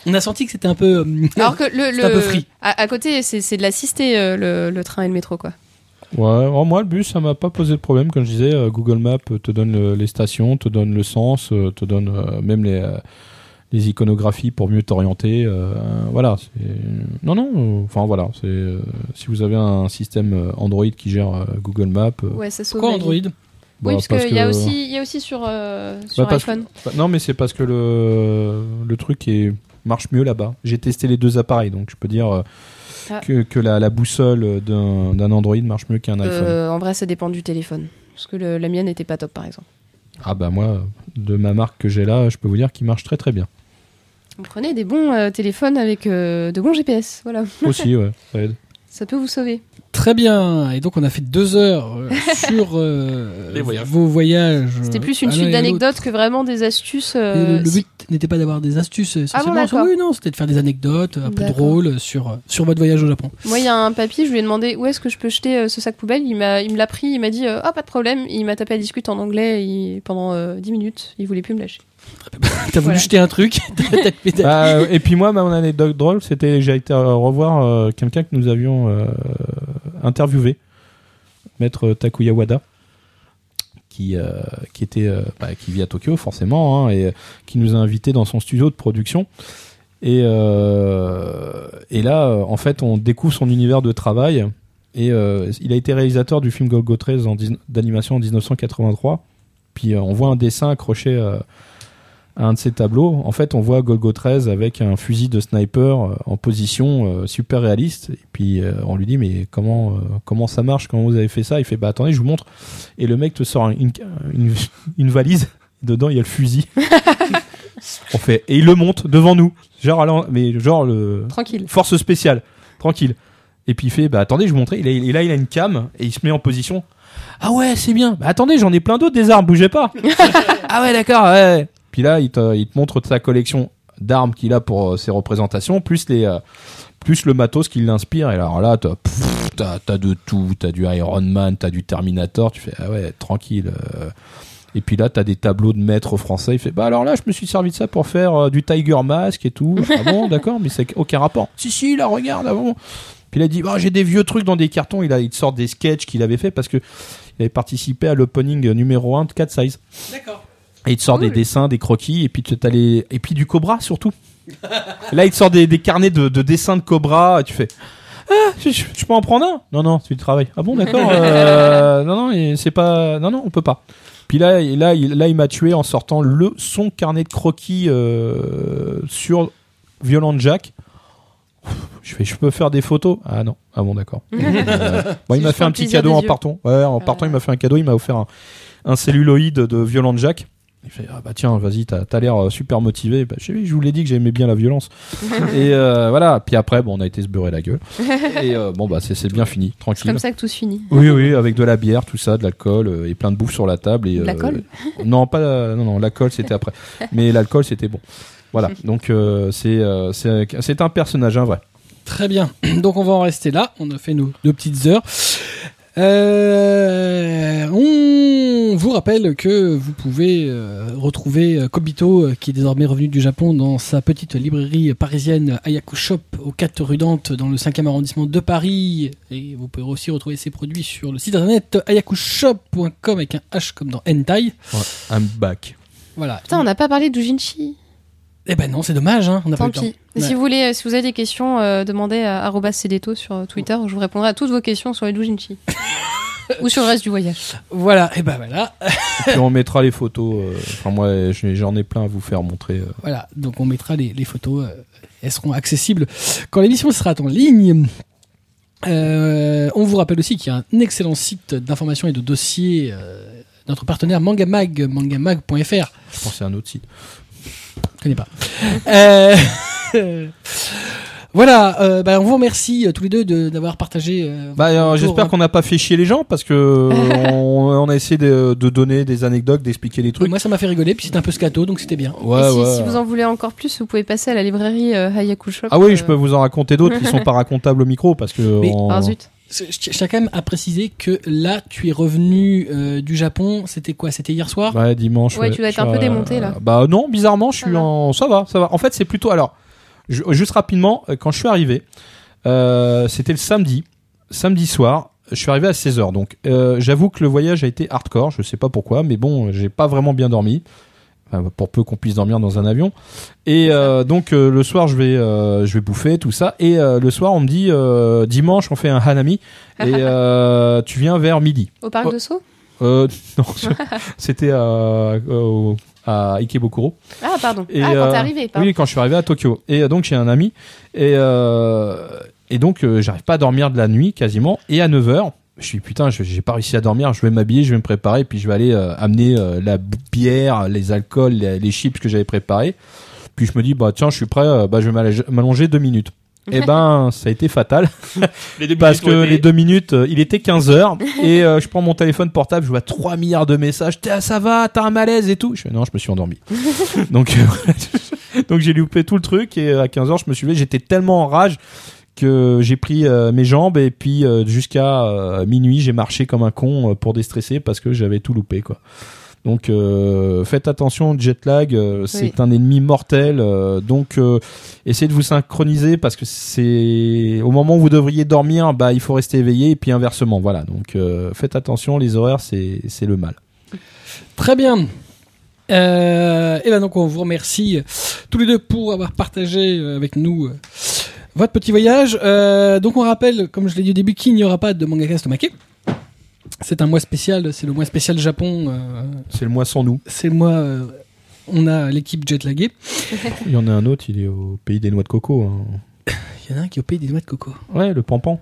S1: On a senti que c'était un peu. euh,
S2: Alors que le, le
S1: un peu free.
S2: À, à côté, c'est c'est de l'assister euh, le, le train et le métro quoi.
S3: Ouais, alors moi le bus ça m'a pas posé de problème comme je disais euh, Google Maps euh, te donne le- les stations, te donne le sens, euh, te donne euh, même les euh, les iconographies pour mieux t'orienter euh, voilà, c'est- non non, euh, enfin voilà, c'est euh, si vous avez un système euh, Android qui gère euh, Google Maps euh,
S2: Ouais, ça sauve
S1: Pourquoi
S2: la vie.
S1: Android
S3: bah,
S2: oui, parce, qu'il y a
S3: que-
S2: aussi, il y a aussi sur, euh, sur
S3: Bah, parce que-
S2: iPhone.
S3: bah, non mais c'est parce que le le truc est marche mieux là-bas. J'ai testé les deux appareils donc je peux dire euh,
S2: Ah.
S3: que, que la, la boussole d'un d'un Android marche mieux qu'un iPhone.
S2: Euh, en vrai, ça dépend du téléphone. Parce que le- la mienne n'était pas top, par exemple.
S3: Ah bah moi, de ma marque que j'ai là, je peux vous dire qu'il marche très très bien.
S2: Vous prenez des bons euh, téléphones avec euh, de bons GPS. Voilà,
S3: Aussi, ouais, ça aide.
S2: ça peut vous sauver.
S1: Très bien. Et donc on a fait deux heures euh, sur euh,
S3: Les voyages.
S1: vos voyages.
S2: C'était
S1: euh,
S2: plus une
S1: à l'un
S2: suite
S1: et à l'autre.
S2: d'anecdotes que vraiment des astuces.
S1: Et
S2: euh, Ah
S1: le, le but n'était pas d'avoir des astuces euh, essentiellement.
S2: d'accord.
S1: oui, non, c'était de faire des anecdotes euh, un peu
S2: D'accord.
S1: drôles sur, euh, sur votre voyage au Japon.
S2: si- Moi, il y a un papy, je lui ai demandé où est-ce que je peux jeter euh, ce sac poubelle. Il m'a, il me l'a pris, il m'a dit euh, ah pas de problème. Il m'a tapé à discute en anglais il- pendant euh, 10 minutes. Il voulait plus me lâcher.
S1: T'as voulu
S2: Voilà.
S1: jeter un truc, t'as tapé ta-
S3: Ah, et puis moi, ma mon anecdote drôle, c'était j'ai été euh, revoir euh, quelqu'un que nous avions euh, interviewé, maître Takuya Wada, qui euh, qui était euh, bah, qui vit à Tokyo forcément, hein, et euh, qui nous a invités dans son studio de production. Et euh, et là, euh, en fait, on découvre son univers de travail. Et euh, il a été réalisateur du film Golgo 13 en 19 d'animation en 1983. Puis euh, on voit un dessin accroché. euh, à un de ces tableaux, en fait, on voit Golgo 13 avec un fusil de sniper euh, en position euh, super réaliste. Et puis, euh, on lui dit, mais comment, euh, comment ça marche Comment vous avez fait ça Il fait, bah attendez, je vous montre. Et le mec te sort une, une, une valise. Dedans, il y a le fusil. on fait, et il le monte devant nous. Genre, alors, mais genre, le,
S2: Tranquille.
S3: force spéciale, tranquille. Et puis il fait, bah attendez, je vous montrer. Il a- Et là, il a une cam et il se met en position. Ah ouais, c'est bien. Bah attendez, j'en ai plein d'autres des armes, bougez pas. ah ouais, d'accord. ouais. Puis là, il te, il te montre sa collection d'armes qu'il a pour euh, ses représentations, plus les, euh, plus le matos qui l'inspire. Et alors là, t'as, pff, t'as, t'as de tout. T'as du Iron Man, t'as du Terminator. Tu fais, ah ouais, tranquille. euh. Et puis là, t'as des tableaux de maîtres français. Il fait, bah alors là, je me suis servi de ça pour faire euh, du Tiger Mask et tout. Ah bon, d'accord, mais c'est aucun rapport. Si, si, là, regarde, ah bon. Puis il a dit, bah, j'ai des vieux trucs dans des cartons. Il, a, il te sort des sketchs qu'il avait fait parce que il avait participé à l'opening numéro 1 de 4 Size. Et il te sort des dessins, des croquis, et puis tu t'as les... et puis du Cobra surtout. Là, il te sort des, des carnets de, de dessins de Cobra, et tu fais. Ah, je, je- je peux en prendre un Non, non, tu le travailles. Ah bon, d'accord. euh, non, non, et c'est pas. Non, non, on peut pas. Puis là, et là, il, là, il m'a tué en sortant le son carnet de croquis euh, sur Violent Jack. Je fais, je peux faire des photos Ah non, ah bon d'accord. Euh, bon,
S2: C'est
S3: il
S2: juste
S3: m'a fait
S2: pour
S3: un
S2: le
S3: petit
S2: plaisir
S3: cadeau
S2: des
S3: en
S2: yeux.
S3: partant. Ouais, en
S2: Ouais.
S3: partant, il m'a fait un cadeau. Il m'a offert un, un celluloïde de Violent Jack. Il fait ah bah tiens vas-y t'as t'as l'air euh, super motivé. Bah, je, sais, je vous l'ai dit que j'aimais bien la violence. et euh, voilà. Puis après bon on a été se beurrer la gueule. Et euh, bon bah c'est c'est bien fini
S2: C'est
S3: tranquille.
S2: comme ça que tout se finit.
S3: Oui oui avec de la bière tout ça de l'alcool euh, et plein de bouffe sur la table et
S2: De la
S3: euh,
S2: colle
S3: non pas euh, non non la colle c'était après mais l'alcool c'était bon. Voilà donc euh, c'est euh, c'est c'est un personnage hein, vrai.
S1: Très bien. Donc on va en rester là. On a fait nos deux petites heures. Euh, on vous rappelle que vous pouvez euh, retrouver euh, Kobito, euh, qui est désormais revenu du Japon, dans sa petite librairie parisienne Ayaku Shop, aux 4 rue Dante, dans le 5e arrondissement de Paris. Et vous pouvez aussi retrouver ses produits sur le site internet ayakushop.com avec un H comme dans Hentai.
S3: I'm back.
S1: Voilà.
S2: Putain, on n'a pas parlé d'Ujinchi.
S3: Ah,
S1: Eh ben non, c'est dommage, hein, on n'a pas eu
S2: Tant
S1: le temps.
S2: pis. Et Si
S1: Ouais.
S2: vous voulez, euh, si vous avez des questions, euh, demandez à arobase @cedeto sur euh, Twitter. Je vous répondrai à toutes vos questions sur les doujinshi ou sur le reste du voyage.
S1: Voilà, et ben voilà.
S3: Puis on mettra les photos. euh, Enfin, moi, je- j'en ai plein à vous faire montrer. euh.
S1: Voilà, donc on mettra les, les photos, euh, elles seront accessibles quand l'émission sera en ligne. Euh, on vous rappelle aussi qu'il y a un excellent site d'information et de dossiers, euh, notre partenaire Mangamag, mangamag.fr.
S3: Je pensais à un autre site.
S1: Je connais pas. Euh, voilà, euh, bah, on vous remercie euh, tous les deux de- d'avoir partagé. euh,
S3: Bah, alors,
S1: votre
S3: j'espère
S1: retour,
S3: qu'on n'a pas fait chier les gens parce que euh, on, on a essayé de, de donner des anecdotes, d'expliquer des
S1: hein.
S3: trucs.
S1: Moi, ça m'a fait rigoler, puis c'était un peu scato, donc c'était bien.
S3: Ouais,
S2: Et si,
S3: ouais.
S2: si vous en voulez encore plus, vous pouvez passer à la librairie euh, Hayaku Shop.
S3: Ah oui,
S2: euh,
S3: je peux vous en raconter d'autres qui sont pas racontables au micro parce que.
S1: Mais-
S3: on-
S2: Ah zut.
S1: Je je tiens quand même à préciser que là, tu es revenu euh, du Japon. C'était quoi C'était hier soir
S3: Ouais, dimanche.
S2: Ouais, tu dois être
S3: je
S2: un
S3: suis,
S2: peu
S3: euh,
S2: démonté, là.
S3: Bah non, bizarrement, je
S2: Ça
S3: suis
S2: va.
S3: en. Ça va, ça va. En fait, c'est plutôt. Alors, ju- juste rapidement, euh, quand je suis arrivé, euh, c'était le samedi, samedi soir. Je suis arrivé à 16h, donc euh, j'avoue que le voyage a été hardcore. Je sais pas pourquoi, mais bon, j'ai pas vraiment bien dormi. Enfin, pour peu qu'on puisse dormir dans un avion. Et euh, donc euh, le soir, je vais, euh, je vais bouffer tout ça. Et euh, le soir, on me dit euh, dimanche, on fait un hanami et euh, tu viens vers midi.
S2: Au parc
S3: Oh.
S2: de Sceaux
S3: Euh, non, c'était à, euh, au- à Ikebukuro.
S2: Ah pardon.
S3: Et,
S2: ah quand t'es
S3: euh,
S2: arrivé. Pardon.
S3: Oui, quand je suis arrivé à Tokyo. Et euh, donc j'ai un ami. Et, euh, et donc euh, j'arrive pas à dormir de la nuit quasiment. Et à 9h, je suis putain, je- j'ai pas réussi à dormir. Je vais m'habiller, je vais me préparer. Puis je vais aller euh, amener euh, la b- bière, les alcools, les, les chips que j'avais préparés. Puis je me dis, bah tiens, je suis prêt. euh, bah, je vais m'allège- m'allonger deux minutes. Et ben, ça a été fatal.
S4: Les deux
S3: Parce
S4: minutes
S3: que
S4: ont été-
S3: les deux minutes, euh, il était 15h et euh, je prends mon téléphone portable, je vois 3 milliards de messages. T'es- ah, ça va, t'as un malaise et tout. Je fais non, je me suis endormi. donc, euh, donc j'ai loupé tout le truc et euh, à 15h, je me suis levé. J'étais tellement en rage que j'ai pris euh, mes jambes et puis euh, jusqu'à euh, minuit, j'ai marché comme un con euh, pour déstresser parce que j'avais tout loupé quoi. Donc euh, faites attention, jet lag, euh, c'est un ennemi mortel. euh, donc euh, essayez de vous synchroniser parce que c'est au moment où vous devriez dormir, bah il faut rester éveillé et puis inversement. Voilà. Donc euh, faites attention, les horaires c'est c'est le mal.
S1: Très bien. Euh, et ben donc on vous remercie euh, tous les deux pour avoir partagé euh, avec nous euh, votre petit voyage. Euh, donc on rappelle, comme je l'ai dit au début, qu'il n'y aura pas de mangaka stomaqué. C'est un mois spécial, c'est le mois spécial Japon. euh,
S3: C'est le mois sans nous.
S1: c'est le mois. euh, on a l'équipe jetlaguée.
S3: Il y en a un autre, il est au pays des noix de coco. hein.
S1: Il y en a un qui est au pays des noix de coco.
S3: Ouais, le pampan,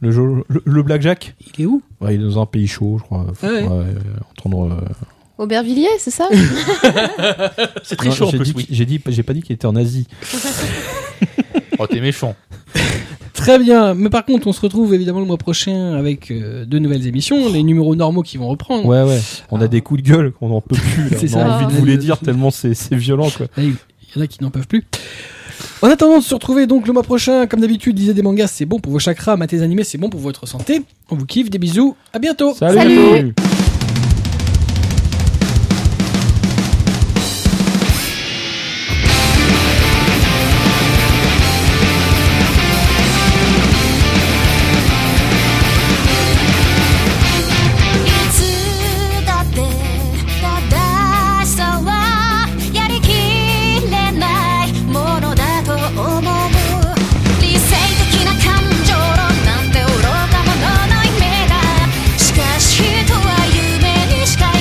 S3: le jo- le, le blackjack.
S1: Il est où
S3: Ouais, il est dans un pays chaud, je crois. Faut-
S1: Ah ouais.
S3: euh, entendre. euh,
S2: Aubervilliers, c'est ça
S4: C'est très
S3: Non,
S4: chaud en
S3: j'ai
S4: plus,
S3: dit-
S4: oui.
S3: J'ai dit, j'ai pas dit qu'il était en Asie.
S4: Oh, t'es méchant.
S1: Très bien. Mais par contre, on se retrouve évidemment le mois prochain avec euh, de nouvelles émissions, les numéros normaux qui vont reprendre.
S3: Ouais, ouais. On
S1: Ah.
S3: a des coups de gueule qu'on n'en peut plus. là.
S1: C'est
S3: on
S1: ça.
S3: a envie de
S1: Ah.
S3: vous les dire tellement c'est c'est violent, quoi.
S1: Là, Il y en a qui n'en peuvent plus. En attendant de se retrouver donc le mois prochain, comme d'habitude, lisez des mangas, c'est bon pour vos chakras, matez des animés, c'est bon pour votre santé. On vous kiffe, des bisous, à bientôt
S2: Salut.
S5: 「いつだって正しさはやりきれないものだと思う」「理性的な感情論なんて愚か者の夢だ」「しかしとはいえ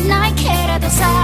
S5: さ